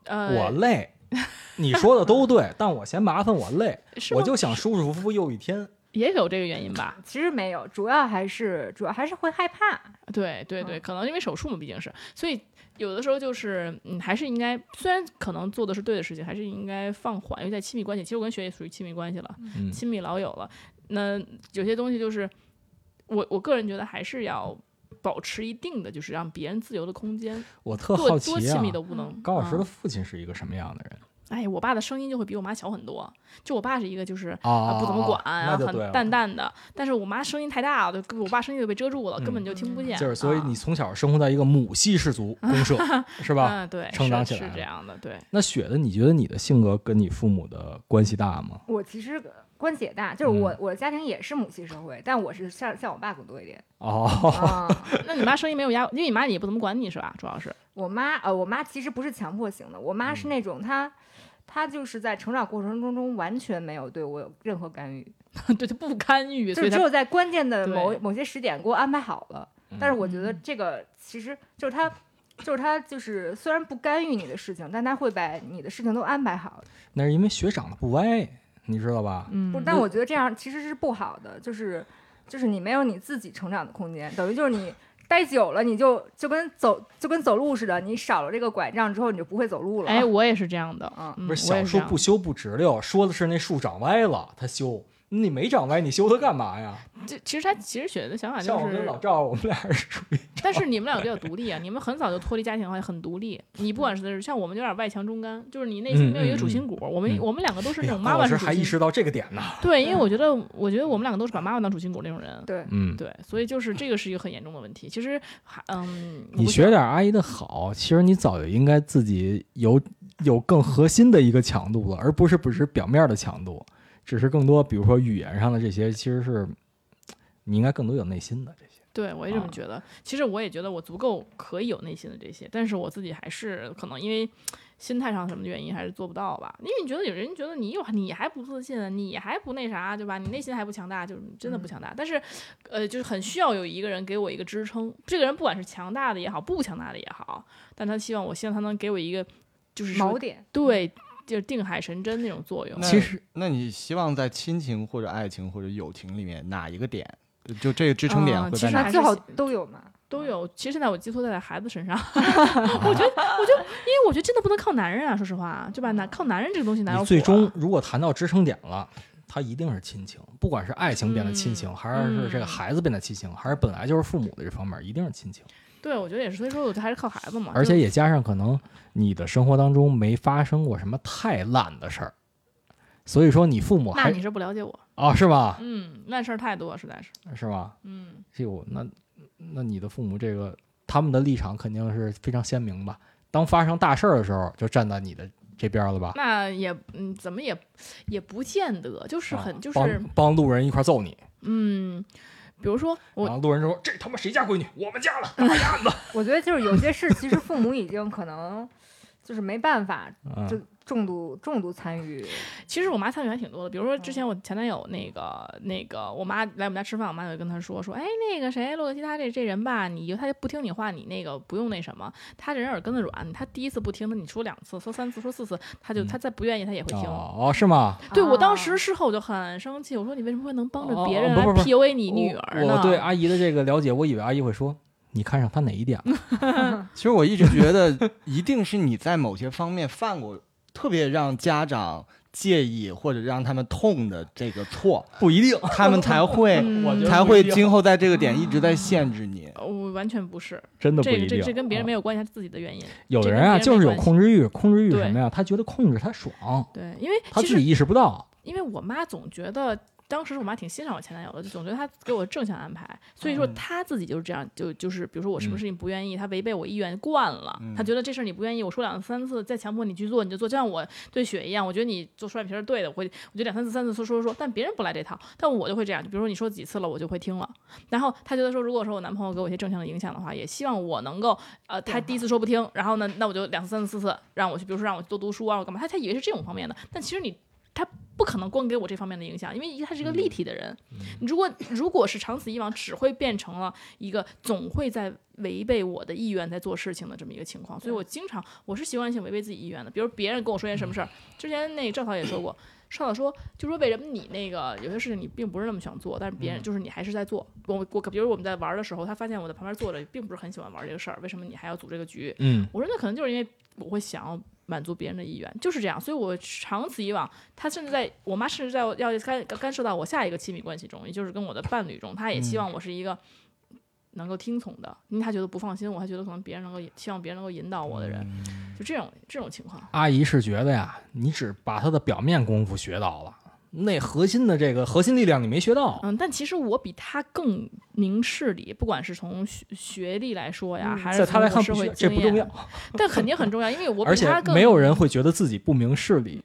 Speaker 2: 呃，
Speaker 4: 我累。你说的都对，但我嫌麻烦，我累，
Speaker 2: 是
Speaker 4: 我
Speaker 2: 吗
Speaker 4: 就想舒舒服服又一天。
Speaker 2: 也有这个原因吧？
Speaker 5: 其实没有，主要还是主要还是会害怕，
Speaker 4: 嗯
Speaker 2: 对对对，可能因为手术嘛，毕竟是，所以有的时候就是，嗯，还是应该，虽然可能做的是对的事情，还是应该放缓，因为在亲密关系，其实我跟学姐属于亲密关系了，
Speaker 4: 嗯
Speaker 2: 亲密老友了。那有些东西就是，我我个人觉得还是要保持一定的，就是让别人自由的空间，
Speaker 4: 我特
Speaker 2: 多多
Speaker 4: 好奇
Speaker 2: 亲
Speaker 4: 啊
Speaker 2: 密，都不能。
Speaker 4: 高老师
Speaker 2: 嗯
Speaker 4: 的父亲是一个什么样的人？
Speaker 2: 哎，我爸的声音就会比我妈小很多。就我爸是一个就是
Speaker 4: 啊
Speaker 2: 啊不怎么管，然
Speaker 4: 那
Speaker 2: 后
Speaker 4: 就对
Speaker 2: 很
Speaker 4: 了
Speaker 2: 淡淡的。但是我妈声音太大了，就我爸声音就被遮住了，根本就听不见。
Speaker 4: 嗯就是，所以
Speaker 2: 啊
Speaker 4: 你从小生活在一个母系氏族公
Speaker 2: (laughs)
Speaker 4: 社，是吧？
Speaker 2: 嗯，对，
Speaker 4: 成
Speaker 2: 是
Speaker 4: 长起来
Speaker 2: 是
Speaker 4: 了
Speaker 2: 这样的，对。
Speaker 4: 那雪的，你觉得你的性格跟你父母的关系大吗？
Speaker 5: 我其实关系也大，就是我
Speaker 4: 嗯
Speaker 5: 我的家庭也是母系社会，但我是像像我爸更多一点。
Speaker 4: 哦，
Speaker 5: 啊，
Speaker 2: 那你妈声音没有压，因为你妈也不怎么管你是吧？主要是， (laughs)
Speaker 5: 我妈呃，我妈其实不是强迫型的，我妈
Speaker 2: 嗯
Speaker 5: 是那种她。她就是在成长过程中中完全没有对我有任何干预，
Speaker 2: 对她不干预，
Speaker 5: 就
Speaker 2: 所以
Speaker 5: 是只
Speaker 2: 她
Speaker 5: 有在关键的某
Speaker 2: 对
Speaker 5: 某些时点给我安排好了。但是我觉得
Speaker 2: 嗯
Speaker 5: 这个其实就是她，就是她就是虽然不干预你的事情，但她会把你的事情都安排好。
Speaker 4: (laughs) 那是因为雪长得不歪，你知道吧？
Speaker 2: 嗯
Speaker 5: 不是，但我觉得这样其实是不好的，就是就是你没有你自己成长的空间，等于就是你待久了，你就就跟走就跟走路似的，你少了这个拐杖之后，你就不会走路了。
Speaker 2: 哎，我也是这样的，
Speaker 5: 嗯
Speaker 2: 嗯，
Speaker 4: 啊
Speaker 2: 我
Speaker 4: 不是小
Speaker 2: 也
Speaker 4: 树
Speaker 2: 这样
Speaker 4: 不修不直溜，说的是那树长歪了，它修。你没长歪，你修它干嘛呀？
Speaker 2: 这其实她其实雪的想法就
Speaker 4: 像我跟
Speaker 2: 是
Speaker 4: 老，赵，我们俩是属于
Speaker 2: 但
Speaker 4: (laughs)
Speaker 2: 是你们俩比较独立啊，你们很早就脱离家庭的话，很独立。你不管是像我们有点外强中干，就是你内心没有一个主心骨。我们
Speaker 4: 嗯
Speaker 2: 我们两个都是那种
Speaker 4: 哎呀
Speaker 2: 妈
Speaker 4: 高
Speaker 2: 妈
Speaker 4: 老
Speaker 2: 是
Speaker 4: 师
Speaker 2: 主
Speaker 4: 还嗯
Speaker 2: 心
Speaker 4: 意
Speaker 2: 骨，
Speaker 4: 识到这个点呢。
Speaker 2: 对，因为我觉得我觉得我们两个都是把妈妈当主心骨那种人，
Speaker 5: 对，
Speaker 4: 嗯，
Speaker 2: 对，所以就是这个是一个很严重的问题。其实还嗯，我
Speaker 4: 你
Speaker 2: 不
Speaker 4: 学
Speaker 2: 想
Speaker 4: 点阿姨的好，其实你早就应该自己有有更核心的一个强度了，而不是只是表面的强度，只是更多，比如说语言上的这些，其实是你应该更多有内心的这些。
Speaker 2: 对，我也这么
Speaker 4: 啊
Speaker 2: 觉得。其实我也觉得我足够可以有内心的这些，但是我自己还是可能因为心态上什么的原因，还是做不到吧。因为你觉得有人觉得你有你还不自信，你还不那啥，对吧？你内心还不强大，就是真的
Speaker 5: 嗯
Speaker 2: 不强大。但是，呃，就是很需要有一个人给我一个支撑。这个人不管是强大的也好，不强大的也好，但他希望我希望他能给我一个就是说
Speaker 5: 锚点。
Speaker 2: 对，就是定海神针那种作用。
Speaker 3: 那
Speaker 6: 其实
Speaker 3: 那你希望在亲情或者爱情或者友情里面哪一个点，就这个支撑点
Speaker 2: 嗯
Speaker 3: 会
Speaker 2: 其
Speaker 3: 在
Speaker 2: 实
Speaker 3: 哪
Speaker 2: 还
Speaker 5: 那
Speaker 3: 里？
Speaker 2: 是
Speaker 5: 最好都有嘛。
Speaker 2: 都有。其实现在我寄托在孩子身 (laughs) 上，我觉得，我就因为我觉得真的不能靠男人啊，说实话，对吧？男靠男人这个东西哪有
Speaker 4: 你
Speaker 2: 火啊
Speaker 4: 最终如果谈到支撑点了，它一定是亲情，不管是爱情变得亲情，
Speaker 2: 嗯
Speaker 4: 还是这个
Speaker 2: 嗯
Speaker 4: 孩子变得亲情，还是本来就是父母的这方面，一定是亲情。
Speaker 2: 对我觉得也是，所以说我就还是靠孩子嘛。
Speaker 4: 而
Speaker 2: 就
Speaker 4: 且也加上可能你的生活当中没发生过什么太烂的事儿，所以说你父母
Speaker 2: 那
Speaker 4: 还
Speaker 2: 你是不了解我，
Speaker 4: 啊是吧？
Speaker 2: 嗯，烂事儿太多，实在是，
Speaker 4: 是吧？
Speaker 2: 嗯，
Speaker 4: 这我那那你的父母这个他们的立场肯定是非常鲜明吧？当发生大事儿的时候，就站在你的这边儿了吧？
Speaker 2: 那也嗯，怎么也也不见得，就是
Speaker 4: 啊
Speaker 2: 很就
Speaker 4: 帮
Speaker 2: 是
Speaker 4: 帮路人一块儿揍你，
Speaker 2: 嗯，比如说我
Speaker 4: 然后路人说：“这他妈谁家闺女？我们家了。
Speaker 2: (laughs)
Speaker 5: 我觉得就是有些事，其实父母已经可能就是没办法就
Speaker 4: 嗯
Speaker 5: 重度重度参与。
Speaker 2: 其实我妈参与还挺多的，比如
Speaker 4: 嗯
Speaker 2: 说之前我前男友那个那个，我妈来我们家吃饭，我妈就跟他说说，哎，那个谁，洛克希他这这人吧，你他就不听你话，你那个不用那什么，他这人耳根子软，他第一次不听，你说两次，说三次，说四次，他就、
Speaker 4: 嗯
Speaker 2: 他再不愿意，他也会听。
Speaker 4: 哦，哦是吗？
Speaker 2: 对我
Speaker 5: 啊
Speaker 2: 当时事后我就很生气，我说你为什么会能帮着别
Speaker 4: 哦
Speaker 2: 人啊
Speaker 4: 不
Speaker 2: 来
Speaker 4: 不不
Speaker 2: PUA 你女儿
Speaker 4: 我
Speaker 2: 呢？
Speaker 4: 我对哎阿姨的这个了解，我以为阿姨会说：“你看上她哪一点
Speaker 2: (laughs)
Speaker 4: 了
Speaker 3: 其实我一直觉得，一定是你在某些方面犯过特别让家长介意或者让他们痛的这个错，不一定，他们才会
Speaker 2: 嗯
Speaker 6: 我觉得
Speaker 3: (laughs) 才会今后在这个点一直在限制你。
Speaker 2: 我完全不是，？”
Speaker 4: 真的不
Speaker 2: 这
Speaker 4: 一
Speaker 2: 个这
Speaker 4: 定。
Speaker 2: 个这跟别人
Speaker 4: 啊
Speaker 2: 没有关系，他自己的原因。
Speaker 4: 有
Speaker 2: 这
Speaker 4: 的
Speaker 2: 跟
Speaker 4: 人
Speaker 2: 别
Speaker 4: 啊，
Speaker 2: 人
Speaker 4: 就
Speaker 2: 没
Speaker 4: 是有
Speaker 2: 关系
Speaker 4: 控制欲，控制欲
Speaker 2: 对
Speaker 4: 什么呀？他觉得控制他爽，
Speaker 2: 对，因为
Speaker 4: 他
Speaker 2: 其
Speaker 4: 自
Speaker 2: 实
Speaker 4: 己意识不到。
Speaker 2: 因为我妈总觉得当时我妈挺欣赏我前男友的，就总觉得他给我正向安排，所以说她自己就是这样，就就是比如说我什么
Speaker 4: 嗯
Speaker 2: 事情不愿意，她违背我意愿惯了，她觉得这事儿你不愿意，我说两次三次再强迫你去做你就做，就像我对雪一样，我觉得你做双眼皮儿是对的，我会我就两三次三次说说说，但别人不来这套，但我就会这样，就比如说你说几次了，我就会听了。然后她觉得说，如果说我男朋友给我一些正向的影响的话，也希望我能够呃，他第一次说不听，然后呢，那我就两次、三次、四次让我去，比如说让我去多读书啊，我干嘛？他他以为是这种方面的，但其实你他不可能光给我这方面的影响，因为他是一个立体的人。你如果如果是长此以往，只会变成了一个总会在违背我的意愿在做事情的这么一个情况。所以我经常我是习惯性违背自己意愿的，比如别人跟我说件什么事儿，之前那赵导也说过，邵导说就说为什么你那个有些事情你并不是那么想做，但是别人就是你还是在做。我我比如我们在玩的时候，他发现我在旁边坐着，并不是很喜欢玩这个事儿，为什么你还要组这个局？
Speaker 4: 嗯，
Speaker 2: 我说那可能就是因为我会想要满足别人的意愿，就是这样。所以我长此以往，他甚至在我妈甚至在我要干干涉到我下一个亲密关系中，也就是跟我的伴侣中，她也希
Speaker 4: 嗯
Speaker 2: 望我是一个能够听从的，因为她觉得不放心我，还觉得可能别人能够希望别人能够引导我的人，
Speaker 4: 嗯
Speaker 2: 就这种这种情况。
Speaker 4: 阿姨是觉得呀，你只把她的表面功夫学到了，那核心的这个核心力量你没学到。
Speaker 2: 嗯，但其实我比他更明事理，不管是从学学历来说呀，
Speaker 5: 嗯
Speaker 2: 还
Speaker 4: 在
Speaker 2: 是
Speaker 4: 她
Speaker 2: 从
Speaker 4: 来
Speaker 2: 我
Speaker 4: 看
Speaker 2: 社
Speaker 4: 不
Speaker 2: 会
Speaker 4: 学，
Speaker 2: 经
Speaker 4: 这
Speaker 2: 验，
Speaker 4: 不重要，
Speaker 2: 但肯定很重要，因为我
Speaker 4: 而
Speaker 2: 比
Speaker 4: 且
Speaker 2: 他更
Speaker 4: 没有人会觉得自己不明
Speaker 2: (laughs)
Speaker 4: 事理，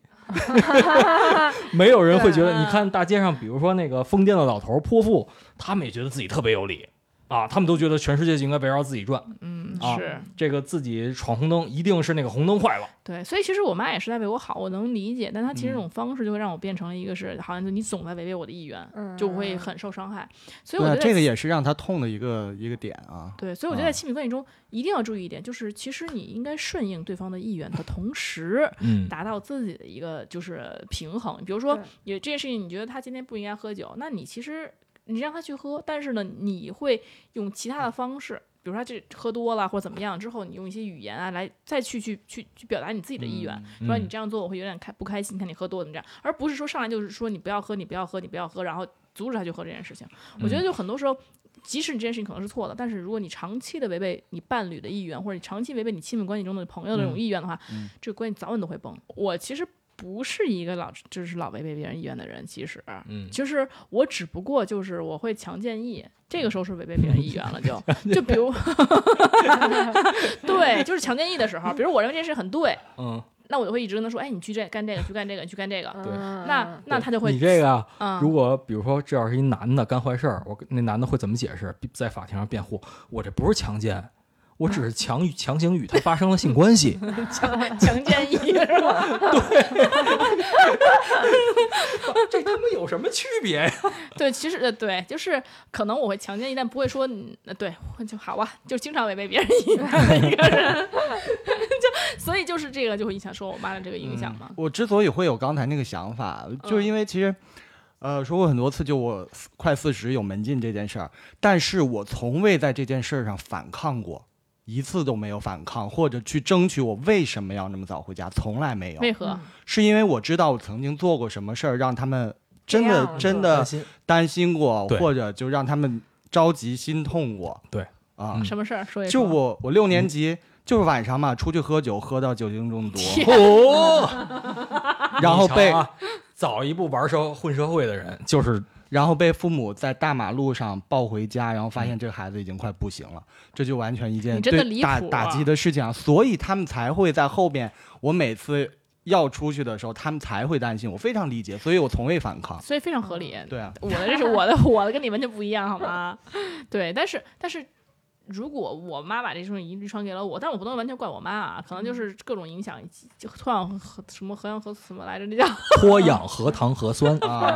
Speaker 4: 没有人会觉得。
Speaker 5: 对
Speaker 4: 你看大街上，比如说那个疯癫的老头泼妇，他们也觉得自己特别有理啊，他们都觉得全世界就应该围绕自己转，
Speaker 2: 嗯
Speaker 4: 啊
Speaker 2: 是。
Speaker 4: 这个自己闯红灯一定是那个红灯坏了。
Speaker 2: 对，所以其实我妈也是在为我好，我能理解，但她其
Speaker 3: 嗯
Speaker 2: 实这种方式就会让我变成了一个是，好像就你总在违背我的意愿，
Speaker 5: 嗯
Speaker 2: 就会很受伤害。所以
Speaker 3: 对
Speaker 2: 我
Speaker 3: 啊
Speaker 2: 觉，得
Speaker 3: 这个也是让他痛的一个一个点啊。
Speaker 2: 对，所以我觉得在亲密关系中一定要注意一点，就是其实你应该顺应对方的意愿的同
Speaker 3: (laughs)
Speaker 2: 时，
Speaker 4: 嗯
Speaker 2: 达到自己的一个就是平衡。比如说
Speaker 5: 对，
Speaker 2: 有这件事情，你觉得他今天不应该喝酒，那你其实你让他去喝，但是呢，你会用其
Speaker 3: 嗯
Speaker 2: 他的方式，比如说他这喝多了或者怎么样之后，你用一些语言啊来再去去去去表达你自己的意愿，
Speaker 4: 嗯
Speaker 2: 说你这样做我会有点开不开心，看你喝多怎么这样，而不是说上来就是说你不要喝，你不要喝，你不要喝，然后阻止他去喝这件事情。我
Speaker 4: 嗯
Speaker 2: 觉得就很多时候。即使你这件事情可能是错的，但是如果你长期的违背你伴侣的意愿，或者你长期违背你亲密关系中的朋友的这
Speaker 4: 嗯
Speaker 2: 种意愿的话，这个关系早晚都会崩。我其实不是一个老就是老违背别人意愿的人，其实，
Speaker 4: 嗯
Speaker 2: 就是我只不过就是我会强建议，这个时候是违背别人意愿了就，就比如， (laughs) 对，就是强建议的时候，比如我认为这件事很对，
Speaker 4: 嗯，
Speaker 2: 那我就会一直跟他说，哎，你去这干这个，去干这个，你去干这
Speaker 5: 嗯
Speaker 2: 个，
Speaker 4: 对
Speaker 2: 那那他就
Speaker 4: 你
Speaker 2: 会，
Speaker 4: 这个啊，
Speaker 2: 嗯，
Speaker 4: 如果比如说这要是一男的干坏事儿，我跟那男的会怎么解释？在法庭上辩护，我这不是强奸，我只是强强行与他发生了性关系。
Speaker 2: 强建议是吧？ (laughs)
Speaker 4: 这他妈有什么区别呀？
Speaker 2: 对，其实呃对，就是可能我会强建议，但不会说，嗯呃对，我就好啊，就经常违背别人意愿的一个人， (laughs) 就所以就是这个就会影响说我妈的这个影响
Speaker 4: 嗯
Speaker 2: 嘛，
Speaker 3: 嗯我之所以会有刚才那个想法，就是因为其实，呃，说过很多次，就我四快四十有门禁这件事儿，但是我从未在这件事儿上反抗过，一次都没有反抗，或者去争取我为什么要那么早回家，从来没有。
Speaker 2: 为何？
Speaker 3: 是因为我知道我曾经做过什么事儿，让他们真
Speaker 5: 这
Speaker 3: 的
Speaker 5: 样
Speaker 3: 真的
Speaker 4: 心
Speaker 3: 担心过，
Speaker 4: 对
Speaker 3: 或者就让他们着急心痛过。
Speaker 4: 对，
Speaker 3: 啊，
Speaker 4: 嗯
Speaker 2: 什么事儿？说一
Speaker 3: 就
Speaker 2: 说。
Speaker 3: 我我六年级。就是晚上嘛，出去喝酒，喝到酒精中毒，
Speaker 2: 天
Speaker 4: (laughs) 哦，
Speaker 3: 然后被
Speaker 4: 你瞧啊早一步玩社混社会的人，就是
Speaker 3: 然后被父母在大马路上抱回家，然后发现这个孩子已经快不行了，这就完全一件
Speaker 2: 你真的
Speaker 3: 对
Speaker 2: 离谱
Speaker 3: 打
Speaker 2: 啊
Speaker 3: 打击的事情啊，所以他们才会在后面，我每次要出去的时候，他们才会担心，我非常理解，所以我从未
Speaker 2: (laughs)
Speaker 3: 反抗。
Speaker 2: 所以非常合理。
Speaker 4: 嗯
Speaker 3: 对啊，
Speaker 2: 我的这是我的，我的跟你们就不一样，好吗？对，但是但是，如果我妈把这事情遗传给了我，但我不能完全怪我妈啊，可能就是各种影响，就突然核什么核氧核什么来着，那叫 (laughs)
Speaker 4: 脱氧核糖核酸
Speaker 3: 啊，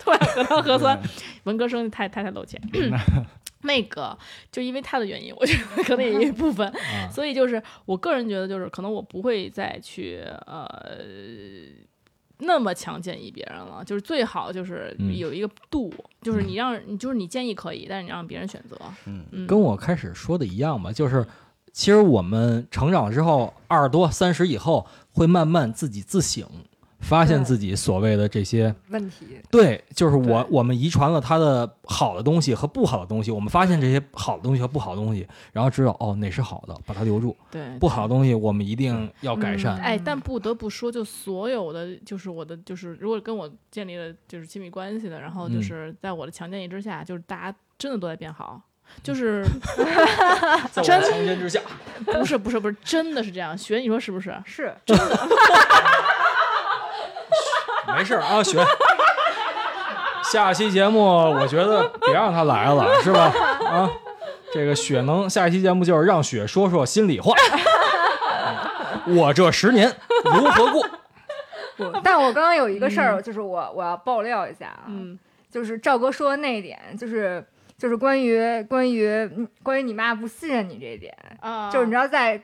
Speaker 2: 突然核糖核酸。文科生太太太露
Speaker 4: (laughs)
Speaker 2: 怯，那个就因为他的原因，我觉得可能也有一部分，
Speaker 4: 啊，
Speaker 2: 所以就是我个人觉得，就是可能我不会再去呃那么强建议别人了，就是最好就是
Speaker 4: 嗯
Speaker 2: 有一个度，就是你让你就是你建议可以，但是你让别人选择，嗯
Speaker 4: 跟我开始说的一样吧，就是其实我们成长之后，二十多、三十以后，会慢慢自己自省，发现
Speaker 5: 对
Speaker 4: 自己所谓的这些。
Speaker 5: 问题，
Speaker 4: 对，就是我
Speaker 2: 对
Speaker 4: 我们遗传了他的好的东西和不好的东西，我们发现这些好的东西和不好的东西，然后知道哦哪是好的，把它留住；
Speaker 2: 对，
Speaker 4: 不好的东西我们一定要改善。
Speaker 2: 哎，但不得不说，就所有的，就是我的，就是如果跟我建立了就是亲密关系的，然后就
Speaker 4: 嗯
Speaker 2: 是在我的强建议之下，就是大家真的都在变好，就是
Speaker 4: 在我
Speaker 2: 真
Speaker 4: 的强奸之下，
Speaker 2: 不是不是不是，真的是这样。学你说是不是？
Speaker 5: 是
Speaker 4: 没事儿啊，雪。下期节目我觉得别让他来了，是吧？啊，这个雪能下一期节目就是让雪说说心里话。我这十年如何过？
Speaker 5: 但我刚刚有一个事儿，就是我我要爆料一下啊，
Speaker 2: 嗯，
Speaker 5: 就是赵哥说的那一点，就是就是关于关于嗯关于你妈不信任你这一点，
Speaker 2: 啊，
Speaker 5: 就是你知道在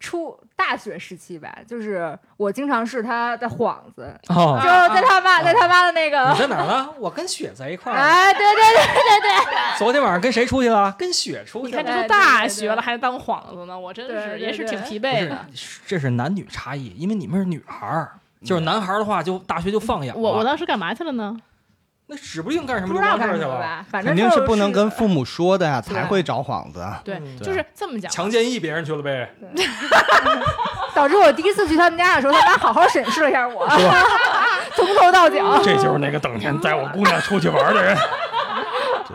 Speaker 5: 初大学时期吧，就是我经常是她的幌子，
Speaker 4: 哦
Speaker 5: 就是在他妈在他妈的
Speaker 7: 你
Speaker 5: 那
Speaker 4: 嗯
Speaker 5: 个，
Speaker 7: 在哪儿呢？我跟雪在一块儿。
Speaker 5: 哎，对对对，
Speaker 7: 昨天晚上跟谁出去了？跟雪出
Speaker 2: 你
Speaker 7: 去了
Speaker 2: 看，这都
Speaker 5: 对对
Speaker 2: 大
Speaker 5: 对
Speaker 2: 学了还当幌子呢，我真
Speaker 5: 对
Speaker 2: 是
Speaker 5: 对
Speaker 2: 也是
Speaker 5: 对
Speaker 2: 挺疲惫的。
Speaker 7: 这是男女差异，因为你们是女孩儿，
Speaker 4: 嗯
Speaker 7: 就是男孩儿的话就大学就放养了。
Speaker 2: 我我当时干嘛去了呢？
Speaker 7: 那指不定干什
Speaker 5: 不
Speaker 7: 么
Speaker 5: 知
Speaker 7: 流
Speaker 5: 道
Speaker 7: 氓
Speaker 5: 干
Speaker 7: 事
Speaker 5: 什
Speaker 7: 儿去
Speaker 5: 么
Speaker 7: 了，
Speaker 5: 吧，反正
Speaker 6: 肯定
Speaker 5: 就是
Speaker 6: 不能跟父母说的呀，
Speaker 5: 对
Speaker 6: 才会找幌子。
Speaker 3: 啊
Speaker 2: 对，啊
Speaker 7: 嗯
Speaker 2: 就是这么讲吧。
Speaker 7: 强奸一别人去了呗。
Speaker 2: 嗯
Speaker 5: 导致我第一次去他们家的时候，他妈好好审视了一下我，从头到脚。
Speaker 7: 这就是那个当年带我姑娘出去玩
Speaker 2: (laughs)
Speaker 7: 的人。
Speaker 6: 对，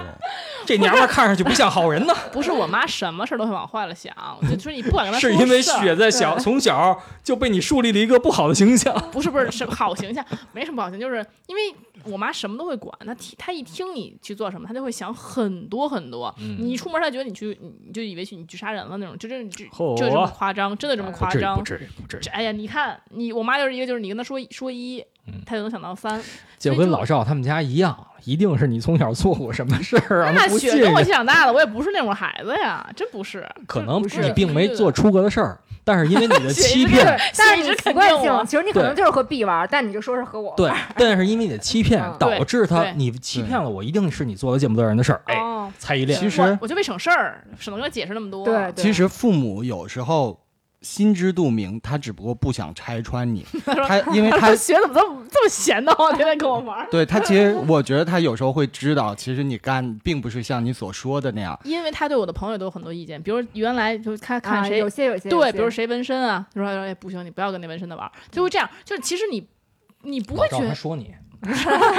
Speaker 7: 这娘们儿看上去不像好人呢，
Speaker 2: 不是我妈什么事儿都会往坏了想，就是你不管跟她说
Speaker 7: 是因为
Speaker 2: 事儿
Speaker 7: 雪在小从小就被你树立了一个不好的形象。
Speaker 2: 不是不是是好形象，没什么不好形象，就是因为我妈什么都会管，她听她一听你去做什么，她就会想很多很多。
Speaker 7: 嗯
Speaker 2: 你一出门，她觉得你去，你就以为去你去杀人了那种，就这就
Speaker 7: 嚯
Speaker 2: 就这么夸张，真的这么夸张。
Speaker 7: 至于，不至于
Speaker 2: 这哎呀，你看你，我妈就是一个，就是你跟她说说一，
Speaker 4: 嗯
Speaker 2: 她就能想到三。
Speaker 4: 就跟老赵他们家一样，一定是你从小做过什么事儿让
Speaker 2: 那
Speaker 4: 他不
Speaker 2: 雪
Speaker 4: 信
Speaker 2: 跟我一
Speaker 4: 任，
Speaker 2: 起长大的，我也不是那种孩子呀，真不是。
Speaker 4: 可能
Speaker 2: 不是
Speaker 4: 你并没做出格的事儿，但是因为你的
Speaker 2: 雪一
Speaker 4: 欺
Speaker 2: 直
Speaker 4: 骗
Speaker 2: 对，
Speaker 5: 但是你习惯
Speaker 2: 一直肯定我
Speaker 5: 性，其实你可能就是和 B 玩，但你就说是和我玩。
Speaker 4: 对，但是因为你的欺骗
Speaker 5: 嗯
Speaker 4: 导致他
Speaker 2: 对
Speaker 4: 你欺骗了我，一定是你做了见不得人的事儿。哎，
Speaker 2: 哦，
Speaker 4: 蔡依林
Speaker 6: 其实
Speaker 2: 我我就为省事儿，省得跟她解释那么多。 (laughs)
Speaker 5: 对，对
Speaker 6: 其实父母有时候心知肚明，他只不过不想拆穿你，他因为他
Speaker 2: (laughs) 她说雪怎么这么这么闲的慌，天天 (laughs) 跟我
Speaker 6: (laughs)
Speaker 2: 玩
Speaker 5: (laughs)
Speaker 2: 儿。
Speaker 6: 对他其实我觉得他有时候会知道，其实你干并不是像你所说的那样。
Speaker 2: 因为他对我的朋友都有很多意见，比如原来就他看
Speaker 5: 啊，
Speaker 2: 谁、
Speaker 5: 有些有些
Speaker 2: 对，
Speaker 5: 有些
Speaker 2: 比如谁纹身啊，就说哎不行，你不要跟那纹身的玩儿，就会这样。就是其实你你不会
Speaker 4: 老
Speaker 2: 觉得
Speaker 4: 赵
Speaker 2: 嗯
Speaker 4: 他，说你，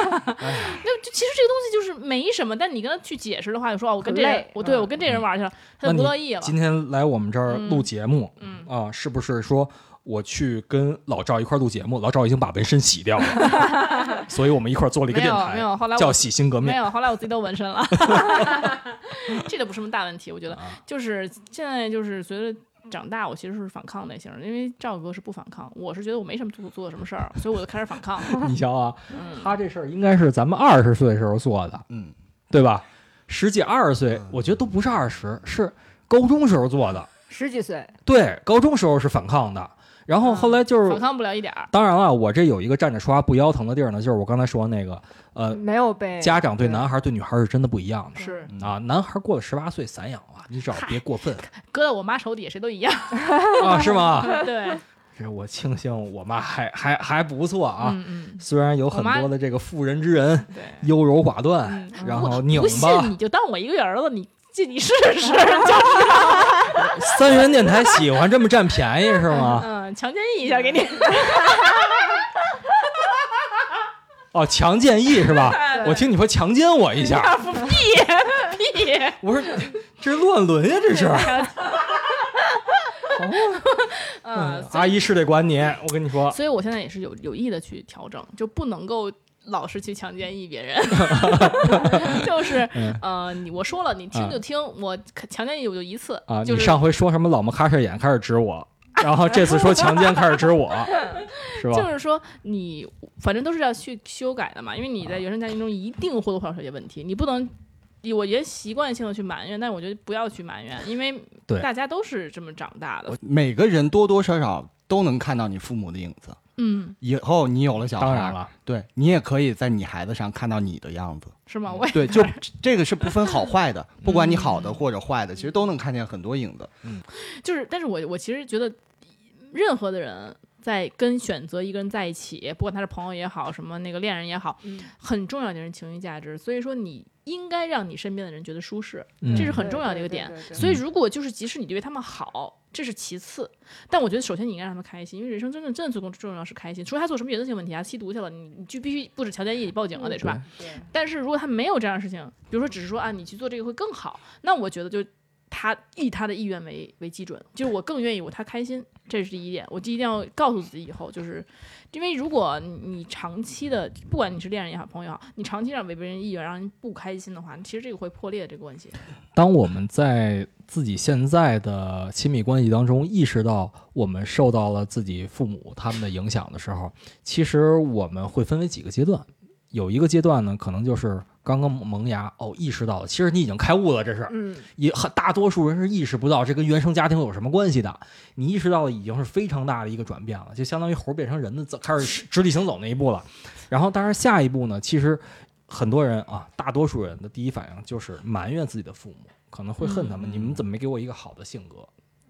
Speaker 2: 那就其实这个东西就是没什么，但你跟他去解释的话，就说哦，我跟这
Speaker 5: 很
Speaker 2: 人
Speaker 5: 累，
Speaker 2: 我对
Speaker 5: 嗯
Speaker 2: 我跟这人玩儿去了，他
Speaker 4: 那
Speaker 2: 就
Speaker 4: 你
Speaker 2: 不乐意了。
Speaker 4: 今天来我们这儿录节目
Speaker 2: 嗯，
Speaker 4: 啊，是不是说我去跟老赵一块儿录节目？老赵已经把纹身洗掉了，
Speaker 2: (laughs)
Speaker 4: 所以我们一块儿做了一个
Speaker 2: 没
Speaker 4: 电
Speaker 2: 有没
Speaker 4: 台，
Speaker 2: 有，后来
Speaker 4: 叫
Speaker 2: 我
Speaker 4: 洗心革
Speaker 2: 没
Speaker 4: 面。
Speaker 2: 有，后来我自己都纹身
Speaker 4: (laughs)
Speaker 2: 了，这个不是什么大问题，我觉得
Speaker 4: 啊
Speaker 2: 就是现在就是随着。长大，我其实是反抗类型的，因为赵哥是不反抗，我是觉得我没什么做做什么事儿，所以我就开始反抗。
Speaker 4: (laughs) 你瞧啊，
Speaker 2: 嗯，
Speaker 4: 他这事儿应该是咱们二十岁时候做的，
Speaker 6: 嗯，
Speaker 4: 对吧？十几二十岁，我觉得都不是二十，是高中时候做的。
Speaker 5: 十几岁，
Speaker 4: 对，高中时候是反抗的，然后后来就是
Speaker 2: 嗯反抗不了一点儿。
Speaker 4: 当然了，我这有一个站着说话不腰疼的地儿呢，就是我刚才说那个，
Speaker 2: 嗯
Speaker 4: 呃，
Speaker 5: 没有被
Speaker 4: 家长对
Speaker 5: 对
Speaker 4: 男孩儿对女孩儿是真的不一样的
Speaker 2: 是
Speaker 6: 嗯
Speaker 4: 啊。男孩儿过了十八岁散养了，你只要别过
Speaker 2: (laughs)
Speaker 4: 分
Speaker 2: 搁到我妈手底下谁都一样。
Speaker 4: 啊，是吗？
Speaker 2: 对，
Speaker 4: 这我庆幸我妈还还还不错啊，
Speaker 2: 嗯
Speaker 4: 虽然有很
Speaker 2: 我妈
Speaker 4: 多的这个妇人之仁
Speaker 2: 嗯，，对。
Speaker 4: 优柔寡断，
Speaker 2: 嗯，
Speaker 4: 然
Speaker 2: 我
Speaker 4: 后拧
Speaker 2: 不信
Speaker 4: 巴。
Speaker 2: 你就当我一个儿子，你进你试试，
Speaker 4: (laughs)
Speaker 2: 就
Speaker 4: 三元电台喜欢这么占便宜
Speaker 2: (laughs)
Speaker 4: 是吗？
Speaker 2: 嗯，强奸一下给你。
Speaker 4: 哦，强建议是吧？我听你说强奸我一下，
Speaker 2: (laughs) 屁
Speaker 4: 我说这是乱伦呀，这是。
Speaker 2: 嗯，所
Speaker 4: 阿姨是得管你，我跟你说
Speaker 2: 以，所以我现在也是有有意的去调整，就不能够。老是去强奸一别
Speaker 4: (laughs)
Speaker 2: 人，就是，
Speaker 4: 嗯
Speaker 2: 呃，你我说了，你听就听，我强奸一我就一次
Speaker 4: 啊，，
Speaker 2: 就
Speaker 4: 你
Speaker 2: 是
Speaker 4: 上回说什么老么咔嚓眼开始指我，然后这次说强奸开始指我，是
Speaker 2: 就
Speaker 4: 吧？
Speaker 2: 是说你反正都是要去修改的嘛，因为你
Speaker 4: 啊
Speaker 2: 在原生家庭中一定或多或少有些问题，你不能。我觉得习惯性的去埋怨，但是我觉得不要去埋怨，因为
Speaker 4: 对
Speaker 2: 大家都是这么长大的。
Speaker 6: 每个人多多少少都能看到你父母的影子。
Speaker 2: 嗯，
Speaker 6: 以后你有了小孩，
Speaker 4: 当然，了，
Speaker 6: 对你也可以在你孩子上看到你的样子。
Speaker 2: 是
Speaker 4: 嗯
Speaker 2: 吗？我
Speaker 6: (laughs)
Speaker 2: 也
Speaker 6: 对，就这个是不分好坏的，不管你好的或者坏的，其实都能看见很多影子。
Speaker 2: 就是，但是我我其实觉得，任何的人在跟选择一个人在一起，不管他是朋友也好，什么那个恋人也好，
Speaker 5: 嗯
Speaker 2: 很重要的就是情绪价值。所以说，你应该让你身边的人觉得舒适，
Speaker 4: 嗯
Speaker 2: 这是很重要的一个点。
Speaker 5: 对对对对
Speaker 2: 所以，如果就是即使你对他们好，这是其次，但我觉得首先你应该让他们开心，因为人生真正真的最重重要是开心。除非他做什么原则性问题啊，吸毒去了，你你就必须不止强奸你报警
Speaker 5: 嗯
Speaker 2: 了得是吧？但是如果他没有这样的事情，比如说只是说啊，你去做这个会更好，那我觉得就他以他的意愿为为基准，就是我更愿意我他开心，这是第一点，我第一定要告诉自己以后，就是因为如果你你长期的，不管你是恋人也好，朋友也好，你长期让违背人意愿，让人不开心的话，其实这个会破裂这个关系。
Speaker 4: 当我们在自己现在的亲密关系当中意识到我们受到了自己父母他们的影响的时候，其实我们会分为几个阶段。有一个阶段呢，可能就是刚刚萌芽，哦，意识到了，其实你已经开悟了，这是
Speaker 5: 嗯，
Speaker 4: 也很大多数人是意识不到这跟原生家庭有什么关系的。你意识到了，已经是非常大的一个转变了，就相当于猴变成人的走，开始直立行走那一步了。然后，当然下一步呢，其实很多人啊，大多数人的第一反应就是埋怨自己的父母，可能会恨他们，
Speaker 7: 嗯
Speaker 4: 你们怎么没给我一个好的性格？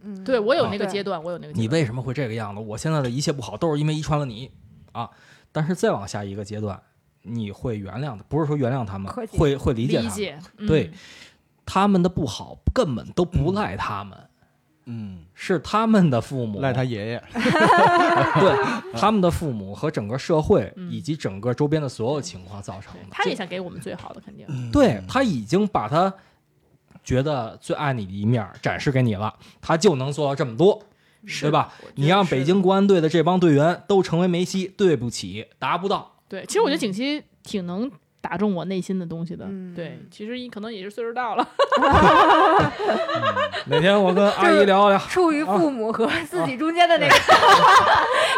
Speaker 5: 嗯
Speaker 2: 哦对我有那个
Speaker 5: 对
Speaker 2: 阶段，我有那个阶段。
Speaker 4: 你为什么会这个样子？我现在的一切不好都是因为遗传了你啊！但是再往下一个阶段，你会原谅的，不是说原谅他们
Speaker 5: 客，气
Speaker 4: 会会理解他
Speaker 2: 理
Speaker 4: 们。
Speaker 2: 解，嗯
Speaker 4: 对他们的不好根本都不赖他们，
Speaker 6: 嗯，
Speaker 4: 是他们的父母
Speaker 3: 赖他爷爷， (laughs)
Speaker 4: 对他们的父母和整个社会
Speaker 2: 嗯
Speaker 4: 以及整个周边的所有情况造成的。
Speaker 2: 他也
Speaker 4: 这
Speaker 2: 想给我们最好的，肯定。
Speaker 3: 嗯
Speaker 4: 对他已经把他觉得最爱你的一面儿展示给你了，他就能做到这么多，对吧？你让北京国安队的这帮队员都成为梅西，对不起，达不到。
Speaker 2: 对，其实我觉得景熙挺能打中我内心的东西的。
Speaker 5: 嗯
Speaker 2: 对，其实你可能也是岁数大了，
Speaker 4: (laughs) 哪天我跟阿姨聊聊，
Speaker 5: (laughs) 处于父母和自己中间的那个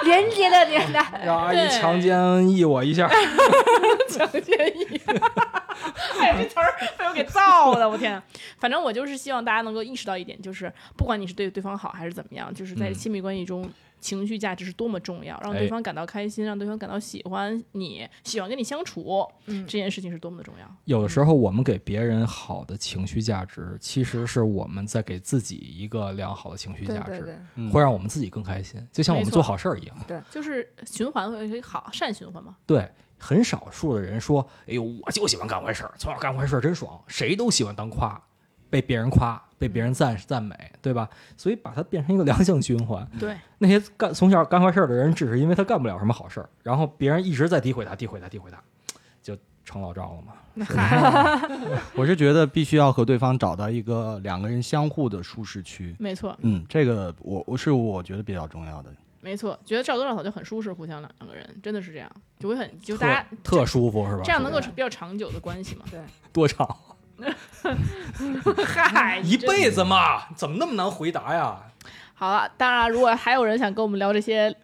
Speaker 5: 连接的年
Speaker 2: (laughs)
Speaker 5: 代，
Speaker 4: 让阿姨
Speaker 2: 对
Speaker 4: 强奸一我一下。 (laughs)
Speaker 2: 强建议。哎，这词儿被我给造的，我天啊！反正我就是希望大家能够意识到一点，就是不管你是对对方好还是怎么样，就是在
Speaker 4: 嗯
Speaker 2: 亲密关系中。情绪价值是多么重要，让对
Speaker 4: 哎
Speaker 2: 方感到开心，让对方感到喜欢你，喜欢跟你相处，
Speaker 5: 嗯
Speaker 2: 这件事情是多么的重要。
Speaker 4: 有的时候，我们给别人好的情绪价值，其实是我们在给自己一个良好的情绪
Speaker 5: 对
Speaker 4: 价
Speaker 5: 对
Speaker 4: 值，
Speaker 5: 对，
Speaker 6: 嗯
Speaker 4: 会让我们自己更开心，就像我们
Speaker 2: 没错
Speaker 4: 做好事儿一样。
Speaker 2: 就是循环会好，善循环嘛。
Speaker 4: 对，很少数的人说：“哎呦，我就喜欢干坏事儿，从小干坏事儿真爽。”谁都喜欢当夸，被别人夸，被别人赞赞美，对吧？所以把它变成一个良性循环。
Speaker 2: 对，
Speaker 4: 那些干从小干坏事儿的人，只是因为他干不了什么好事儿，然后别人一直在诋毁他，诋毁他，诋毁他，就成老赵了嘛。
Speaker 6: (laughs) 我是觉得必须要和对方找到一个两个人相互的舒适区。
Speaker 2: 没错，
Speaker 6: 嗯，这个我我是我觉得比较重要的。
Speaker 2: 没错，觉得照多少草就很舒适，互相两两个人真的是这样，就会很就大家
Speaker 4: 特舒服是吧？
Speaker 2: 这样能够
Speaker 4: 是吧
Speaker 2: 比较长久的关系嘛。
Speaker 4: 多长？
Speaker 2: 嗨，
Speaker 4: (laughs) 一辈子嘛，怎么那么难回答呀？
Speaker 2: 好了。当然，如果还有人想跟我们聊这些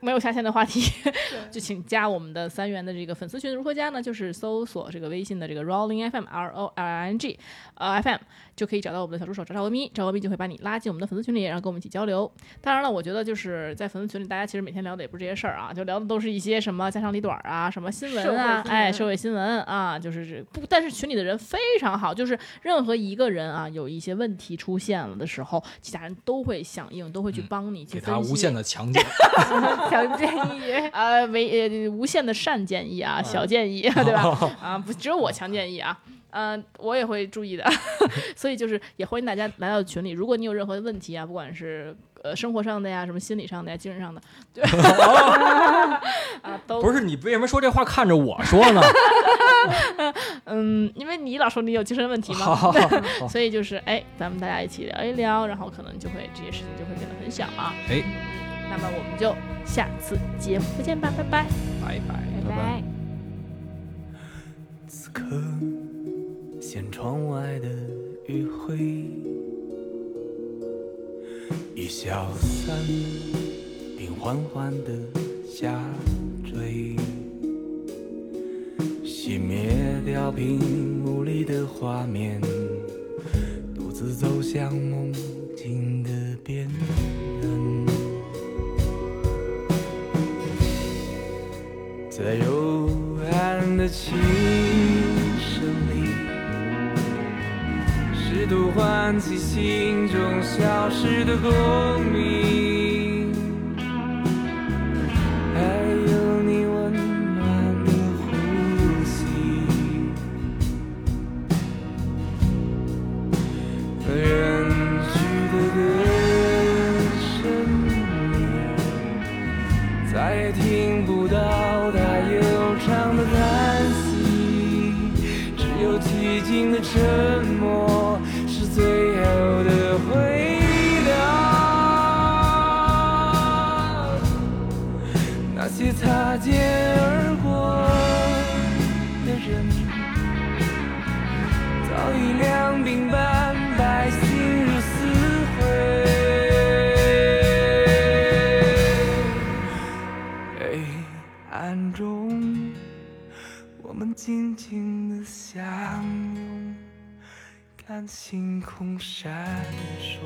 Speaker 2: 没有下线的话题， (laughs) 就请加我们的三元的这个粉丝群。如何加呢？就是搜索这个微信的这个 Rolling FM R O L I N G 呃 FM，就可以找到我们的小助手赵赵咪，赵咪就会把你拉进我们的粉丝群里，然后跟我们一起交流。当然了，我觉得就是在粉丝群里，大家其实每天聊的也不是这些事儿啊，就聊的都是一些什么家长里短儿啊，什么新闻啊
Speaker 5: 社会，新闻
Speaker 2: 哎，社会新闻啊，就是这不，但是群里的人非常好，就是任何一个人啊有一些问题出现了的时候，其他人都会响应，都会去
Speaker 4: 嗯
Speaker 2: 帮你去
Speaker 4: 给
Speaker 2: 分
Speaker 4: 他
Speaker 2: 析。
Speaker 4: 无限的
Speaker 2: (laughs)
Speaker 4: 强奸，
Speaker 5: (laughs) 强建议，
Speaker 2: 呃，为呃无限的善建议
Speaker 4: 哦
Speaker 2: 啊，小建
Speaker 4: (laughs)
Speaker 2: 议，对吧？啊，不只有我强建议啊，嗯、我也会注意的。 (laughs) 所以就是也欢迎大家来到群里，如果你有任何问题啊，不管是呃生活上的呀，什么心理上的呀，精神上的，对
Speaker 4: (laughs)
Speaker 2: 啊，都
Speaker 4: 不是你为什么说这话看着我说呢？ (laughs)
Speaker 2: (laughs) 嗯，因为你老说你有精神问题嘛， (laughs) 所以就是哎，咱们大家一起聊一聊，然后可能就会这些事情就会变得很小啊。
Speaker 4: 哎
Speaker 2: 嗯，那么我们就下次节目见吧，拜拜。
Speaker 4: 拜拜。
Speaker 5: 拜
Speaker 6: 拜拜。
Speaker 1: 此刻，现窗外的余晖已消散，并缓缓地下坠，熄灭掉屏幕里的画面，独自走向梦境的边缘，在幽暗的琴声里，试图唤起心中消失的共鸣，还有你温暖的呼吸。远去的歌声里。再也听不到他悠长的叹息，只有寂静的沉默是最后的回答。那些擦肩而过的人，早已两鬓斑白，心如死灰。黑暗中，我们静静的相拥，看星空闪烁。